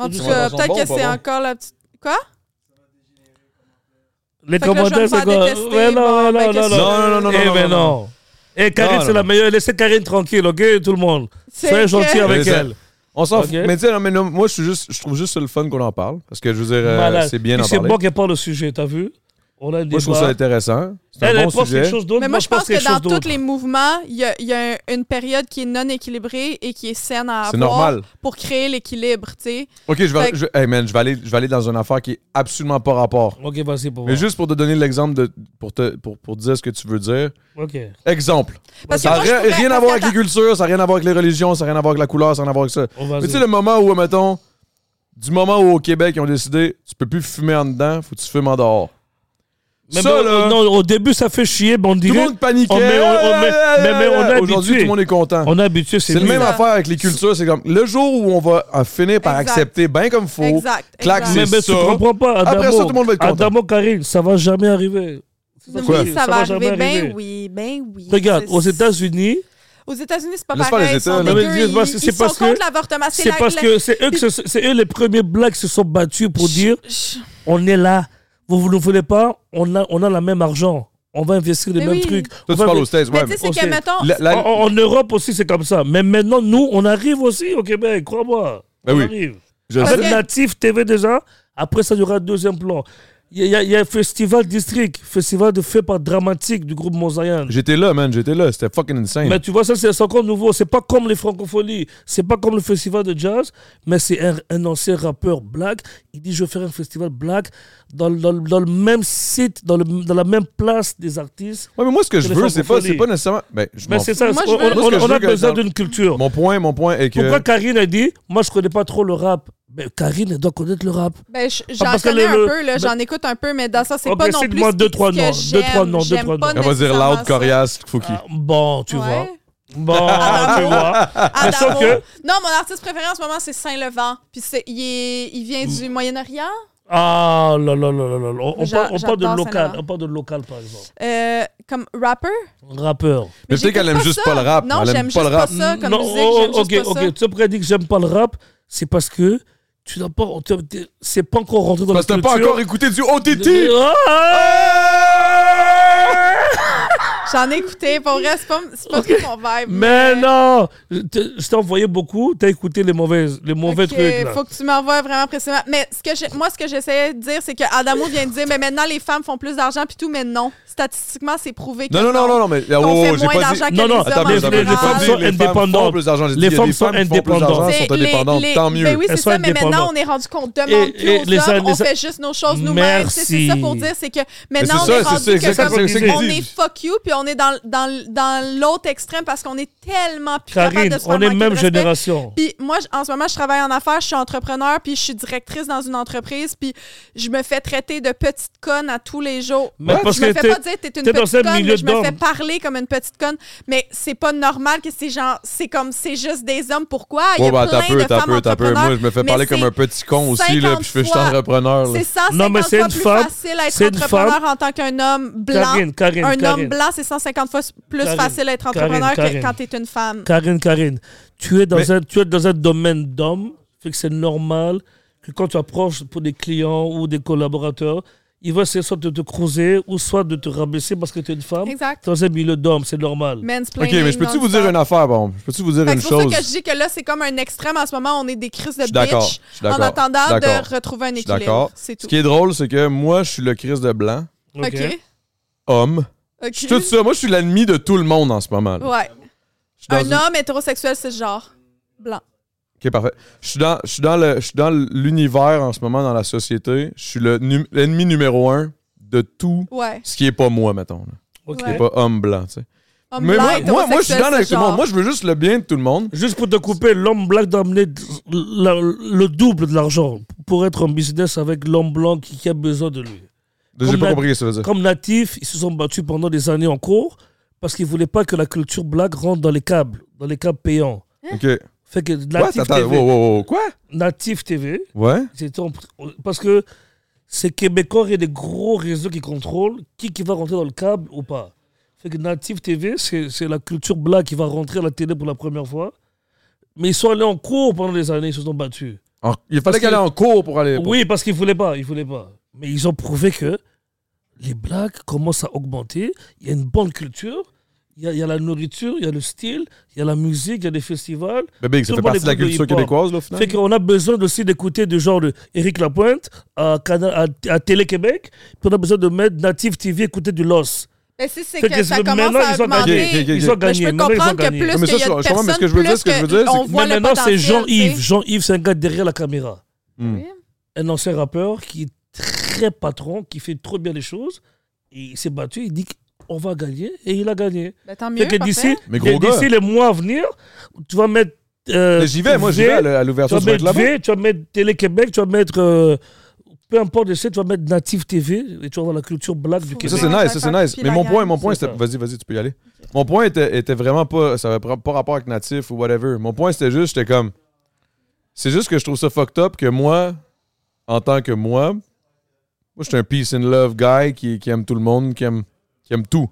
[SPEAKER 1] En tout
[SPEAKER 3] Ouais,
[SPEAKER 1] cas,
[SPEAKER 2] ils sont
[SPEAKER 1] peut-être
[SPEAKER 2] bons,
[SPEAKER 1] que
[SPEAKER 2] pas
[SPEAKER 1] c'est
[SPEAKER 2] bons.
[SPEAKER 1] encore la petite.
[SPEAKER 3] Les
[SPEAKER 1] Fait que là, je vais me
[SPEAKER 3] commentaires,
[SPEAKER 1] faire
[SPEAKER 3] c'est quoi
[SPEAKER 1] détester,
[SPEAKER 3] Ouais, non,
[SPEAKER 1] bon, ben,
[SPEAKER 3] non, non,
[SPEAKER 1] qu'est-ce
[SPEAKER 3] non,
[SPEAKER 1] que tu
[SPEAKER 2] non,
[SPEAKER 1] veux?
[SPEAKER 2] non, non, non,
[SPEAKER 3] Eh ben
[SPEAKER 2] non.
[SPEAKER 3] non. Eh, Karine,
[SPEAKER 2] Non,
[SPEAKER 3] c'est
[SPEAKER 2] non.
[SPEAKER 3] la meilleure. Laissez Karine tranquille, ok, tout le monde.
[SPEAKER 1] C'est
[SPEAKER 3] Soyez gentils
[SPEAKER 1] que-
[SPEAKER 3] avec
[SPEAKER 2] Mais ça-
[SPEAKER 3] elle.
[SPEAKER 2] On s'en fout.
[SPEAKER 3] Ok.
[SPEAKER 2] Mais tu sais, non, mais non, moi, je, suis juste, je trouve juste ça le fun qu'on en parle. Parce que je veux dire, euh,
[SPEAKER 3] Malade.
[SPEAKER 2] c'est bien
[SPEAKER 3] Puis
[SPEAKER 2] d'en
[SPEAKER 3] C'est
[SPEAKER 2] parler.
[SPEAKER 3] bon qu'elle parle le sujet, t'as vu On a un
[SPEAKER 2] Moi, je trouve ça
[SPEAKER 3] débat.
[SPEAKER 2] intéressant. C'est
[SPEAKER 3] Elle,
[SPEAKER 2] un
[SPEAKER 3] elle
[SPEAKER 2] bon
[SPEAKER 3] pense
[SPEAKER 2] sujet.
[SPEAKER 3] quelque chose d'autre.
[SPEAKER 1] Mais
[SPEAKER 3] moi,
[SPEAKER 1] moi, je pense que
[SPEAKER 3] quelque
[SPEAKER 1] dans
[SPEAKER 3] chose d'autre.
[SPEAKER 1] tous les mouvements, il y a, il y a une période qui est non équilibrée et qui est saine à
[SPEAKER 2] C'est
[SPEAKER 1] avoir
[SPEAKER 2] normal.
[SPEAKER 1] pour créer l'équilibre, tu sais.
[SPEAKER 2] OK, je
[SPEAKER 1] Fait
[SPEAKER 2] vais,
[SPEAKER 1] que-
[SPEAKER 2] je, hey, man, je vais aller, je vais aller dans une affaire qui est absolument pas rapport.
[SPEAKER 3] Ok, vas-y pour
[SPEAKER 2] Mais
[SPEAKER 3] moi.
[SPEAKER 2] juste pour te donner l'exemple, de, pour, te, pour, pour dire ce que tu veux dire.
[SPEAKER 3] Ok.
[SPEAKER 2] Exemple.
[SPEAKER 1] Parce que
[SPEAKER 2] Ça n'a
[SPEAKER 1] moi, je trouvais-
[SPEAKER 2] rien à
[SPEAKER 1] parce que
[SPEAKER 2] voir avec les
[SPEAKER 1] attends,
[SPEAKER 2] cultures, ça n'a rien à voir avec les religions, ça n'a rien à voir avec la couleur, ça n'a rien à voir avec ça.
[SPEAKER 3] On
[SPEAKER 2] Mais
[SPEAKER 3] va
[SPEAKER 2] tu sais, le moment où, mettons, du moment où au Québec, ils ont décidé, tu peux plus fumer en dedans, faut que tu fumes en dehors. ça, là,
[SPEAKER 3] non, au début, ça fait chier, mais on
[SPEAKER 2] tout le
[SPEAKER 3] dirait.
[SPEAKER 2] monde paniquait.
[SPEAKER 3] Oh, on met- on- on met-
[SPEAKER 2] Ah,
[SPEAKER 3] mais- mais on est
[SPEAKER 2] Aujourd'hui,
[SPEAKER 3] habitué.
[SPEAKER 2] tout le monde est content.
[SPEAKER 3] On est habitué, c'est Ah,
[SPEAKER 2] C'est le
[SPEAKER 3] mieux.
[SPEAKER 2] même
[SPEAKER 1] Ça.
[SPEAKER 2] affaire avec les cultures. C'est comme le jour où on va en finir par
[SPEAKER 1] Exact.
[SPEAKER 2] accepter bien comme faut.
[SPEAKER 1] Exact.
[SPEAKER 2] Claque,
[SPEAKER 1] exact.
[SPEAKER 2] c'est
[SPEAKER 3] Mais, mais
[SPEAKER 2] ça.
[SPEAKER 3] tu
[SPEAKER 2] hein.
[SPEAKER 3] comprends pas, Adamo.
[SPEAKER 2] Après ça, tout le monde va être content.
[SPEAKER 3] Adamo Karine, ça va jamais arriver. C'est
[SPEAKER 1] Oui,
[SPEAKER 2] Quoi?
[SPEAKER 3] que je dis,
[SPEAKER 1] ça va
[SPEAKER 3] jamais
[SPEAKER 1] arriver. Ben oui, ben oui.
[SPEAKER 3] Regarde,
[SPEAKER 1] C'est-
[SPEAKER 3] aux États-Unis,
[SPEAKER 1] Aux États-Unis, c'est pas
[SPEAKER 2] Laisse
[SPEAKER 1] pareil.
[SPEAKER 2] faire
[SPEAKER 1] ils
[SPEAKER 2] les
[SPEAKER 1] sont
[SPEAKER 2] États, là.
[SPEAKER 1] dégueux,
[SPEAKER 3] Mais c'est parce-
[SPEAKER 1] ils-
[SPEAKER 3] c'est
[SPEAKER 1] ils sont
[SPEAKER 3] parce que-
[SPEAKER 1] contre l'avortement. Ah, C'est
[SPEAKER 3] c'est
[SPEAKER 1] la-
[SPEAKER 3] parce
[SPEAKER 1] la-
[SPEAKER 3] que c'est eux, que se- c'est eux les premiers blacks qui se sont battus pour dire on est là, vous vous ne voulez pas, on a, on a le même argent, on va investir les
[SPEAKER 1] Mais
[SPEAKER 3] mêmes
[SPEAKER 1] oui.
[SPEAKER 3] trucs.
[SPEAKER 2] Toi,
[SPEAKER 3] On
[SPEAKER 2] tu
[SPEAKER 3] va
[SPEAKER 2] parles aux
[SPEAKER 3] investir-
[SPEAKER 2] States. Ouais,
[SPEAKER 1] Mais tu sais, c'est que,
[SPEAKER 3] aussi,
[SPEAKER 1] mettons,
[SPEAKER 2] la- la-
[SPEAKER 3] en, en- en Europe aussi, c'est comme ça. Mais maintenant, nous, on arrive aussi au Québec, crois-moi.
[SPEAKER 2] Ben
[SPEAKER 3] on
[SPEAKER 2] oui.
[SPEAKER 3] arrive.
[SPEAKER 2] je
[SPEAKER 1] Parce
[SPEAKER 3] Avec
[SPEAKER 2] sais.
[SPEAKER 1] que-
[SPEAKER 3] Natif TV déjà, après ça, il y aura un deuxième plan. Il y, a- il y a- il y a un festival district, festival de fait par dramatique du groupe Mosaïen.
[SPEAKER 2] J'étais là, man, j'étais là. C'était fucking insane.
[SPEAKER 3] Mais tu vois, ça, c'est c'est encore nouveau. C'est pas comme les francophonies. C'est pas comme le festival de jazz. Mais c'est un, un ancien rappeur black. Il dit Je vais faire un festival black dans, le- dans le- dans le même site, dans, le, dans la même place des artistes.
[SPEAKER 2] Ouais, mais moi, ce que je
[SPEAKER 3] C'est
[SPEAKER 2] veux,
[SPEAKER 3] les
[SPEAKER 2] c'est pas,
[SPEAKER 3] francophonies.
[SPEAKER 2] c'est pas nécessairement. Ben, je
[SPEAKER 3] Mais
[SPEAKER 2] m'en
[SPEAKER 3] c'est ça.
[SPEAKER 1] Moi, je veux-
[SPEAKER 3] on, on-
[SPEAKER 2] Moi, ce que
[SPEAKER 3] on
[SPEAKER 2] je
[SPEAKER 3] a
[SPEAKER 2] veux que
[SPEAKER 3] besoin
[SPEAKER 2] dans-
[SPEAKER 3] d'une culture.
[SPEAKER 2] Mon point, mon point est que.
[SPEAKER 3] Pourquoi Karine a dit Moi, je connais pas trop le rap. Mais Karine, elle doit connaître le rap.
[SPEAKER 1] Ben, je- j'en
[SPEAKER 3] parce que
[SPEAKER 1] connais
[SPEAKER 3] le-
[SPEAKER 1] un
[SPEAKER 3] le-
[SPEAKER 1] peu, là,
[SPEAKER 3] ben-
[SPEAKER 1] j'en écoute un peu, mais dans ça, c'est
[SPEAKER 3] Ok,
[SPEAKER 1] pas non plus
[SPEAKER 3] cite-moi
[SPEAKER 1] ce
[SPEAKER 3] deux,
[SPEAKER 1] qui-
[SPEAKER 3] trois
[SPEAKER 1] ce
[SPEAKER 3] noms,
[SPEAKER 1] que
[SPEAKER 3] deux, trois
[SPEAKER 1] j'aime.
[SPEAKER 3] noms, deux,
[SPEAKER 1] J'aime
[SPEAKER 3] trois
[SPEAKER 1] pas
[SPEAKER 3] noms.
[SPEAKER 2] Elle va dire
[SPEAKER 1] nécessairement
[SPEAKER 2] loud,
[SPEAKER 1] ça.
[SPEAKER 2] coriace, Fouki.
[SPEAKER 3] Ah, bon, tu
[SPEAKER 1] Ouais. Ah,
[SPEAKER 3] vois. Bon, tu vois.
[SPEAKER 1] Adamo.
[SPEAKER 3] Sauf que-
[SPEAKER 1] Non, mon artiste préféré en ce moment, c'est Saint-Levant. Puis c'est- il, est- il vient du Moyen-Orient.
[SPEAKER 3] Ah là là là là là. là. On, on
[SPEAKER 1] J'a-
[SPEAKER 3] parle, on parle de
[SPEAKER 1] j'adore
[SPEAKER 3] local.
[SPEAKER 1] celle-là.
[SPEAKER 3] On parle de local, par exemple.
[SPEAKER 1] Euh, comme rapper.
[SPEAKER 3] Rappeur.
[SPEAKER 2] Mais peut-être qu'elle
[SPEAKER 1] j'écoute
[SPEAKER 2] aime
[SPEAKER 1] pas
[SPEAKER 2] juste
[SPEAKER 1] ça.
[SPEAKER 2] pas le rap.
[SPEAKER 1] Non,
[SPEAKER 2] Elle aime
[SPEAKER 1] j'aime
[SPEAKER 2] pas
[SPEAKER 1] juste
[SPEAKER 2] le
[SPEAKER 1] pas
[SPEAKER 2] rap.
[SPEAKER 1] ça comme
[SPEAKER 3] Non,
[SPEAKER 1] musique.
[SPEAKER 3] oh,
[SPEAKER 1] J'aime juste
[SPEAKER 3] ok,
[SPEAKER 1] pas
[SPEAKER 3] ok.
[SPEAKER 1] ça.
[SPEAKER 3] Tu as pourquoi dire que j'aime pas le rap C'est parce que tu n'as pas, on t'a- t'es- c'est pas encore rentré dans
[SPEAKER 2] Parce que
[SPEAKER 3] la
[SPEAKER 2] t'as pas
[SPEAKER 3] culture.
[SPEAKER 2] encore écouté du OTT.
[SPEAKER 3] Ah
[SPEAKER 1] J'en ai écouté. Pour vrai, c'est pas, c'est pas tout mon vibe.
[SPEAKER 3] mais non, je t'ai- je t'ai envoyé beaucoup. T'as écouté les mauvaises, les mauvais
[SPEAKER 1] Ok,
[SPEAKER 3] trucs là.
[SPEAKER 1] Faut que tu m'envoies vraiment précisément. Mais ce que j'ai- moi, ce que j'essayais de dire, c'est que Adamo vient de dire, mais maintenant les femmes font plus d'argent puis tout, mais non. Statistiquement, c'est prouvé que
[SPEAKER 2] Non, non, non, non, non, mais.
[SPEAKER 1] qu'on
[SPEAKER 2] oh,
[SPEAKER 1] fait
[SPEAKER 2] oh, j'ai
[SPEAKER 1] moins
[SPEAKER 2] pas dit.
[SPEAKER 1] d'argent que
[SPEAKER 3] Non,
[SPEAKER 1] les
[SPEAKER 3] non,
[SPEAKER 1] hommes
[SPEAKER 3] attends,
[SPEAKER 1] en
[SPEAKER 3] mais les-
[SPEAKER 1] général.
[SPEAKER 3] les femmes sont indépendantes.
[SPEAKER 2] Les femmes sont indépendantes.
[SPEAKER 1] C'est
[SPEAKER 2] sont indépendantes.
[SPEAKER 1] les-
[SPEAKER 2] Tant
[SPEAKER 1] les-
[SPEAKER 2] mieux.
[SPEAKER 1] Ben oui, c'est
[SPEAKER 3] Elles sont
[SPEAKER 1] ça, mais maintenant,
[SPEAKER 3] indépendantes.
[SPEAKER 1] on est rendu qu'on demande
[SPEAKER 3] Et-
[SPEAKER 1] plus
[SPEAKER 3] et
[SPEAKER 1] aux
[SPEAKER 3] les
[SPEAKER 1] hommes,
[SPEAKER 3] in-
[SPEAKER 1] on
[SPEAKER 3] les in-
[SPEAKER 1] fait juste nos choses nous-mêmes. Tu sais, C'est ça
[SPEAKER 3] Merci.
[SPEAKER 1] pour dire, c'est que
[SPEAKER 2] Mais
[SPEAKER 1] maintenant,
[SPEAKER 2] c'est
[SPEAKER 1] on est
[SPEAKER 2] ça,
[SPEAKER 1] rendu
[SPEAKER 2] c'est- c'est
[SPEAKER 1] que
[SPEAKER 2] exactement
[SPEAKER 1] comme
[SPEAKER 3] ce que
[SPEAKER 1] on
[SPEAKER 2] j'ai dit.
[SPEAKER 1] est fuck you, puis on est dans, dans, dans l'autre extrême parce qu'on est tellement plus capable
[SPEAKER 3] Karine,
[SPEAKER 1] de se faire
[SPEAKER 3] on est
[SPEAKER 1] manquer de
[SPEAKER 3] même
[SPEAKER 1] respect.
[SPEAKER 3] génération.
[SPEAKER 1] Puis moi, je- en ce moment, je travaille en affaires, je suis entrepreneur, puis je suis directrice dans une entreprise, puis je me fais traiter de petite conne à tous les jours.
[SPEAKER 3] Mais
[SPEAKER 1] Ouais,
[SPEAKER 3] parce
[SPEAKER 1] je me
[SPEAKER 3] que
[SPEAKER 1] fais
[SPEAKER 3] t'es-
[SPEAKER 1] pas dire t'es une
[SPEAKER 3] t'es dans un
[SPEAKER 1] petite conne,
[SPEAKER 3] milieu
[SPEAKER 1] mais je me fais
[SPEAKER 3] d'hommes.
[SPEAKER 1] parler comme une petite conne. Mais c'est pas normal que ces gens, c'est comme, c'est juste des hommes. Pourquoi? Il y
[SPEAKER 2] Ouais,
[SPEAKER 1] a
[SPEAKER 2] bah,
[SPEAKER 1] plein
[SPEAKER 2] t'as peu,
[SPEAKER 1] de
[SPEAKER 2] t'as
[SPEAKER 1] femmes
[SPEAKER 2] peu, t'as peu.
[SPEAKER 1] entrepreneurs.
[SPEAKER 2] Moi, je me fais
[SPEAKER 1] mais
[SPEAKER 2] parler comme
[SPEAKER 1] c'est-
[SPEAKER 2] un petit con aussi, là,
[SPEAKER 1] 50
[SPEAKER 2] puis je fais juste
[SPEAKER 1] fois.
[SPEAKER 2] entrepreneur. là.
[SPEAKER 1] C'est 150
[SPEAKER 3] Non, mais c'est
[SPEAKER 1] fois
[SPEAKER 3] une
[SPEAKER 1] plus
[SPEAKER 3] femme.
[SPEAKER 1] facile à être
[SPEAKER 3] C'est une
[SPEAKER 1] entrepreneur
[SPEAKER 3] femme.
[SPEAKER 1] en tant qu'un homme blanc.
[SPEAKER 3] Karine, Karine,
[SPEAKER 1] un homme
[SPEAKER 3] Karine.
[SPEAKER 1] blanc, c'est 150 fois plus
[SPEAKER 3] Karine,
[SPEAKER 1] facile à être
[SPEAKER 3] Karine,
[SPEAKER 1] entrepreneur
[SPEAKER 3] Karine.
[SPEAKER 1] que quand t'es une femme.
[SPEAKER 3] Karine, Karine, tu es dans,
[SPEAKER 2] Mais-
[SPEAKER 3] un, tu es dans un domaine d'hommes, fait que c'est normal que quand tu approches pour des clients ou des collaborateurs, ils vont essayer soit de te creuser ou soit de te rabaisser parce que tu es une femme.
[SPEAKER 1] Exact.
[SPEAKER 3] Dans un milieu d'hommes, c'est normal.
[SPEAKER 2] Ok, mais je peux-tu vous dire une affaire, bon? Je peux-tu vous dire
[SPEAKER 1] Fait que
[SPEAKER 2] une
[SPEAKER 1] Ben, c'est pour
[SPEAKER 2] chose?
[SPEAKER 1] ça que je dis que là, c'est comme un extrême. En ce moment, on est des crises de
[SPEAKER 2] Je suis d'accord,
[SPEAKER 1] bitch
[SPEAKER 2] je suis
[SPEAKER 1] en
[SPEAKER 2] d'accord, je suis
[SPEAKER 1] attendant
[SPEAKER 2] d'accord,
[SPEAKER 1] de retrouver un
[SPEAKER 2] Je suis d'accord.
[SPEAKER 1] équilibre. C'est
[SPEAKER 2] Ce
[SPEAKER 1] tout.
[SPEAKER 2] qui est drôle, c'est que moi, je suis le Christ de blanc,
[SPEAKER 3] Ok.
[SPEAKER 1] OK.
[SPEAKER 2] homme.
[SPEAKER 1] OK.
[SPEAKER 2] Je suis tout ça. Moi, je suis l'ennemi de tout le monde en ce moment. là.
[SPEAKER 1] Ouais.
[SPEAKER 2] Je suis dans
[SPEAKER 1] Un
[SPEAKER 2] une-
[SPEAKER 1] homme hétérosexuel, c'est ce genre. Blanc.
[SPEAKER 2] Ok, parfait. Je suis dans, je suis dans le, je suis dans l'univers en ce moment, dans la société. Je suis le nu- l'ennemi numéro un de tout
[SPEAKER 1] Ouais.
[SPEAKER 2] ce qui est pas moi, mettons. là.
[SPEAKER 3] Ok.
[SPEAKER 2] Qui est
[SPEAKER 1] Ouais.
[SPEAKER 2] pas homme blanc, tu sais.
[SPEAKER 1] Homme
[SPEAKER 2] Mais
[SPEAKER 1] blanc,
[SPEAKER 2] moi, moi, moi, je suis
[SPEAKER 1] hétérosexuel,
[SPEAKER 2] dans
[SPEAKER 1] c'est
[SPEAKER 2] avec
[SPEAKER 1] ce
[SPEAKER 2] tout le monde.
[SPEAKER 1] genre.
[SPEAKER 2] Moi, je veux juste le bien de tout le monde.
[SPEAKER 3] Juste pour te couper, l'homme blanc doit amener d- la- le double de l'argent pour être en business avec l'homme blanc qui, qui a besoin de lui.
[SPEAKER 2] J'ai
[SPEAKER 3] Comme
[SPEAKER 2] pas
[SPEAKER 3] la-
[SPEAKER 2] compris ce que ça veut dire.
[SPEAKER 3] Comme natifs, ils se sont battus pendant des années en cours parce qu'ils ne voulaient pas que la culture black rentre dans les câbles, dans les câbles payants.
[SPEAKER 2] Ok.
[SPEAKER 3] Fait que
[SPEAKER 2] Quoi?
[SPEAKER 3] Natif
[SPEAKER 2] Attends,
[SPEAKER 3] TV,
[SPEAKER 2] wow, wow, wow. Quoi?
[SPEAKER 3] Natif TV,
[SPEAKER 2] Ouais?
[SPEAKER 3] C'était en- euh, Parce que ces Québécois, il y a des gros réseaux qui contrôlent qui, qui va rentrer dans le câble ou pas. Fait que Native TV, c'est c'est la culture black qui va rentrer à la télé pour la première fois. Mais ils sont allés en cours pendant des années, ils se sont battus.
[SPEAKER 2] En- Il
[SPEAKER 3] Parce
[SPEAKER 2] fallait qu'elle
[SPEAKER 3] que-
[SPEAKER 2] aille en cours pour aller.
[SPEAKER 3] Oui, parce qu'ils ne voulaient pas, ils voulaient pas. Mais ils ont prouvé que les blacks commencent à augmenter. Il y a une bonne culture, il y a, il y a la nourriture, il y a le style, il y a la musique, il y a des festivals.
[SPEAKER 2] Mais big, ça fait
[SPEAKER 3] Tout le monde
[SPEAKER 2] partie de la
[SPEAKER 3] écoute le
[SPEAKER 2] culture
[SPEAKER 3] hip-hop.
[SPEAKER 2] québécoise, là, au final.
[SPEAKER 3] Fait qu'on a besoin aussi d'écouter du genre de Éric Lapointe à, Canal- à, à Télé-Québec. Puis on a besoin de mettre Native TV, écouter du Los.
[SPEAKER 1] Mais si c'est
[SPEAKER 3] Fait que
[SPEAKER 1] que ça
[SPEAKER 3] maintenant,
[SPEAKER 1] commence
[SPEAKER 3] ils
[SPEAKER 1] à
[SPEAKER 3] sont gagnés.
[SPEAKER 1] augmenter.
[SPEAKER 2] Ok, ok, ok.
[SPEAKER 3] Ils ont
[SPEAKER 1] Mais
[SPEAKER 3] gagné.
[SPEAKER 1] je peux
[SPEAKER 3] Maintenant, ils ont
[SPEAKER 1] comprendre que
[SPEAKER 3] gagné.
[SPEAKER 1] plus
[SPEAKER 2] Mais
[SPEAKER 1] qu'il
[SPEAKER 2] ça,
[SPEAKER 1] y
[SPEAKER 2] je-
[SPEAKER 1] a
[SPEAKER 2] je
[SPEAKER 1] de
[SPEAKER 2] comprends,
[SPEAKER 1] personnes,
[SPEAKER 2] mais ce que je veux dire,
[SPEAKER 1] plus
[SPEAKER 2] ce que je veux dire,
[SPEAKER 1] on
[SPEAKER 2] c'est que-
[SPEAKER 1] voit
[SPEAKER 3] Mais
[SPEAKER 1] le
[SPEAKER 3] maintenant, c'est
[SPEAKER 1] potentiel, tu
[SPEAKER 3] Jean-Yves.
[SPEAKER 1] sais.
[SPEAKER 3] Jean-Yves, c'est un gars derrière la caméra.
[SPEAKER 2] Hmm.
[SPEAKER 3] Un ancien rappeur qui est très patron, qui fait trop bien les choses. Et il s'est battu, il dit qu'on va gagner. Et il a gagné.
[SPEAKER 1] Ben, tant mieux,
[SPEAKER 3] Fait que d'ici,
[SPEAKER 1] parfait.
[SPEAKER 2] Mais gros gars.
[SPEAKER 3] d'ici les mois à venir, tu vas mettre. euh,
[SPEAKER 2] Mais J'y vais, moi, j'y vais à le- à
[SPEAKER 3] Tu
[SPEAKER 2] l'ouverture
[SPEAKER 3] vas
[SPEAKER 2] du
[SPEAKER 3] mettre
[SPEAKER 2] là-bas.
[SPEAKER 3] V, tu vas mettre Télé-Québec, tu vas mettre. euh, peu importe le site, tu vas mettre Native TV et tu vas voir la culture black du
[SPEAKER 1] Ça,
[SPEAKER 2] Ça,
[SPEAKER 3] Québec.
[SPEAKER 2] c'est
[SPEAKER 1] Ouais,
[SPEAKER 2] nice, ça, c'est
[SPEAKER 1] faire
[SPEAKER 2] nice.
[SPEAKER 1] pipi
[SPEAKER 2] Mais mon
[SPEAKER 1] la
[SPEAKER 2] point,
[SPEAKER 1] gamme,
[SPEAKER 2] mon point,
[SPEAKER 3] c'est
[SPEAKER 2] c'était.
[SPEAKER 3] ça.
[SPEAKER 2] Vas-y, vas-y, tu peux y aller. Mon point était, était vraiment pas. Ça avait pas rapport avec natif ou whatever. Mon point, c'était juste, j'étais comme. C'est juste que je trouve ça fucked up que moi, en tant que moi, moi, je suis un peace and love guy qui, qui aime tout le monde, qui aime, qui aime tout.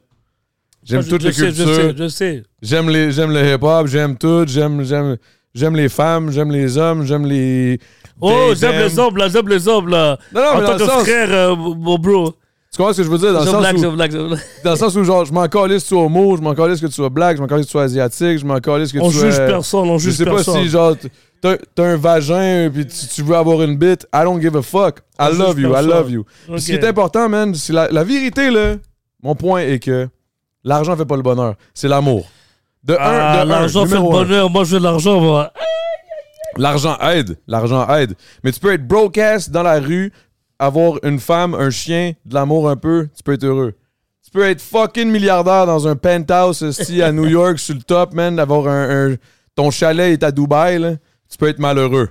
[SPEAKER 2] J'aime
[SPEAKER 3] Ça,
[SPEAKER 2] toutes
[SPEAKER 3] Ah, je,
[SPEAKER 2] les
[SPEAKER 3] je sais,
[SPEAKER 2] cultures.
[SPEAKER 3] Je sais, je sais.
[SPEAKER 2] J'aime les j'aime le hip hop, j'aime tout, j'aime j'aime j'aime les femmes, j'aime les hommes, j'aime les
[SPEAKER 3] Oh,
[SPEAKER 2] Des
[SPEAKER 3] j'aime les
[SPEAKER 2] hommes.
[SPEAKER 3] hommes là, j'aime les hommes là.
[SPEAKER 2] Non non,
[SPEAKER 3] en
[SPEAKER 2] mais
[SPEAKER 3] tant
[SPEAKER 2] dans
[SPEAKER 3] que
[SPEAKER 2] le sens,
[SPEAKER 3] frère, euh, mon bro.
[SPEAKER 2] tu Tu comprends ce que je veux dire? Dans le
[SPEAKER 3] The
[SPEAKER 2] sens
[SPEAKER 3] Black,
[SPEAKER 2] où-
[SPEAKER 3] The Black, The Black.
[SPEAKER 2] Dans le sens où, genre, je m'en calisse que tu sois homo, je m'en calisse que tu sois black, je m'en calisse que tu sois asiatique, je m'en calisse que
[SPEAKER 3] On
[SPEAKER 2] tu sois.
[SPEAKER 3] juge personne, on
[SPEAKER 2] Je
[SPEAKER 3] juge
[SPEAKER 2] sais pas
[SPEAKER 3] personne.
[SPEAKER 2] si, genre, t- t'as t'as un vagin puis tu, tu veux avoir une bite. I don't give a fuck. I
[SPEAKER 3] On juge
[SPEAKER 2] love you, I
[SPEAKER 3] personne.
[SPEAKER 2] love you. Puis
[SPEAKER 3] Ok.
[SPEAKER 2] Ce qui est important, man, c'est la, la vérité, là. Mon point est que l'argent fait pas le bonheur, c'est l'amour. De
[SPEAKER 3] Ah,
[SPEAKER 2] un, de un,
[SPEAKER 3] l'argent fait le
[SPEAKER 2] numéro un.
[SPEAKER 3] bonheur. Moi, je veux de l'argent, moi.
[SPEAKER 2] L'argent aide, l'argent aide. Mais tu peux être broke ass dans la rue, avoir une femme, un chien, de l'amour un peu, tu peux être heureux. Tu peux être fucking milliardaire dans un penthouse esti, à New York sur le top, man, d'avoir un, un- ton chalet est à Dubaï, là. tu peux être malheureux.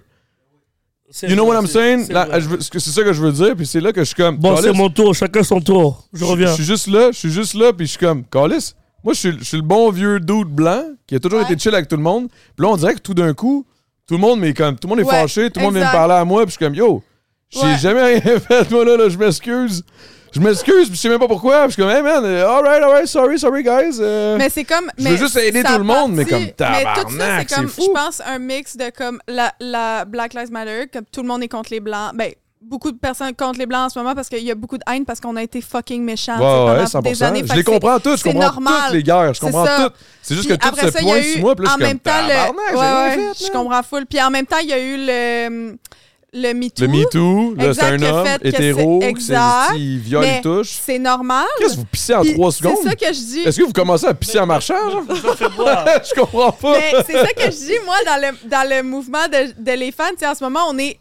[SPEAKER 3] C'est
[SPEAKER 2] You know
[SPEAKER 3] vrai,
[SPEAKER 2] what I'm
[SPEAKER 3] c'est-
[SPEAKER 2] saying?
[SPEAKER 3] c'est
[SPEAKER 2] La-
[SPEAKER 3] vrai.
[SPEAKER 2] je veux- C'est ça que je veux dire, puis c'est là que je suis comme.
[SPEAKER 3] Bon, c'est
[SPEAKER 2] Caliste,
[SPEAKER 3] mon tour. Chacun son tour. Je reviens.
[SPEAKER 2] Je suis juste là, je suis juste là, puis je suis comme, Calis, moi je suis, le- je suis le bon vieux dude blanc qui a toujours
[SPEAKER 4] Ouais.
[SPEAKER 2] été chill avec tout le monde. Puis là, on dirait que tout d'un coup, tout le monde, mais comme, tout le monde est
[SPEAKER 1] Ouais,
[SPEAKER 2] fâché, tout le monde vient me
[SPEAKER 1] exact.
[SPEAKER 2] parler à moi, puis je suis comme, yo, j'ai
[SPEAKER 1] Ouais.
[SPEAKER 2] jamais rien fait, moi là, là, je m'excuse. Je m'excuse, puis je sais même pas pourquoi. Puis je suis comme, hey man, euh, alright, alright, sorry, sorry guys. euh,
[SPEAKER 1] Mais c'est comme.
[SPEAKER 2] Je
[SPEAKER 1] mais
[SPEAKER 2] veux juste aider
[SPEAKER 1] ça
[SPEAKER 2] tout le monde, mais
[SPEAKER 1] partit-
[SPEAKER 2] comme
[SPEAKER 1] Mais tout ça,
[SPEAKER 2] tabarnak,
[SPEAKER 1] c'est comme,
[SPEAKER 2] c'est fou.
[SPEAKER 1] je pense, un mix de comme la, la Black Lives Matter, comme tout le monde est contre les Blancs. Ben, beaucoup de personnes contre les Blancs en ce moment parce qu'il y a beaucoup de haine parce qu'on a été fucking méchants tu sais,
[SPEAKER 2] ouais, ouais,
[SPEAKER 1] pendant
[SPEAKER 2] 100%.
[SPEAKER 1] des années.
[SPEAKER 2] je
[SPEAKER 1] Fait
[SPEAKER 2] les
[SPEAKER 1] que c'est-
[SPEAKER 2] comprends toutes, je
[SPEAKER 1] c'est
[SPEAKER 2] comprends
[SPEAKER 1] normal.
[SPEAKER 2] toutes les guerres, je
[SPEAKER 1] C'est
[SPEAKER 2] comprends
[SPEAKER 1] ça.
[SPEAKER 2] toutes. C'est juste que
[SPEAKER 1] Puis
[SPEAKER 2] tout
[SPEAKER 1] après
[SPEAKER 2] se
[SPEAKER 1] ça, il y a
[SPEAKER 2] pointe
[SPEAKER 1] eu
[SPEAKER 2] sur moi, plus
[SPEAKER 1] en
[SPEAKER 2] comme
[SPEAKER 1] même temps le
[SPEAKER 2] tabarnak, j'ai rien
[SPEAKER 1] ouais, ouais,
[SPEAKER 2] fait,
[SPEAKER 1] je
[SPEAKER 2] man.
[SPEAKER 1] comprends full. Puis en même temps, il y a eu le le MeToo.
[SPEAKER 2] Le MeToo, là, c'est
[SPEAKER 1] Exact,
[SPEAKER 2] un
[SPEAKER 1] le
[SPEAKER 2] homme
[SPEAKER 1] fait que
[SPEAKER 2] hétéro,
[SPEAKER 1] c'est-
[SPEAKER 2] qui
[SPEAKER 1] exact,
[SPEAKER 2] viole
[SPEAKER 1] mais
[SPEAKER 2] et touche.
[SPEAKER 1] C'est normal.
[SPEAKER 2] Qu'est-ce que vous pissez en
[SPEAKER 1] Puis
[SPEAKER 2] trois secondes?
[SPEAKER 1] C'est ça que je dis.
[SPEAKER 2] Est-ce que vous commencez à pisser en marchant? genre? je comprends pas.
[SPEAKER 1] Mais c'est ça que je dis, moi, dans le, dans le mouvement de, de les fans. Tu sais, en ce moment, on est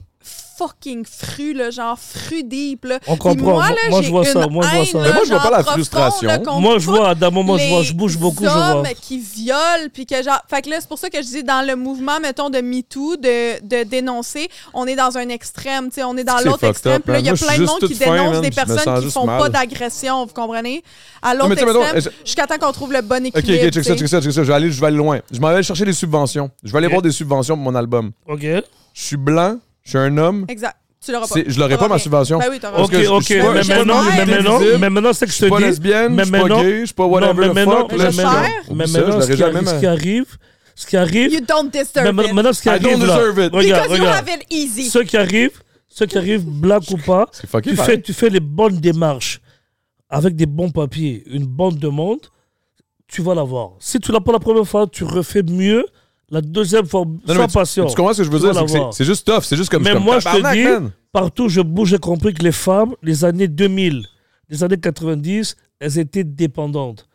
[SPEAKER 1] fucking fru, là, genre fru deep. Là.
[SPEAKER 3] On
[SPEAKER 1] Puis
[SPEAKER 3] comprend.
[SPEAKER 1] Moi, là,
[SPEAKER 3] Moi, je
[SPEAKER 1] j'ai
[SPEAKER 3] vois ça.
[SPEAKER 1] une
[SPEAKER 3] Moi, je vois
[SPEAKER 1] haine,
[SPEAKER 3] ça.
[SPEAKER 1] là,
[SPEAKER 2] Mais moi, je vois
[SPEAKER 1] genre,
[SPEAKER 2] pas la
[SPEAKER 1] profonde,
[SPEAKER 2] frustration.
[SPEAKER 1] là, contre
[SPEAKER 3] Moi, je vois, à d'un moment, je, vois,
[SPEAKER 1] les
[SPEAKER 3] je bouge beaucoup, je vois.
[SPEAKER 1] hommes qui violent, puis que genre... Fait que là, c'est pour ça que je dis, dans le mouvement, mettons, de MeToo, de, de dénoncer, on est dans un extrême, tu sais, on est dans
[SPEAKER 2] C'est
[SPEAKER 1] l'autre
[SPEAKER 2] fucked
[SPEAKER 1] extrême.
[SPEAKER 2] up,
[SPEAKER 1] Puis là, il y a
[SPEAKER 2] man. Moi,
[SPEAKER 1] plein
[SPEAKER 2] je suis
[SPEAKER 1] de
[SPEAKER 2] juste
[SPEAKER 1] monde qui
[SPEAKER 2] toute fin,
[SPEAKER 1] dénoncent
[SPEAKER 2] man.
[SPEAKER 1] des
[SPEAKER 2] Je me
[SPEAKER 1] personnes
[SPEAKER 2] sens
[SPEAKER 1] qui
[SPEAKER 2] juste
[SPEAKER 1] font
[SPEAKER 2] mal.
[SPEAKER 1] pas d'agression, vous comprenez? À
[SPEAKER 2] Non,
[SPEAKER 1] l'autre
[SPEAKER 2] mais tu sais, mettons,
[SPEAKER 1] extrême,
[SPEAKER 2] je-
[SPEAKER 1] jusqu'à temps qu'on trouve le bon
[SPEAKER 2] Ok, ok,
[SPEAKER 1] équilibre.
[SPEAKER 2] check
[SPEAKER 1] tu
[SPEAKER 2] ça,
[SPEAKER 1] sais.
[SPEAKER 2] check ça, check ça. Je vais aller, je vais aller loin. Je m'en vais aller chercher des subventions. Je vais aller
[SPEAKER 3] Ok.
[SPEAKER 2] voir des subventions pour mon album.
[SPEAKER 3] Ok.
[SPEAKER 2] Je suis blanc, je suis un homme.
[SPEAKER 1] Exact. Tu l'auras pas.
[SPEAKER 2] C'est- Je l'aurais pas ma
[SPEAKER 1] T'auras
[SPEAKER 2] subvention.
[SPEAKER 1] rien. Ben oui, t'auras
[SPEAKER 2] Parce
[SPEAKER 3] Ok,
[SPEAKER 2] que je- je
[SPEAKER 3] ok.
[SPEAKER 2] suis pas-
[SPEAKER 3] mais,
[SPEAKER 2] je suis pas
[SPEAKER 3] maintenant,
[SPEAKER 2] noir,
[SPEAKER 3] mais,
[SPEAKER 2] je suis
[SPEAKER 3] maintenant,
[SPEAKER 2] invisible,
[SPEAKER 3] mais maintenant, c'est que je
[SPEAKER 2] Je
[SPEAKER 3] te
[SPEAKER 2] suis pas
[SPEAKER 3] dis.
[SPEAKER 2] lesbienne,
[SPEAKER 3] mais
[SPEAKER 2] je suis pas
[SPEAKER 3] maintenant-
[SPEAKER 2] gay, je suis pas
[SPEAKER 3] non,
[SPEAKER 2] whatever
[SPEAKER 3] mais
[SPEAKER 2] the
[SPEAKER 3] maintenant,
[SPEAKER 2] fuck.
[SPEAKER 3] mais
[SPEAKER 2] là, je-
[SPEAKER 1] maintenant-
[SPEAKER 2] Oublie
[SPEAKER 3] mais
[SPEAKER 2] ça, je
[SPEAKER 3] maintenant, ce
[SPEAKER 2] l'aurais
[SPEAKER 3] qui
[SPEAKER 2] jamais.
[SPEAKER 3] arrive, ce qui arrive, ce qui arrive,
[SPEAKER 1] You don't disturb
[SPEAKER 3] mais
[SPEAKER 1] it.
[SPEAKER 3] maintenant, ce qui
[SPEAKER 2] I
[SPEAKER 3] arrive,
[SPEAKER 2] don't
[SPEAKER 3] là,
[SPEAKER 2] deserve it.
[SPEAKER 3] regarde,
[SPEAKER 1] Because you
[SPEAKER 3] regarde,
[SPEAKER 1] have it easy.
[SPEAKER 3] ce qui arrive, ce qui arrive, black ou pas,
[SPEAKER 2] C'est fucké,
[SPEAKER 3] tu
[SPEAKER 2] pareil.
[SPEAKER 3] fais, tu fais les bonnes démarches avec des bons papiers, une bonne demande, tu vas l'avoir. Si tu l'as pas la première fois, tu refais mieux. La deuxième fois,
[SPEAKER 2] Non, non,
[SPEAKER 3] sois
[SPEAKER 2] mais tu-
[SPEAKER 3] patient.
[SPEAKER 2] Tu comprends ce que je veux
[SPEAKER 3] Tu
[SPEAKER 2] dire?
[SPEAKER 3] vas
[SPEAKER 2] C'est que c'est-
[SPEAKER 3] l'avoir.
[SPEAKER 2] C'est juste tough, c'est juste comme
[SPEAKER 3] Mais
[SPEAKER 2] suis comme,
[SPEAKER 3] moi, je te
[SPEAKER 2] tabarnak,
[SPEAKER 3] dis-
[SPEAKER 2] man.
[SPEAKER 3] Partout où je bouge, j'ai compris que les femmes, les années 2000, les années 90, elles étaient dépendantes.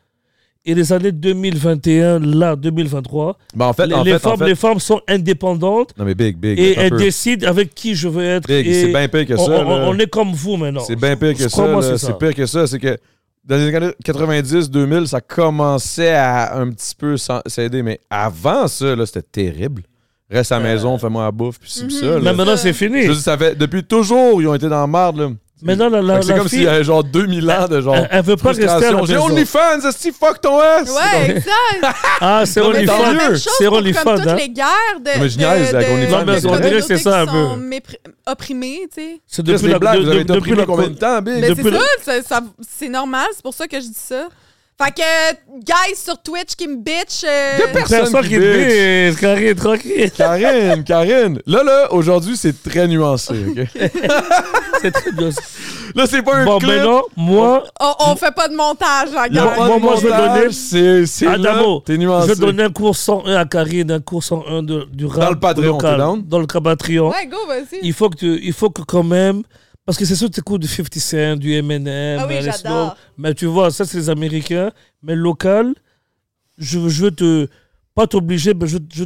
[SPEAKER 3] Et les années 2021, là, 2023,
[SPEAKER 2] Ben, en fait,
[SPEAKER 3] les,
[SPEAKER 2] en
[SPEAKER 3] les
[SPEAKER 2] fait, en
[SPEAKER 3] femmes, les
[SPEAKER 2] fait.
[SPEAKER 3] femmes sont indépendantes
[SPEAKER 2] Non, mais big, big.
[SPEAKER 3] et
[SPEAKER 2] attends un
[SPEAKER 3] elles
[SPEAKER 2] peu.
[SPEAKER 3] décident avec qui je veux être.
[SPEAKER 2] Big,
[SPEAKER 3] et
[SPEAKER 2] c'est bien pire que
[SPEAKER 3] on,
[SPEAKER 2] ça.
[SPEAKER 3] on-
[SPEAKER 2] là.
[SPEAKER 3] on est comme vous maintenant.
[SPEAKER 2] C'est bien pire que ça.
[SPEAKER 3] Crois-moi,
[SPEAKER 2] là.
[SPEAKER 3] c'est
[SPEAKER 2] C'est
[SPEAKER 3] ça.
[SPEAKER 2] pire que ça. C'est que dans les années 90-2000, ça commençait à un petit peu s'en- s'aider. Mais avant ça, là, c'était terrible. Reste à la maison, fais-moi la bouffe, puis c'est
[SPEAKER 1] Mhm.
[SPEAKER 2] ça.
[SPEAKER 3] Euh, Mais
[SPEAKER 2] là.
[SPEAKER 3] maintenant, c'est fini.
[SPEAKER 2] Je veux dire, ça fait, depuis toujours, ils ont été dans la marde. là.
[SPEAKER 3] Maintenant, la, la-
[SPEAKER 2] Fait que C'est
[SPEAKER 3] la
[SPEAKER 2] comme s'il
[SPEAKER 3] fille, Euh,
[SPEAKER 2] y avait genre 2000 ans de genre.
[SPEAKER 3] elle, elle veut pas rester à la
[SPEAKER 2] frustration. J'ai
[SPEAKER 3] maison.
[SPEAKER 2] OnlyFans, esti, fuck ton ass!
[SPEAKER 1] Ouais, exact.
[SPEAKER 3] Ah, c'est
[SPEAKER 2] Non, mais
[SPEAKER 1] Mais
[SPEAKER 2] tant
[SPEAKER 1] c'est la
[SPEAKER 2] mieux.
[SPEAKER 3] OnlyFans.
[SPEAKER 1] même chose
[SPEAKER 3] C'est
[SPEAKER 1] pour comme
[SPEAKER 3] OnlyFans.
[SPEAKER 1] toutes
[SPEAKER 3] hein.
[SPEAKER 1] les guerres de,
[SPEAKER 2] mais je niaise avec
[SPEAKER 1] de, de,
[SPEAKER 2] OnlyFans, Non, mais
[SPEAKER 1] de
[SPEAKER 2] on dirait
[SPEAKER 3] que
[SPEAKER 1] communautés
[SPEAKER 3] c'est ça, un
[SPEAKER 1] qui sont
[SPEAKER 3] peu.
[SPEAKER 1] mépr- opprimées, tu sais.
[SPEAKER 3] C'est
[SPEAKER 2] Depuis
[SPEAKER 3] la-
[SPEAKER 2] les blagues,
[SPEAKER 3] de-
[SPEAKER 2] vous avez été
[SPEAKER 3] depuis
[SPEAKER 2] opprimés
[SPEAKER 3] la-
[SPEAKER 2] combien de temps, Big?
[SPEAKER 1] Mais c'est
[SPEAKER 3] Depuis
[SPEAKER 1] ça,
[SPEAKER 3] le-
[SPEAKER 1] ça- ça- c'est normal, c'est pour ça que je dis ça. Fait que, guys sur Twitch qui me bitch, euh,
[SPEAKER 2] Y a personne
[SPEAKER 3] Personne
[SPEAKER 2] qui
[SPEAKER 3] qui te dit, carré, tranquille.
[SPEAKER 2] Karine, Karine! Là, là, aujourd'hui, c'est très nuancé, ok?
[SPEAKER 3] C'est très bien.
[SPEAKER 2] Là, c'est pas un
[SPEAKER 3] Bon, ben
[SPEAKER 2] clip.
[SPEAKER 3] maintenant, moi,
[SPEAKER 1] on, on fait pas de montage, la
[SPEAKER 2] Y a
[SPEAKER 1] guerre.
[SPEAKER 2] pas de
[SPEAKER 3] Moi, moi, je vais
[SPEAKER 2] montage,
[SPEAKER 3] donner-
[SPEAKER 2] C'est, c'est
[SPEAKER 3] Adamo,
[SPEAKER 2] là, t'es
[SPEAKER 3] je
[SPEAKER 2] nuancé.
[SPEAKER 3] vais donner un cours 101 à Karine, un cours 101 de, du rap
[SPEAKER 2] le Patreon,
[SPEAKER 3] local,
[SPEAKER 2] t'es down
[SPEAKER 3] dans le cas Patreon.
[SPEAKER 1] Ouais, go, vas-y.
[SPEAKER 3] Il faut que tu- il faut que quand même, parce que c'est sûr que tu écoutes du 50 Cent, du M&M,
[SPEAKER 1] Ah oui,
[SPEAKER 3] euh, les
[SPEAKER 1] j'adore.
[SPEAKER 3] Snow. mais tu vois, ça c'est les Américains, mais local, je, je veux te, pas t'obliger, mais je, je,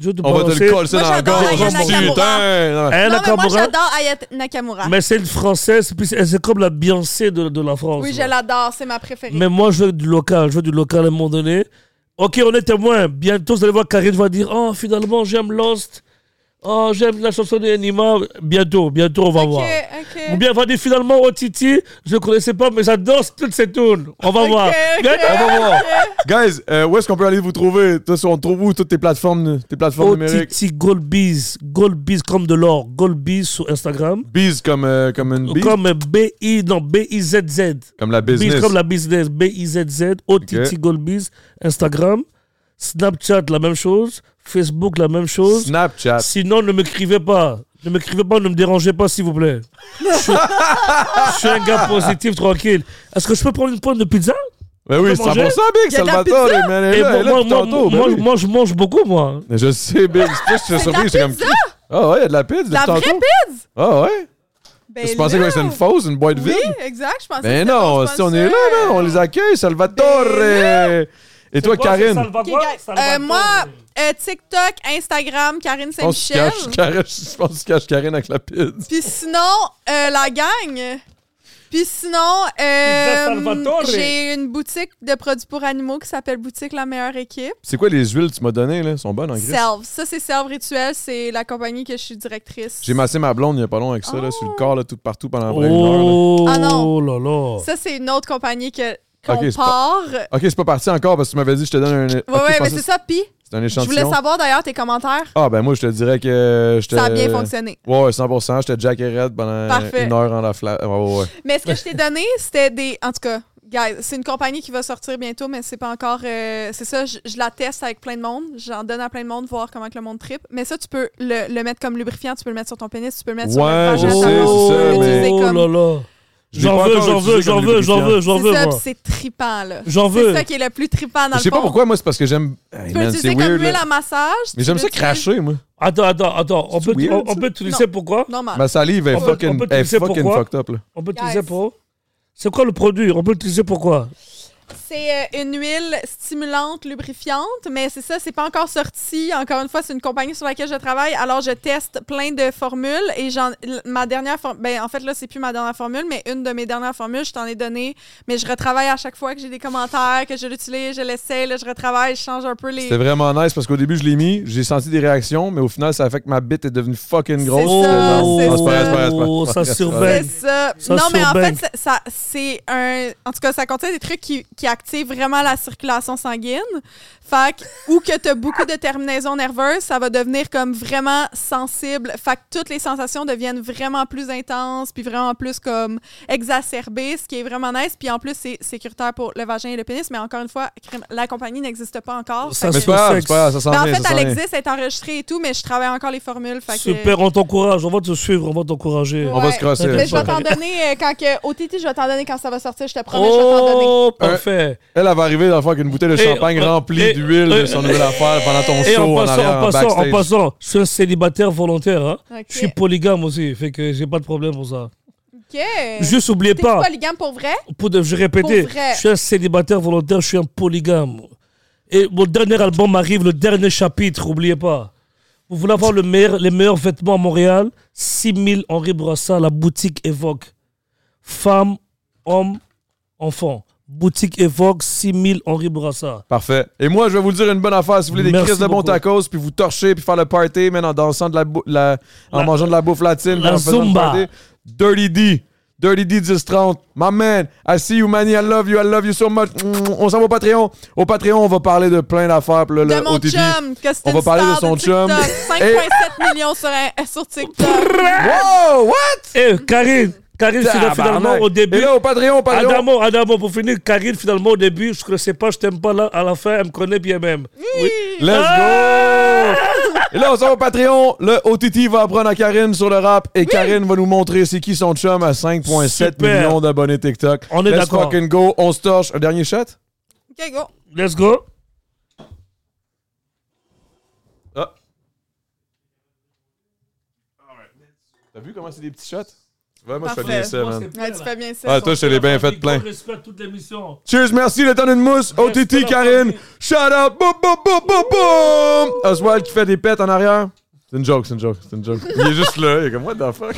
[SPEAKER 3] je veux te
[SPEAKER 2] On va te
[SPEAKER 3] balancer.
[SPEAKER 2] le coller dans
[SPEAKER 1] Moi,
[SPEAKER 2] la
[SPEAKER 1] j'adore
[SPEAKER 2] gorge.
[SPEAKER 3] Ayana
[SPEAKER 1] Nakamura.
[SPEAKER 2] Putain! non.
[SPEAKER 3] Hein,
[SPEAKER 1] Non,
[SPEAKER 3] la
[SPEAKER 1] mais moi,
[SPEAKER 3] Camorra,
[SPEAKER 1] j'adore Ayat Nakamura.
[SPEAKER 3] mais c'est une française, puis c'est c'est comme la Beyoncé de, de la France.
[SPEAKER 1] Oui,
[SPEAKER 3] là.
[SPEAKER 1] je l'adore, c'est ma préférée.
[SPEAKER 3] Mais moi, je veux du local. Je veux du local à un moment donné. Ok, on est témoin. Bientôt, vous allez voir, Karine va dire Oh, finalement, j'aime Lost. Oh, j'aime la chanson de Anima. Bientôt, bientôt, on va
[SPEAKER 1] Ok,
[SPEAKER 3] voir. Ou
[SPEAKER 1] ok.
[SPEAKER 3] bien, elle va dire finalement, oh Titi, je ne connaissais pas, mais j'adore toutes ces tunes. On va
[SPEAKER 1] Ok,
[SPEAKER 3] voir.
[SPEAKER 1] ok.
[SPEAKER 3] Bientôt,
[SPEAKER 2] Eh, On va voir. Guys, euh, où est-ce qu'on peut aller vous trouver? Toi, si on te trouve où toutes tes plateformes, tes plateformes numériques?
[SPEAKER 3] OTT Goldbees, Goldbees comme de l'or, Goldbees sur Instagram,
[SPEAKER 2] Biz comme, euh, comme une biz? Comme,
[SPEAKER 3] comme BI, non, BIZZ,
[SPEAKER 2] la
[SPEAKER 3] Biz
[SPEAKER 2] business.
[SPEAKER 3] comme la business, B-I-Z-Z, OTT
[SPEAKER 2] Ok.
[SPEAKER 3] Goldbiz, Instagram, Snapchat, la même chose, Facebook, la même chose.
[SPEAKER 2] Snapchat.
[SPEAKER 3] Sinon, ne m'écrivez pas. Ne m'écrivez pas, ne me dérangez pas, s'il vous plaît. Je suis, je suis un gars positif, tranquille. Est-ce que je peux prendre une pointe de pizza
[SPEAKER 2] Ben oui,
[SPEAKER 3] Comment
[SPEAKER 2] 100%
[SPEAKER 3] j'ai-
[SPEAKER 2] Big,
[SPEAKER 1] Y a de la
[SPEAKER 2] Salvatore, man. Elle est
[SPEAKER 3] Et
[SPEAKER 2] là, elle est là
[SPEAKER 3] moi,
[SPEAKER 2] depuis
[SPEAKER 3] moi,
[SPEAKER 2] tantôt, ben
[SPEAKER 3] moi,
[SPEAKER 2] oui.
[SPEAKER 3] moi, je mange beaucoup, moi.
[SPEAKER 2] Mais Je sais, Big. C'est pour ça que je suis surpris.
[SPEAKER 1] de la
[SPEAKER 2] j'étais comme. Ah ouais, il y a de la pizza depuis
[SPEAKER 1] La vraie
[SPEAKER 2] tantôt. Ah ouais?
[SPEAKER 1] Ben
[SPEAKER 2] Je pensais que
[SPEAKER 1] là.
[SPEAKER 2] c'était une fausse, une boîte
[SPEAKER 1] Oui,
[SPEAKER 2] vide.
[SPEAKER 1] exact, je pensais
[SPEAKER 2] Ben
[SPEAKER 1] que c'était
[SPEAKER 2] non,
[SPEAKER 1] ton
[SPEAKER 2] si on est là,
[SPEAKER 1] sponsor.
[SPEAKER 2] man, on les accueille, Salvatore! Et toi, Karine?
[SPEAKER 3] Salvatore,
[SPEAKER 1] Ok, guys. Euh,
[SPEAKER 2] Ah,
[SPEAKER 1] moi, euh, TikTok, Instagram, Karine
[SPEAKER 2] Je pense qu'il
[SPEAKER 1] Saint-Michel.
[SPEAKER 2] cache, Karine- je pense qu'il cache Karine avec la pizza.
[SPEAKER 1] Puis sinon, euh, la gang. Puis sinon,
[SPEAKER 3] Pizza
[SPEAKER 1] euh,
[SPEAKER 3] Salvatore.
[SPEAKER 1] j'ai une boutique de produits pour animaux qui s'appelle Boutique La Meilleure Équipe.
[SPEAKER 2] C'est quoi les huiles que tu m'as données, là? Elles sont bonnes en gris.
[SPEAKER 1] Selve. Ça, c'est Selve Rituel. C'est la compagnie que je suis directrice.
[SPEAKER 2] J'ai massé ma blonde il n'y a pas long avec ça, là,
[SPEAKER 1] Oh!
[SPEAKER 2] sur le corps, là, tout partout pendant après une heure. bah, là.
[SPEAKER 3] Oh,
[SPEAKER 1] Ah non.
[SPEAKER 3] là là.
[SPEAKER 1] Ça, c'est une autre compagnie que, qu'on
[SPEAKER 2] Ok, c'est
[SPEAKER 1] part.
[SPEAKER 2] Ok, c'est pas parti encore parce que tu m'avais dit je te donne un.
[SPEAKER 1] Ouais, ouais, mais c'est ça. Puis,
[SPEAKER 2] C'est un
[SPEAKER 1] je
[SPEAKER 2] échantillon.
[SPEAKER 1] voulais savoir d'ailleurs tes commentaires.
[SPEAKER 2] Ah, ben moi, je te dirais que euh, je te.
[SPEAKER 1] Ça a bien fonctionné.
[SPEAKER 2] Ouais, ouais, 100%. J'étais Jack et Red pendant
[SPEAKER 1] Parfait.
[SPEAKER 2] une heure en la flamme. Ouais, ouais, ouais.
[SPEAKER 1] Mais ce que je t'ai donné, c'était des. En tout cas, guys, c'est une compagnie qui va sortir bientôt, mais c'est pas encore. euh, c'est ça, je, je la teste avec plein de monde. J'en donne à plein de monde, voir comment que le monde tripe. Mais ça, tu peux le, le mettre comme lubrifiant, tu peux le mettre sur ton pénis, tu peux le mettre sur
[SPEAKER 2] Ouais,
[SPEAKER 1] le
[SPEAKER 2] je
[SPEAKER 1] vagin,
[SPEAKER 2] sais,
[SPEAKER 1] ta
[SPEAKER 2] c'est ça,
[SPEAKER 1] tu peux
[SPEAKER 2] mais-
[SPEAKER 1] l'utiliser
[SPEAKER 3] Oh là
[SPEAKER 1] comme.
[SPEAKER 3] là.
[SPEAKER 2] Je l'ai
[SPEAKER 3] J'en
[SPEAKER 2] pas
[SPEAKER 3] veux,
[SPEAKER 2] encore
[SPEAKER 3] j'en veux,
[SPEAKER 2] utilisé
[SPEAKER 3] j'en
[SPEAKER 2] comme
[SPEAKER 3] veux, j'en veux, j'en veux,
[SPEAKER 1] C'est ça,
[SPEAKER 3] moi.
[SPEAKER 1] puis c'est tripant, là.
[SPEAKER 3] J'en
[SPEAKER 1] C'est
[SPEAKER 3] veux.
[SPEAKER 1] ça qui est le plus tripant dans
[SPEAKER 2] Je
[SPEAKER 1] le
[SPEAKER 2] sais pas
[SPEAKER 1] fond.
[SPEAKER 2] pourquoi, moi, c'est parce que j'aime. Hey,
[SPEAKER 1] Tu peux
[SPEAKER 2] man, c'est
[SPEAKER 1] l'utiliser comme
[SPEAKER 2] weird,
[SPEAKER 1] huile
[SPEAKER 2] là.
[SPEAKER 1] à massage.
[SPEAKER 2] Mais
[SPEAKER 1] tu
[SPEAKER 2] j'aime
[SPEAKER 1] peux
[SPEAKER 2] ça
[SPEAKER 1] l'utiliser-
[SPEAKER 2] cracher, moi.
[SPEAKER 3] Attends, attends, attends. On peut,
[SPEAKER 2] weird,
[SPEAKER 3] on, on
[SPEAKER 2] ça?
[SPEAKER 3] peut utiliser pourquoi
[SPEAKER 1] Normal.
[SPEAKER 2] Ma salive est
[SPEAKER 3] On peut- on
[SPEAKER 2] fucking,
[SPEAKER 3] peut
[SPEAKER 2] est
[SPEAKER 3] utiliser
[SPEAKER 2] fucking
[SPEAKER 3] pourquoi?
[SPEAKER 2] fucked up, là.
[SPEAKER 3] On peut
[SPEAKER 1] Guys.
[SPEAKER 3] utiliser pour. C'est quoi le produit On peut l'utiliser pourquoi
[SPEAKER 1] C'est euh, une huile stimulante, lubrifiante, mais c'est ça, c'est pas encore sorti. Encore une fois, c'est une compagnie sur laquelle je travaille, alors je teste plein de formules et j'en l- ma dernière for- ben en fait là, c'est plus ma dernière formule, mais une de mes dernières formules, je t'en ai donné, mais je retravaille à chaque fois que j'ai des commentaires, que je l'utilise, je l'essaie, là, je retravaille, je change un peu les
[SPEAKER 2] C'était vraiment nice parce qu'au début, je l'ai mis, j'ai senti des réactions, mais au final, ça a fait que ma bite est devenue fucking grosse.
[SPEAKER 1] C'est ça,
[SPEAKER 2] Non,
[SPEAKER 1] c'est
[SPEAKER 2] c'est pas vrai,
[SPEAKER 1] ça.
[SPEAKER 2] c'est pas vrai, c'est pas vrai.
[SPEAKER 3] Ça
[SPEAKER 2] C'est pas
[SPEAKER 3] surveille.
[SPEAKER 1] C'est
[SPEAKER 3] Ben,
[SPEAKER 1] ça.
[SPEAKER 3] ça
[SPEAKER 1] non, mais en
[SPEAKER 3] surbaine.
[SPEAKER 1] fait, ça, ça- c'est un. En tout cas, ça contient des trucs qui, qui activent vraiment la circulation sanguine. Fait que, ou que tu as beaucoup de terminaisons nerveuses, ça va devenir comme vraiment sensible. Fait que toutes les sensations deviennent vraiment plus intenses, puis vraiment plus comme exacerbées, ce qui est vraiment nice. Puis en plus, c'est sécuritaire pour le vagin et le pénis. Mais encore une fois, crème- la compagnie n'existe pas encore. Fait
[SPEAKER 3] Ça
[SPEAKER 2] Mais
[SPEAKER 1] que-
[SPEAKER 2] c'est pas grave, c'est pas grave, ça s'en
[SPEAKER 1] Ben, en
[SPEAKER 2] vient,
[SPEAKER 1] fait,
[SPEAKER 2] ça s'en
[SPEAKER 1] elle
[SPEAKER 2] vient.
[SPEAKER 1] existe, elle est enregistrée et tout, mais je travaille encore les formules. Fait que-
[SPEAKER 3] Super, on t'encourage. On va te suivre, on va t'encourager.
[SPEAKER 2] On va se crosser.
[SPEAKER 1] mais
[SPEAKER 2] là.
[SPEAKER 1] je vais t'en donner euh, quand que. Au TT, je vais t'en donner quand ça va sortir, je te promets, je vais t'en donner.
[SPEAKER 3] Oh,
[SPEAKER 2] donner.
[SPEAKER 3] parfait.
[SPEAKER 2] Elle, elle va arriver dans le fond avec une bouteille de
[SPEAKER 3] Et-
[SPEAKER 2] champagne
[SPEAKER 3] euh,
[SPEAKER 2] remplie
[SPEAKER 3] et-
[SPEAKER 2] d'huile de son
[SPEAKER 3] euh,
[SPEAKER 2] nouvelle affaire pendant ton
[SPEAKER 3] Et en
[SPEAKER 2] show en
[SPEAKER 3] passant,
[SPEAKER 2] arrière,
[SPEAKER 3] en
[SPEAKER 2] en
[SPEAKER 3] passant, en
[SPEAKER 2] backstage.
[SPEAKER 3] passant, je suis un célibataire volontaire. hein.
[SPEAKER 1] Ok.
[SPEAKER 3] Je suis polygame aussi, fait que j'ai pas de problème pour ça.
[SPEAKER 1] Ok. T'es
[SPEAKER 3] Juste oubliez pas,
[SPEAKER 1] polygame pour vrai?
[SPEAKER 3] pour de, je répétais,
[SPEAKER 1] Pour vrai.
[SPEAKER 3] je suis un célibataire volontaire, je suis un polygame. Et mon dernier album arrive, le dernier chapitre, oubliez pas. Vous voulez avoir le meilleur, les meilleurs vêtements à Montréal 6000 Henri Brassard, la boutique évoque. Femmes, hommes, enfants. Boutique évoque 6000 Henri Brassard.
[SPEAKER 2] Parfait. Et moi, je vais vous dire une bonne affaire. Si vous voulez des
[SPEAKER 3] Merci
[SPEAKER 2] crises de bons
[SPEAKER 3] beaucoup.
[SPEAKER 2] tacos, puis vous torcher, puis faire le party, man, en dansant de la, bou- la- en
[SPEAKER 3] La-
[SPEAKER 2] mangeant de la bouffe latine,
[SPEAKER 3] la
[SPEAKER 2] puis en faisant le
[SPEAKER 3] Zumba.
[SPEAKER 2] party, Dirty D. Dirty D 1030. My man, I see you, man. I love you. I love you so much. Mm, On s'en va au Patreon. Au Patreon, on va parler de plein d'affaires. puis là,
[SPEAKER 1] De
[SPEAKER 2] le
[SPEAKER 1] mon
[SPEAKER 2] OTT.
[SPEAKER 1] chum, que c'est
[SPEAKER 2] On
[SPEAKER 1] une
[SPEAKER 2] va parler de
[SPEAKER 1] star
[SPEAKER 2] son chum.
[SPEAKER 1] TikTok.
[SPEAKER 2] Et-
[SPEAKER 1] 5,7 millions sur, un- sur TikTok.
[SPEAKER 2] Wow, what?
[SPEAKER 3] Eh, Karine, Karine, c'est là,
[SPEAKER 2] Tabarnak.
[SPEAKER 3] finalement au début.
[SPEAKER 2] Et là, au Patreon, au Patreon.
[SPEAKER 3] Adamo, Adamo, pour finir, Karine, finalement, au début, je ne sais pas, je t'aime pas, là, à la fin, elle me connaît bien même. Oui.
[SPEAKER 2] Let's
[SPEAKER 3] Ah!
[SPEAKER 2] go! Et là, on s'en va au Patreon. Le OTT va apprendre à Karine sur le rap et Karine va nous montrer c'est qui son chum à 5,7
[SPEAKER 3] Super.
[SPEAKER 2] millions d'abonnés TikTok.
[SPEAKER 3] On est
[SPEAKER 2] Let's
[SPEAKER 3] d'accord.
[SPEAKER 2] fucking go. On se torche. Un dernier shot?
[SPEAKER 1] Ok, go.
[SPEAKER 3] Let's go.
[SPEAKER 2] Ah. T'as vu comment c'est des petits shots? Vraiment, je
[SPEAKER 1] Parfait.
[SPEAKER 2] connais ça, man.
[SPEAKER 1] Ouais, tu fais bien ça.
[SPEAKER 2] Ah, toi, je te l'ai bien fait plein.
[SPEAKER 3] respecte toute l'émission.
[SPEAKER 2] Cheers, merci, le temps d'une mousse.
[SPEAKER 3] Reste
[SPEAKER 2] OTT,
[SPEAKER 3] là,
[SPEAKER 2] Karine.
[SPEAKER 3] famille.
[SPEAKER 2] Shout out. Boum, boum, boum, boum, boum. Oswald qui fait des pets en arrière. C'est une joke, c'est une joke, c'est une joke. Il est juste là, il est comme, what the fuck?